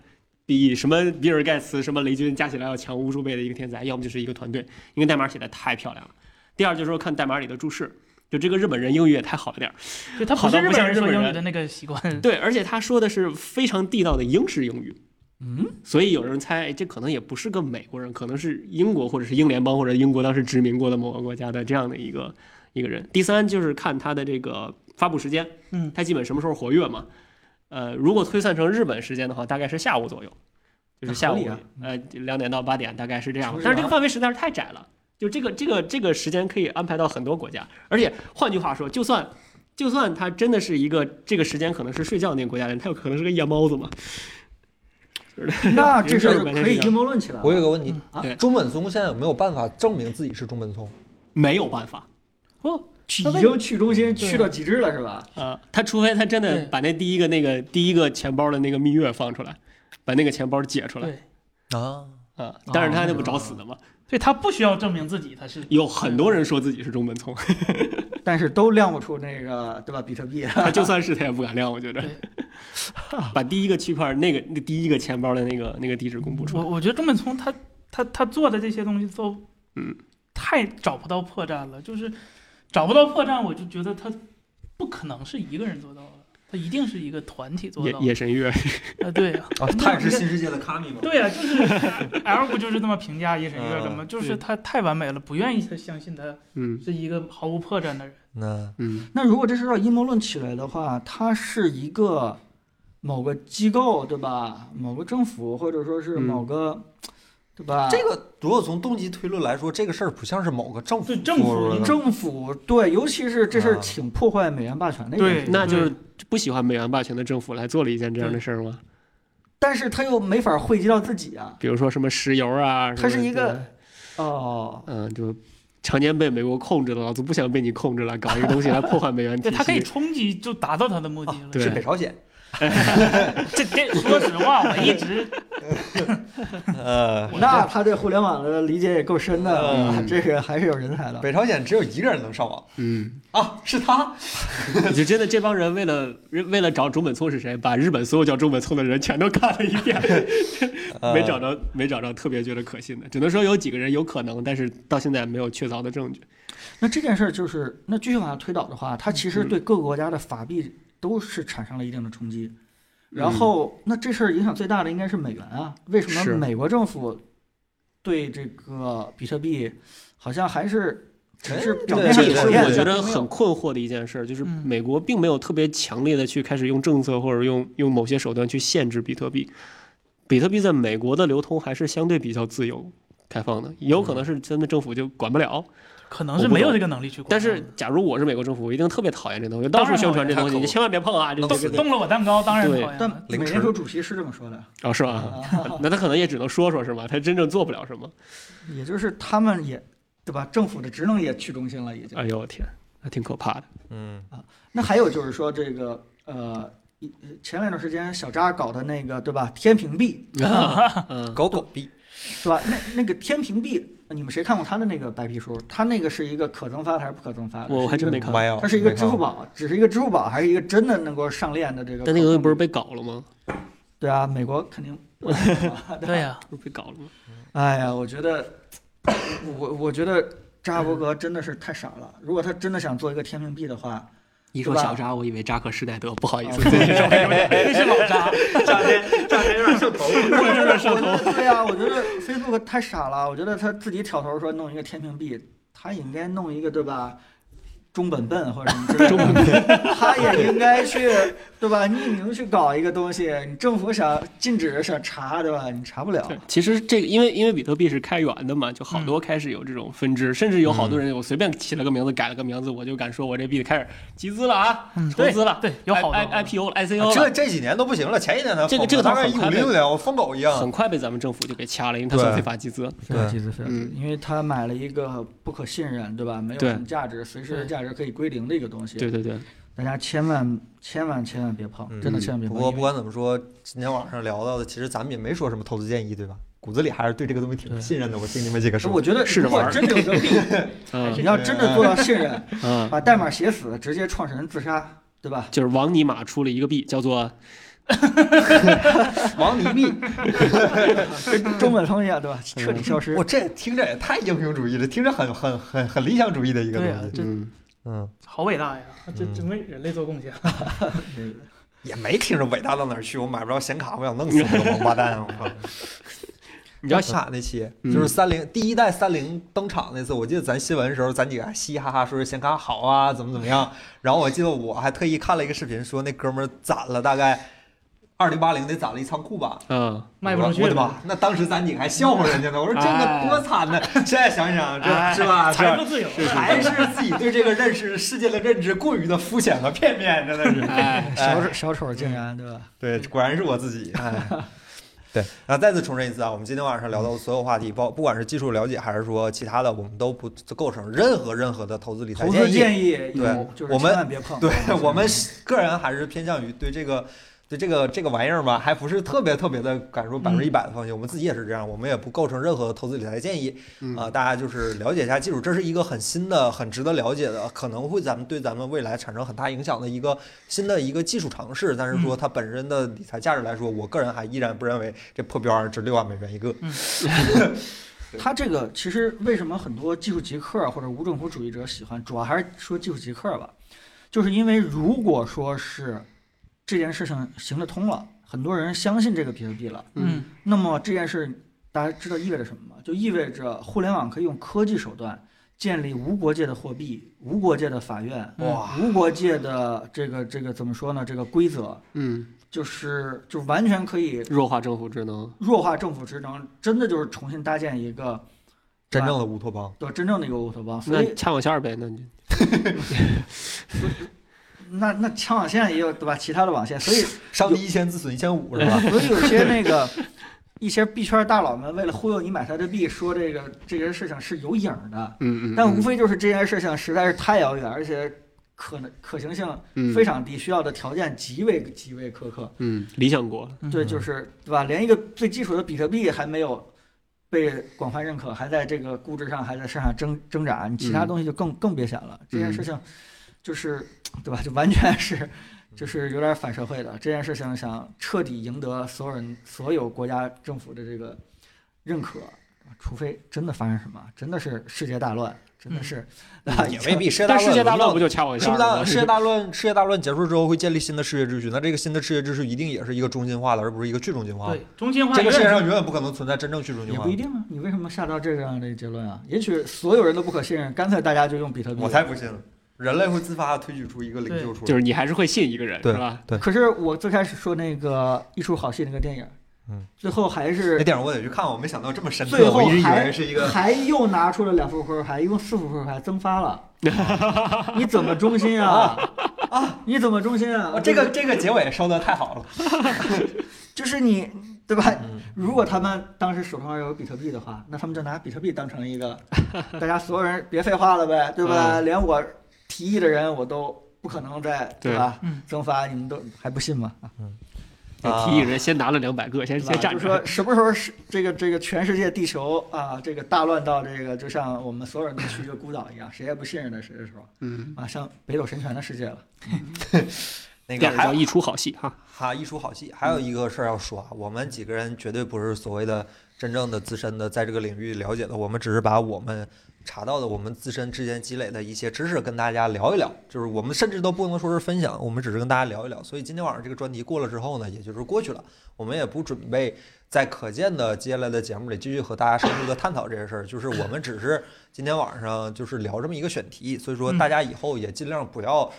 Speaker 4: 比什么比尔盖茨、什么雷军加起来要强无数倍的一个天才，要么就是一个团队，因为代码写的太漂亮了。第二就是说看代码里的注释，就这个日本人英语也太好了点儿，
Speaker 2: 就他不
Speaker 4: 好
Speaker 2: 是
Speaker 4: 到
Speaker 2: 日
Speaker 4: 不
Speaker 2: 本
Speaker 4: 像
Speaker 2: 人
Speaker 4: 日
Speaker 2: 说
Speaker 4: 本
Speaker 2: 英语
Speaker 4: 人
Speaker 2: 的那个习
Speaker 4: *laughs*
Speaker 2: 惯。
Speaker 5: 嗯
Speaker 4: 对，而且他说的是非常地道的英式英语。嗯，所以有人猜，哎这可能也不是个美国人，可能是英国或者是英联邦或者英国当时殖民过的某个国家的这样的一个一个人。第三就是看他的这个发布时间，
Speaker 2: 嗯，
Speaker 4: 他基本什么时候活跃嘛？呃，如果推算成日本时间的话，大概是下午左右，就是下
Speaker 5: 合
Speaker 4: 午
Speaker 5: 理啊
Speaker 4: 呃两点到八点，大概是这样
Speaker 5: 是。
Speaker 4: 但是这
Speaker 5: 啊
Speaker 4: 个范围实在是太窄了，就这个这个这个时间可以安排到很多国家，而且换句话说，就算就算他真的是一个这个时间可能是睡觉那个国家人，他有可能是个夜猫子嘛。
Speaker 5: 那这事
Speaker 4: 有
Speaker 5: 儿
Speaker 4: 点
Speaker 5: 可以阴谋论起来了。
Speaker 1: 我有个问题
Speaker 4: 嗯对，
Speaker 1: 中本聪现在有没有办法证明自己是中本聪？
Speaker 4: 没有办法，哦
Speaker 5: 去已经去中心去到极致了是吧？
Speaker 4: 呃，他除非他真的
Speaker 2: 对
Speaker 4: 把那第一个那个第一个钱包的那个蜜月放出来，把那个钱包解出来
Speaker 2: 对，哦
Speaker 1: 啊，
Speaker 4: 啊、但是他那不找死的吗？
Speaker 2: 对他不需要证明自己，他是
Speaker 4: 有很多人说自己是中本聪，
Speaker 5: 但是都亮不出那个对吧？比特币啊
Speaker 4: 他就算是他也不敢亮，我觉得
Speaker 2: 对。
Speaker 4: 把第一个区块那个那第一个钱包的那个那个地址公布出
Speaker 2: 我
Speaker 4: 来，
Speaker 2: 我觉得中本聪他他他做的这些东西都，
Speaker 4: 嗯，
Speaker 2: 太找不到破绽了，就是找不到破绽，我就觉得他不可能是一个人做到的，他一定是一个团体做
Speaker 4: 夜
Speaker 2: 到的。
Speaker 4: 夜神月
Speaker 2: 啊，对
Speaker 4: *laughs*
Speaker 2: 呀、
Speaker 1: 啊，他也是新世界的卡米吗？
Speaker 2: 对呀、啊就是 L 不就是这么评价夜神月的吗？就是他太完美了，不愿意他相信他
Speaker 4: 嗯
Speaker 2: 是一个毫无破绽的人。
Speaker 1: 那
Speaker 4: 嗯，
Speaker 5: 那如果这是要阴谋论起来的话，它是一个某个机构对吧？某个政府或者说是
Speaker 4: 嗯
Speaker 5: 某个、对吧？
Speaker 1: 这个啊呃如果从动机推论来说，这个事儿不像是某个政府
Speaker 2: 对政府
Speaker 1: 做出来的
Speaker 5: 政府对，尤其是这事儿
Speaker 1: 啊
Speaker 5: 挺破坏美元霸权的一件事
Speaker 2: 对
Speaker 5: 情，，
Speaker 4: 那就是
Speaker 2: 对
Speaker 4: 不喜欢美元霸权的政府来做了一件这样的事儿吗？
Speaker 5: 但是他又没法汇集到自己啊。
Speaker 4: 比如说什么石油啊，
Speaker 5: 它
Speaker 4: 什
Speaker 5: 是
Speaker 4: 么
Speaker 5: 一个哦，
Speaker 4: 嗯，就常年被美国控制的，老子不想被你控制了，搞一个东西来破坏美元体系。
Speaker 2: 对他可以冲击，就达到他的目的了。
Speaker 4: 啊对
Speaker 1: 是北朝鲜。
Speaker 2: *laughs* 这这说实话，我一直
Speaker 1: 呃，
Speaker 5: 那他对互联网的理解也够深的，
Speaker 1: 嗯
Speaker 5: 啊这个还是有人才的。
Speaker 1: 北朝鲜只有一个人能上网
Speaker 4: *laughs* 嗯，
Speaker 1: 啊，是他。
Speaker 4: 就真的这帮人为了为了找中本聪是谁，把日本所有叫中本聪的人全都看了一
Speaker 2: *laughs*
Speaker 4: 遍，
Speaker 2: 嗯
Speaker 1: 呃
Speaker 4: 没找着，没找着特别觉得可信的，只能说有几个人有可能，但是到现在没有确凿的证据。
Speaker 5: 那这件事儿就是，那继续往下推导的话，它其实对各个国家的法币都是产生了一定的冲击。然后，那这事儿影响最大的应该是美元啊？为什
Speaker 4: 是
Speaker 5: 么美国政府对这个比特币好像还是只是表
Speaker 1: 对
Speaker 5: 面上
Speaker 1: 对
Speaker 4: 这也
Speaker 1: 对
Speaker 5: 有
Speaker 4: 是
Speaker 5: 实
Speaker 1: 对
Speaker 5: 验？
Speaker 4: 我觉
Speaker 1: 对
Speaker 4: 得很困惑的一件事，就是
Speaker 2: 嗯
Speaker 4: 美国并没有特别强烈的去开始用政策或者用用某些手段去限制比特币。比特币在美国的流通还是相对比较自由、开放的，有可能是真的政府就管不了。
Speaker 2: 可能是没有这个能力去管。
Speaker 4: 但是，假如我是美国政府，我一定特别讨厌这东西，到
Speaker 2: 嗯当然
Speaker 4: 处宣传这东
Speaker 1: 了
Speaker 4: 西，你千万别碰啊！这
Speaker 1: 弄
Speaker 4: 这
Speaker 1: 死
Speaker 4: 个
Speaker 2: 动了我蛋糕，当然讨
Speaker 4: 对
Speaker 2: 厌了
Speaker 5: 但。美联储主席是这么说的，
Speaker 4: 哦，是吧？
Speaker 5: 啊
Speaker 4: *laughs* 那他可能也只能说说是吗？他真正做不了什么。
Speaker 5: 也就是他们也对吧？政府的职能也去中心了，已经
Speaker 4: 哎。呦我天，还挺可怕的。
Speaker 1: 嗯，
Speaker 5: 那还有就是说这个呃，一前两段时间小扎搞的那个对吧？天平币，
Speaker 4: 嗯，
Speaker 1: 搞狗逼。
Speaker 5: 是吧？那那个天平币，你们谁看过他的那个白皮书？他那个是一个可增发的还是不可增发的？
Speaker 4: 我我还真没看。
Speaker 1: 没有，
Speaker 5: 它是一个
Speaker 1: 没
Speaker 5: 支
Speaker 1: 看
Speaker 5: 付
Speaker 1: 过。
Speaker 5: 宝，只是一个支付宝，还是一个真的能够上链的这个可控币？
Speaker 4: 但那个东西不是被搞了吗？
Speaker 5: 对啊，美国肯定。
Speaker 2: 对呀、
Speaker 4: 不是被搞了吗？
Speaker 5: 哎呀，我觉得，我我觉得扎克伯格真的是太傻了。如果他真的想做一个天平币的话，
Speaker 8: 一说小扎，我以为扎克施耐德，不好意思，
Speaker 5: 啊
Speaker 8: 这是稍微有点
Speaker 5: 那是老渣，
Speaker 8: 扎天扎天有点上头，我有点上
Speaker 5: *laughs* 我觉
Speaker 8: 头。
Speaker 5: 得对啊呀、我觉得 Facebook 太傻了，我觉得他自己挑头说弄一个天平币，他应该弄一个对吧？中本笨或者什么之类的，中本笨，他也应该去对吧？匿名去搞一个东西，你政府想禁止想查对吧？你查不了
Speaker 8: 对。 *laughs* 其实这个，因为因为比特币是开源的嘛，就好多开始有这种分支，甚至有好多人，我随便起了个名字，改了个名字，我就敢说我这币开始集资了啊，筹资了，
Speaker 2: 对，有好
Speaker 8: I
Speaker 2: 多
Speaker 8: I IPO 了，ICO
Speaker 1: *laughs* 这
Speaker 8: 了。
Speaker 1: 这几年都不行了，前几年才
Speaker 8: 这个
Speaker 1: 封
Speaker 8: 这个倒
Speaker 1: 大概
Speaker 8: 很
Speaker 1: 一五
Speaker 8: 快
Speaker 1: 零六年，我疯狗一样
Speaker 8: 很。快被咱们政府就给掐了，因为它
Speaker 1: 对
Speaker 8: 算非法集资。
Speaker 5: 非常机智，非常机智
Speaker 8: 嗯
Speaker 5: 因为他买了一个不可信任，对吧？没有
Speaker 8: 对
Speaker 5: 什么价值，随时的
Speaker 2: 对
Speaker 5: 价值可以归零的一个东西。
Speaker 8: 对嗯对对，
Speaker 5: 大家千万千万千万别碰，真的千万
Speaker 1: 嗯
Speaker 5: 别
Speaker 1: 不
Speaker 5: 碰。
Speaker 1: 过
Speaker 5: 因为
Speaker 1: 不管怎么说，今天晚上聊到的，其实咱们也没说什么投资建议，对吧？骨子里还是对这个东西挺信任的。我听你们几个说，
Speaker 5: 我觉得
Speaker 8: 试着
Speaker 5: 如果
Speaker 8: 玩儿
Speaker 5: 真有个病，
Speaker 8: *laughs* 嗯
Speaker 5: 你要真的做到信任，
Speaker 1: 啊
Speaker 8: 嗯，
Speaker 5: 把代码写死，直接创神自杀，
Speaker 1: *laughs*
Speaker 5: 对吧？
Speaker 8: 就是王尼玛出了一个币，叫做
Speaker 5: 王泥币，跟中本聪一样，对吧？彻底消失
Speaker 1: 嗯我。这听着也太英雄主义了，听着很很很很理想主义的一个
Speaker 2: 对啊
Speaker 1: 东，西。
Speaker 2: 这
Speaker 8: 嗯，
Speaker 1: 嗯，
Speaker 2: 好伟大呀，这
Speaker 1: 嗯
Speaker 2: 真为人类做贡献。
Speaker 1: 也没听着伟大到哪儿去。我买不着显卡，我想
Speaker 2: *laughs*
Speaker 1: 弄死那个王八蛋！我靠，
Speaker 8: 你知道
Speaker 1: 显卡那期
Speaker 8: 嗯
Speaker 1: 就是三菱第一代三菱登场那次，我记得咱新闻的时候，咱几个还嘻嘻哈哈说是显卡好啊，怎么怎么样。然后我记得我还特意看了一个视频，说那哥们儿攒了大概二零八零得攒了一仓库吧。
Speaker 8: 嗯，
Speaker 2: 卖不出去
Speaker 1: 我的
Speaker 2: 了
Speaker 1: 妈！那当时咱几个还笑话人家呢，我说这个多惨呢！现在想想，这
Speaker 2: 哎
Speaker 1: 是吧？
Speaker 2: 财
Speaker 1: 这
Speaker 2: 富自由，
Speaker 1: *laughs* 还是自己对这个认识、世界的认知过于的肤浅和片面，真的是。
Speaker 8: 哎，
Speaker 5: 小丑小丑竟然，对吧？
Speaker 1: *laughs* 对，果然是我自己。哎， *laughs* 对，然后再次重申一次啊，我们今天晚上聊到的所有话题，包不管是技术了解还是说其他的，我们都不构成任何任何的投资理财
Speaker 5: 投资
Speaker 1: 议。
Speaker 5: 建议有
Speaker 1: 对，
Speaker 5: 就是
Speaker 1: 我们
Speaker 5: 千万
Speaker 8: *laughs*
Speaker 5: 别碰。啊
Speaker 1: 对
Speaker 8: 嗯
Speaker 1: 我们个人还是偏向于对这个。对这个这个玩意儿吧，还不是特别特别的敢说百分之一百的放心。我们自己也是这样，我们也不构成任何投资理财建议
Speaker 8: 嗯
Speaker 1: 啊、大家就是了解一下技术，这是一个很新的、很值得了解的，可能会咱们对咱们未来产生很大影响的一个新的一个技术尝试。但是
Speaker 8: 嗯
Speaker 1: 说它本身的理财价值来说，我个人还依然不认为这破标儿值六万美元一个。
Speaker 5: 他这个其实为什么很多技术极客啊或者无政府主义者喜欢，主要还是说技术极客吧，就是因为如果说是这件事情行得通了，很多人相信这个比特币了，
Speaker 2: 嗯，
Speaker 5: 那么这件事大家知道意味着什么吗？就意味着互联网可以用科技手段建立无国界的货币、无国界的法院、
Speaker 1: 嗯哇，
Speaker 5: 无国界的这个这个怎么说呢？这个规则
Speaker 8: 嗯，
Speaker 5: 就是就完全可以
Speaker 8: 弱化政府职能，
Speaker 5: 弱化政府职能，真的就是重新搭建一个
Speaker 1: 真正的乌托邦。
Speaker 5: 对真正的一个乌托邦。所
Speaker 8: 那
Speaker 5: 以
Speaker 8: 掐我线儿呗，那你
Speaker 5: 那那枪网线也有对吧？其他的网线，所以
Speaker 1: 上帝一千，自损一千五是
Speaker 8: *laughs*
Speaker 1: 吧？
Speaker 5: 所以有些那个一些币圈大佬们为了忽悠你买他的币，说这个这件事情是有影儿的，
Speaker 8: 嗯嗯，
Speaker 5: 但无非就是这件事情实在是太遥远，而且可能可行性非常低，需要的条件极为极为苛刻。
Speaker 8: 嗯理想国，
Speaker 5: 对，就是对吧？连一个最基础的比特币还没有被广泛认可，还在这个估值上还在市场挣挣扎，你其他
Speaker 8: 嗯
Speaker 5: 东西就更更别想了。这件
Speaker 8: 嗯
Speaker 5: 事情就是对吧？就完全是就是有点反社会的。这件事情想彻底赢得所有人、所有国家政府的这个认可，除非真的发生什么，真的是世界大乱，真的是、啊
Speaker 1: 嗯也未必。世界
Speaker 8: 但世界大
Speaker 1: 乱
Speaker 8: 乱不就掐我
Speaker 1: 世
Speaker 8: 线
Speaker 1: 界
Speaker 8: 儿
Speaker 1: 大
Speaker 8: 吗？
Speaker 1: 世界大乱世界大乱结束之后会建立新的世界秩序，那这个新的世界秩序一定也是一个中心化的，而不是一个去中心化的
Speaker 2: 对。，中心化
Speaker 1: 这个世界上
Speaker 2: 永
Speaker 1: 永
Speaker 2: 远
Speaker 1: 远不可能存在真正去中心
Speaker 5: *laughs* 也
Speaker 1: 化
Speaker 5: 不。一定啊，你为什么下到这样的结论啊？也许所有人都不可信任，干脆大家就用比特币。
Speaker 1: 我才不信呢！人类会自发地推举出一个领袖出来。
Speaker 8: 就是你还是会信一个人，
Speaker 1: 对
Speaker 8: 是吧？
Speaker 5: *laughs* 可是我最开始说那个《一出好戏》那个电影，
Speaker 1: 嗯，
Speaker 5: 最后还
Speaker 1: 那
Speaker 5: 是
Speaker 1: 电影我得去看，我没想到这么深
Speaker 5: 最
Speaker 1: 刻，
Speaker 5: 后
Speaker 1: 我一直以
Speaker 5: 还
Speaker 1: 为是一个。
Speaker 5: 还又拿出了两副扑克牌，一共四副扑克牌增发 *laughs* 了，你怎么忠心啊？啊，你怎么忠心啊
Speaker 1: 哦？这个这个结尾收的太好了。
Speaker 5: 就是你对吧？
Speaker 1: 嗯
Speaker 5: 如果他们当时手上有比特币的话，那他们就拿比特币当成一 *laughs* 个，大家所有人别废话了呗，对吧？连我提议的人我都不可能再
Speaker 8: 对
Speaker 5: 吧
Speaker 2: 嗯？
Speaker 5: 增发你们都还不信吗？
Speaker 1: 啊
Speaker 8: 提议人先拿了两百个，先
Speaker 5: 对吧
Speaker 8: 先站
Speaker 5: 就
Speaker 8: 着 *laughs*
Speaker 5: 说。什么时候是这个这个全世界地球啊，这个大乱到这个就像我们所有人都去一个孤岛一样，谁也不信任的谁的时候
Speaker 8: 嗯，
Speaker 5: 啊，像北斗神拳的世界了。
Speaker 1: 那个
Speaker 8: 电影叫
Speaker 1: 还
Speaker 8: 一出好戏哈。
Speaker 1: 哈一出好戏，还有一个事儿要说啊，我们几个人绝对不是所谓的真正的资深的在这个领域了解的，我们只是把我们查到的，我们自身之前积累的一些知识跟大家聊一聊，就是我们甚至都不能说是分享，我们只是跟大家聊一聊。所以今天晚上这个专题过了之后呢，也就是过去了，我们也不准备在可见的接下来的节目里继续和大家深入的探讨这些事儿，就是我们只是今天晚上就是聊这么一个选题，所以说大家以后也尽量不要，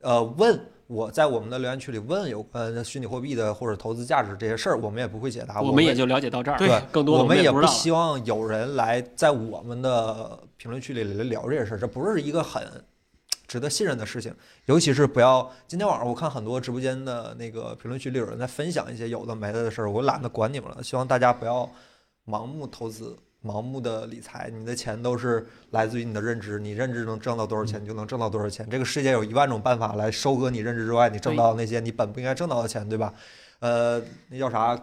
Speaker 1: 呃，问。我在我们的留言区里问有关虚拟货币的或者投资价值这些事儿，我们也不会解答，
Speaker 8: 我
Speaker 1: 我
Speaker 8: 们也就了解到这儿，
Speaker 1: 对，
Speaker 8: 更多的
Speaker 1: 我们也
Speaker 8: 不
Speaker 1: 不
Speaker 8: 知道了。
Speaker 1: 希望有人来在我们的评论区里来聊这些事儿，这不是一个很值得信任的事情。尤其是不要今天晚上我看很多直播间的那个评论区里有人在分享一些有的没的的事儿，我懒得管你们了。希望大家不要盲目投资。盲目的理财，你的钱都是来自于你的认知，你认知能挣到多少钱，你就能挣到多少钱。这个世界有一万种办法来收割你认知之外，你挣到那些你本不应该挣到的钱，对吧？呃，那叫啥？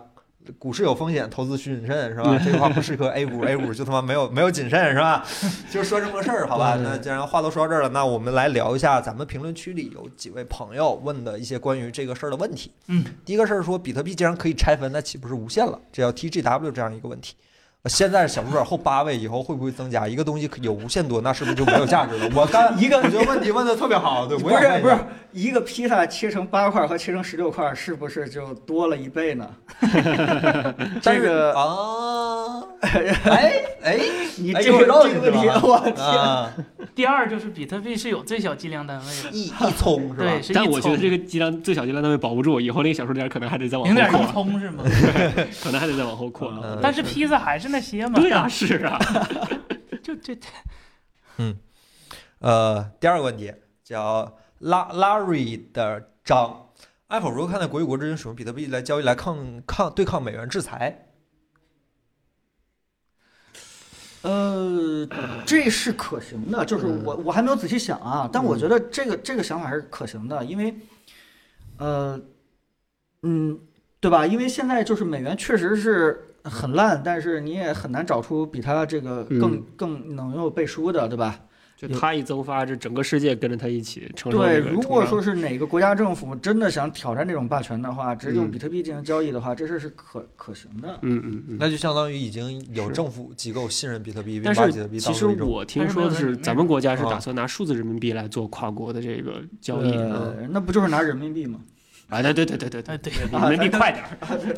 Speaker 1: 股市有风险，投资需谨慎，是吧？这句话不适合 A 股，A 股就他妈没有没有谨慎，是吧？就是说这么个事儿，好吧？那既然话都说到这儿了，那我们来聊一下咱们评论区里有几位朋友问的一些关于这个事儿的问题。
Speaker 2: 嗯，
Speaker 1: 第一个事儿说，比特币既然可以拆分，那岂不是无限了？这叫 TGW 这样一个问题。呃现在小数点后八位，以后会不会增加？一个东西可有无限多，那是不是就没有价值了？我刚
Speaker 5: *laughs* 一个
Speaker 1: 我觉得问题问的特别好，对，我
Speaker 5: 不
Speaker 1: 也
Speaker 5: 是
Speaker 1: 问一
Speaker 5: 不
Speaker 1: 下
Speaker 5: 是，一个披萨切成八块和切成十六块，是不是就多了一倍呢？
Speaker 1: 但
Speaker 5: 这
Speaker 1: 是
Speaker 5: 个
Speaker 1: 啊，哎哎，
Speaker 5: 你
Speaker 1: 哎
Speaker 5: 这
Speaker 1: 有
Speaker 5: 个
Speaker 1: 道理
Speaker 5: 这个问题，
Speaker 1: 是吧
Speaker 5: 我 *laughs* 天！
Speaker 1: 啊，
Speaker 2: 第二就是比特币是有最小计量单位的，
Speaker 1: 一一葱是吧
Speaker 2: 对，？是一
Speaker 8: 但我觉得
Speaker 2: 葱，
Speaker 8: 这个计量最小计量单位保不住，以后那个小数点可能还得再往
Speaker 2: 零
Speaker 8: 后
Speaker 2: 点一
Speaker 8: 扩，
Speaker 2: 葱是吗？
Speaker 8: 可能还得再往后扩呢。
Speaker 1: 嗯
Speaker 2: 但是披萨还是那些嘛。
Speaker 8: 对啊，是啊，
Speaker 2: 就就
Speaker 1: 呃，第二个问题叫拉 Larry 的张，Apple 如何看待国与国之间使用比特币来交易来抗抗对抗美元制裁？
Speaker 8: *clears throat*
Speaker 5: 呃，这是可行的，就是
Speaker 8: 嗯
Speaker 5: 我我还没有仔细想啊，但我觉得这个这个想法是可行的，因为，呃，嗯，对吧？因为现在就是美元确实是很烂，但是你也很难找出比它这个更、
Speaker 8: 嗯
Speaker 5: 更能有背书的，对吧？
Speaker 8: 就它一增发，这整个世界跟着它一起承受
Speaker 5: 对，
Speaker 8: 这个
Speaker 5: 如
Speaker 8: 冲
Speaker 5: 果
Speaker 8: 撞
Speaker 5: 说是哪个国家政府真的想挑战这种霸权的话，直接用
Speaker 8: 嗯
Speaker 5: 比特币进行交易的话，这事儿是可可行的。
Speaker 8: 嗯嗯嗯。
Speaker 1: 那就相当于已经有
Speaker 8: 是
Speaker 1: 政府机构信任比特币，并
Speaker 8: 但
Speaker 1: 把
Speaker 8: 是
Speaker 1: 比特币
Speaker 8: 其
Speaker 1: 当
Speaker 8: 实
Speaker 1: 做一种
Speaker 8: 我听说的
Speaker 2: 它是没
Speaker 8: 是
Speaker 2: 有那个
Speaker 8: 咱们国家是
Speaker 1: 啊
Speaker 8: 打算拿数字人民币来做跨国的这个交易。嗯
Speaker 5: 呃，那不就是拿人民币吗？
Speaker 8: 啊，对对对对对
Speaker 2: 哎
Speaker 8: 对，
Speaker 2: 对，
Speaker 1: 啊
Speaker 8: 人民币快点儿。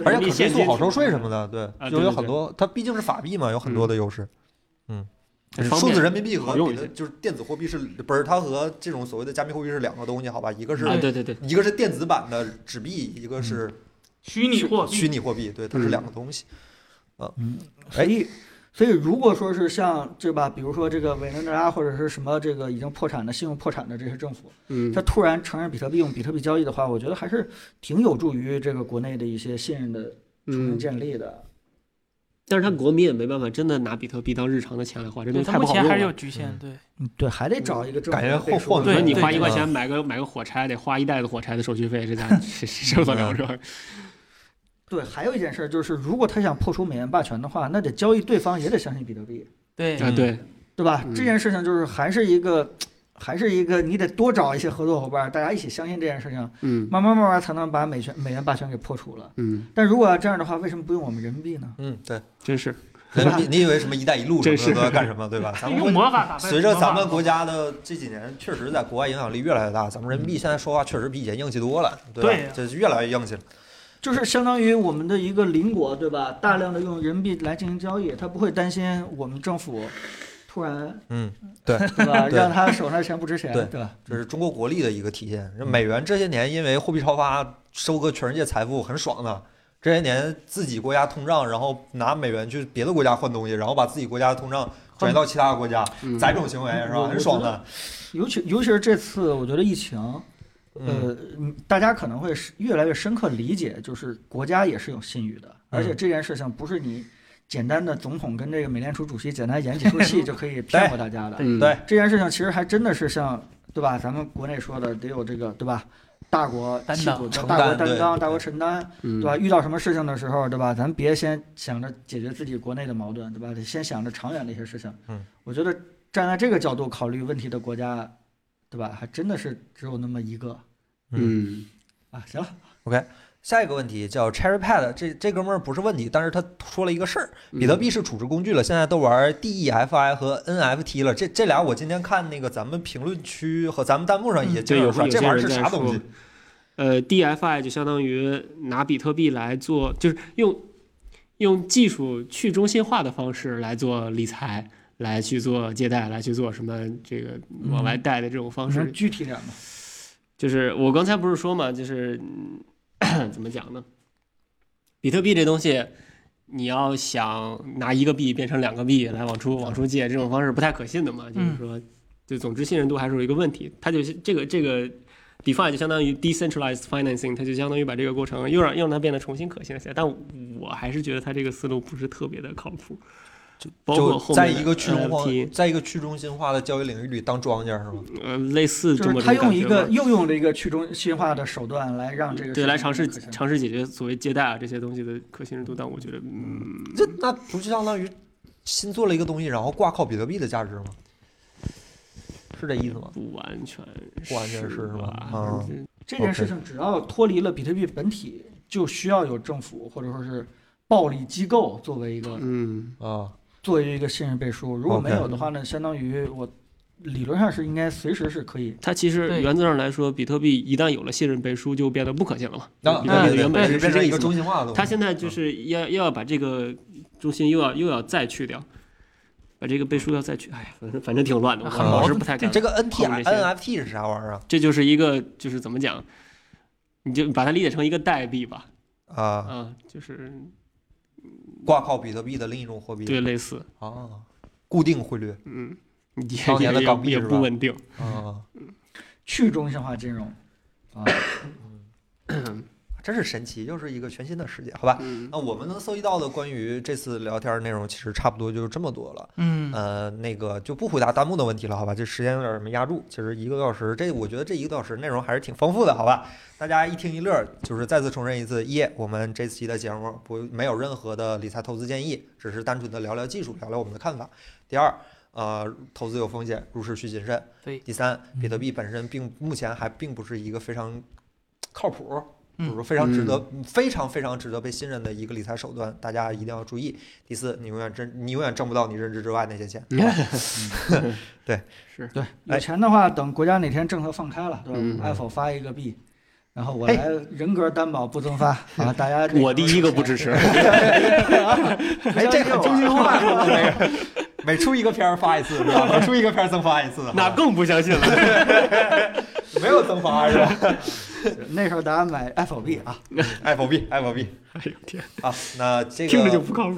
Speaker 1: 而且
Speaker 8: 人民
Speaker 1: 可
Speaker 8: 币
Speaker 1: 税
Speaker 8: 现
Speaker 1: 速
Speaker 8: 金
Speaker 1: 好收税什么的，对，
Speaker 8: 啊
Speaker 1: 就
Speaker 8: 对
Speaker 1: 有
Speaker 8: 对
Speaker 1: 很
Speaker 8: 对
Speaker 1: 多，它毕竟是法币嘛，有很多的优势。嗯，
Speaker 8: 很方
Speaker 1: 数字
Speaker 8: 便
Speaker 1: 人民币和
Speaker 8: 好用
Speaker 1: 别
Speaker 8: 一
Speaker 1: 的
Speaker 8: 些
Speaker 1: 就是电子货币是不是？它和这种所谓的加密货币是两个东西，好吧？一个是
Speaker 2: 嗯
Speaker 8: 啊，对对对，
Speaker 1: 一个是电子版的纸币，一个是
Speaker 2: 虚拟货币
Speaker 1: 虚拟货币，对，它是两个东西。
Speaker 5: 所以，所以如果说是像对吧，比如说这个委内瑞拉或者是什么这个已经破产的、信用破产的这些政府，
Speaker 8: 嗯
Speaker 5: 他，突然承认比特币用比特币交易的话，我觉得还是挺有助于这个国内的一些信任的重新
Speaker 8: 嗯，
Speaker 5: 建立的。
Speaker 8: 但是他国民也没办法真的拿比特币当日常的钱来花，这东西
Speaker 2: 对它
Speaker 8: 太不
Speaker 2: 目
Speaker 8: 好
Speaker 2: 前还是有
Speaker 8: 用了。
Speaker 2: 局限，对，
Speaker 5: 嗯，对，还得找一个政府
Speaker 1: 感觉
Speaker 5: 来背
Speaker 1: 后
Speaker 5: 书
Speaker 1: 后
Speaker 5: 的
Speaker 8: 比如
Speaker 2: 对
Speaker 8: 说你
Speaker 2: 对
Speaker 8: 花一
Speaker 1: 对
Speaker 8: 块钱买个买个火柴，得花一袋子火柴的手续费，这家
Speaker 4: *laughs*
Speaker 8: 伙谁谁受得了这玩意儿？
Speaker 5: 对，还有一件事儿就是，如果他想破除美元霸权的话，那得交易对方也得相信比特币。
Speaker 2: 对，
Speaker 8: 啊，
Speaker 1: 嗯
Speaker 8: 对，
Speaker 5: 对吧？
Speaker 8: 嗯
Speaker 5: 这件事情就是还是一个，还是一个，你得多找一些合作伙伴，大家一起相信这件事情，
Speaker 8: 嗯
Speaker 5: 慢慢慢慢才能把美权美元霸权给破除了。
Speaker 8: 嗯，
Speaker 5: 但如果要这样的话，为什么不用我们人民币呢？
Speaker 1: 嗯，对，
Speaker 8: 真是
Speaker 1: 人民币你以为什么“一带一路”什
Speaker 8: 真
Speaker 1: 么的
Speaker 8: 是
Speaker 1: 都要干什么，对吧？咱们
Speaker 2: 用魔法打败
Speaker 1: 随着
Speaker 2: 魔法
Speaker 1: 咱们国家的这几年确实在国外影响力越来越大，咱们人
Speaker 8: 嗯
Speaker 1: 民币现在说话确实比以前硬气多了，
Speaker 2: 对啊
Speaker 1: 吧
Speaker 2: 呀？
Speaker 1: 这是越来越硬气了。
Speaker 5: 就是相当于我们的一个邻国，对吧？大量的用人民币来进行交易，他不会担心我们政府突然
Speaker 1: 嗯，
Speaker 5: 对
Speaker 1: *laughs*
Speaker 5: 吧，
Speaker 1: 对
Speaker 5: 让他手上的钱不值钱，
Speaker 1: 对
Speaker 5: 对吧？
Speaker 1: 这是中国国力的一个体现。
Speaker 4: 嗯
Speaker 1: 这美元这些年因为货币超发收割全世界财富，很爽的。这些年自己国家通胀，然后拿美元去别的国家换东西，然后把自己国家的通胀转移到其他国家，
Speaker 8: 嗯
Speaker 1: 咱这种行为是
Speaker 5: 我
Speaker 1: 吧？
Speaker 5: 我
Speaker 1: 很爽
Speaker 5: 觉
Speaker 1: 的。
Speaker 5: 尤其尤其是这次，我觉得疫情，
Speaker 1: 嗯，
Speaker 5: 呃，嗯大家可能会是越来越深刻理解，就是国家也是有信誉
Speaker 1: 嗯
Speaker 5: 的，而且这件事情不是你简单的总统跟这个美联储主席简单演几出
Speaker 1: *laughs*
Speaker 5: 戏就可以骗过大家的。
Speaker 8: 嗯
Speaker 1: 对，
Speaker 5: 这件事情其实还真的是像，对吧？咱们国内说的得有这个，对吧？大国
Speaker 2: 担
Speaker 5: 气
Speaker 2: 当
Speaker 5: 骨
Speaker 1: 承
Speaker 5: 大国
Speaker 1: 担对
Speaker 5: 担当，大
Speaker 1: 对
Speaker 5: 国承担，
Speaker 8: 嗯
Speaker 5: 对吧？遇到什么事情的时候，对吧？咱别先想着解决自己国内的矛盾，对吧？得先想着长远的一些事情。
Speaker 1: 嗯，
Speaker 5: 我觉得站在这个角度考虑问题的国家，对吧？还真的是只有那么一个
Speaker 8: 嗯，
Speaker 5: 啊。行了。
Speaker 1: 下一个问题叫 Cherry Pad，这这哥们儿不是问题，但是他说了一个事儿，
Speaker 4: 嗯
Speaker 1: 比特币是储值工具了，现在都玩 DEFI 和 NFT 了。这这俩我今天看那个咱们评论区和咱们弹幕上也经
Speaker 4: 对，
Speaker 1: 常
Speaker 4: 有
Speaker 1: 刷，
Speaker 4: 有
Speaker 1: 这
Speaker 4: 些
Speaker 1: 玩意儿
Speaker 4: 人
Speaker 1: 是
Speaker 4: 在
Speaker 1: 啥东
Speaker 4: 说
Speaker 1: 西？，
Speaker 4: 呃，DFI 就相当于拿比特币来做，就是用用技术去中心化的方式来做理财，来去做借贷，来去做什么这个往外贷的这种方式。
Speaker 5: 能具体点吗？
Speaker 4: 就是我刚才不是说嘛，就是 *coughs* 嗯怎么讲呢？比特币这东西，你要想拿一个币变成两个币来往出往出借，这种方式不太可信的嘛。就是
Speaker 2: 嗯
Speaker 4: 说，就总之信任度还是有一个问题。它就是这个这个 DeFi 就相当于 decentralized financing，它就相当于把这个过程又让又让它变得重新可信起来。但我还是觉得它这个思路不是特别的靠谱。就包括
Speaker 1: 就
Speaker 4: 后
Speaker 1: 在
Speaker 4: 面的呃
Speaker 1: 一个去中化
Speaker 4: NFT，，
Speaker 1: 在一个去中心化的交易领域里当庄家是吗？
Speaker 4: 呃，类似
Speaker 5: 就
Speaker 4: 这么
Speaker 5: 是
Speaker 4: 种
Speaker 5: 他用
Speaker 4: 感
Speaker 5: 一
Speaker 4: 觉吧
Speaker 5: 个又用了一个去中心化的手段来让这个
Speaker 4: 对
Speaker 5: 事
Speaker 4: 来
Speaker 5: 情
Speaker 4: 尝试
Speaker 5: 可行
Speaker 4: 尝试解决所谓借贷啊这些东西的可信任度，但我觉得嗯，
Speaker 1: 这那不就相当于新做了一个东西，然后挂靠比特币的价值吗？是这意思吗？
Speaker 4: 不完全
Speaker 1: 不完全是
Speaker 4: 是
Speaker 1: 是吧
Speaker 4: 吧
Speaker 1: 啊？
Speaker 4: 嗯
Speaker 5: 这件事情只要脱离了比特币本体，就需要有政府或者说是暴力机构作为一个
Speaker 4: 嗯，
Speaker 1: 啊，
Speaker 5: 作为一个信任背书。如果没有的话呢，相当于我理论上是应该随时是可以。
Speaker 4: 它其实
Speaker 2: 对
Speaker 4: 原则上来说，比特币一旦有了信任背书，就变得不可信了嘛。
Speaker 1: 那
Speaker 4: 比特币
Speaker 2: 对
Speaker 4: 的原本是
Speaker 1: 变
Speaker 4: 这
Speaker 1: 成一
Speaker 4: 意
Speaker 1: 个
Speaker 4: 思嘛。
Speaker 1: 中心化的东西。
Speaker 4: 它现在就是要要把这个中心又要又要再去掉，把这个背书要再去，哎呀，反正反正挺乱的，我
Speaker 2: 很
Speaker 1: 矛
Speaker 4: 老是
Speaker 1: 盾
Speaker 4: 不太
Speaker 1: 这
Speaker 4: 敢
Speaker 1: 这个 N T
Speaker 4: 碰
Speaker 1: I
Speaker 4: 这些
Speaker 1: N F T 是啥玩意儿啊？
Speaker 4: 这就是一个就是怎么讲，你就把它理解成一个代币吧，
Speaker 1: 啊，
Speaker 4: 啊，就是
Speaker 1: 挂靠比特币的另一种货币
Speaker 4: 对类似，
Speaker 1: 啊，固定汇率
Speaker 4: 嗯，也
Speaker 1: 当年的
Speaker 4: 也
Speaker 1: 港币
Speaker 4: 也
Speaker 1: 是
Speaker 4: 不
Speaker 1: 吧
Speaker 4: 稳定。
Speaker 1: 啊，
Speaker 5: 去中心化金融，啊，
Speaker 4: 哎
Speaker 1: 真是神奇，又是一个全新的世界，好吧？
Speaker 4: 嗯
Speaker 1: 那我们能搜集到的关于这次聊天内容，其实差不多就这么多了。
Speaker 2: 嗯，
Speaker 1: 呃，那个就不回答弹幕的问题了，好吧？这时间有点没压住，其实一个多小时，这我觉得这一个多小时内容还是挺丰富的，好吧？大家一听一乐，就是再次重申一次，一我们这期的节目不没有任何的理财投资建议，只是单纯的聊聊技术，聊聊我们的看法。第二。呃，投资有风险，入市需谨慎。
Speaker 2: 对
Speaker 1: 第三，比特币本身并目前还并不是一个非常靠谱，或者说非常值得、非常非常值得被信任的一个理财手段，大家一定要注意。第四，你永远挣，你永远挣不到你认知之外那些钱。 *laughs*
Speaker 4: 是，
Speaker 5: 对，
Speaker 1: 哎
Speaker 5: 有钱的话，等国家哪天政策放开了，对吧？
Speaker 4: 嗯
Speaker 5: 我爱否发一个币，然后我来人格担保不增发啊，大家
Speaker 4: *laughs* 我第一个不支持。
Speaker 1: 哎，这很中心化，说的这个， *laughs* 每出一个片儿发一次是吧？每出一个片儿增发一次，
Speaker 4: *laughs*
Speaker 1: 啊
Speaker 4: 那更不相信 *laughs* 了。
Speaker 1: 没有增发是吧？
Speaker 5: *laughs*
Speaker 1: *laughs*
Speaker 5: 那时候大家买爱否币啊，
Speaker 1: 爱否币，爱否币
Speaker 4: 哎呦天，
Speaker 1: 啊，那这个
Speaker 4: 听着就不靠谱。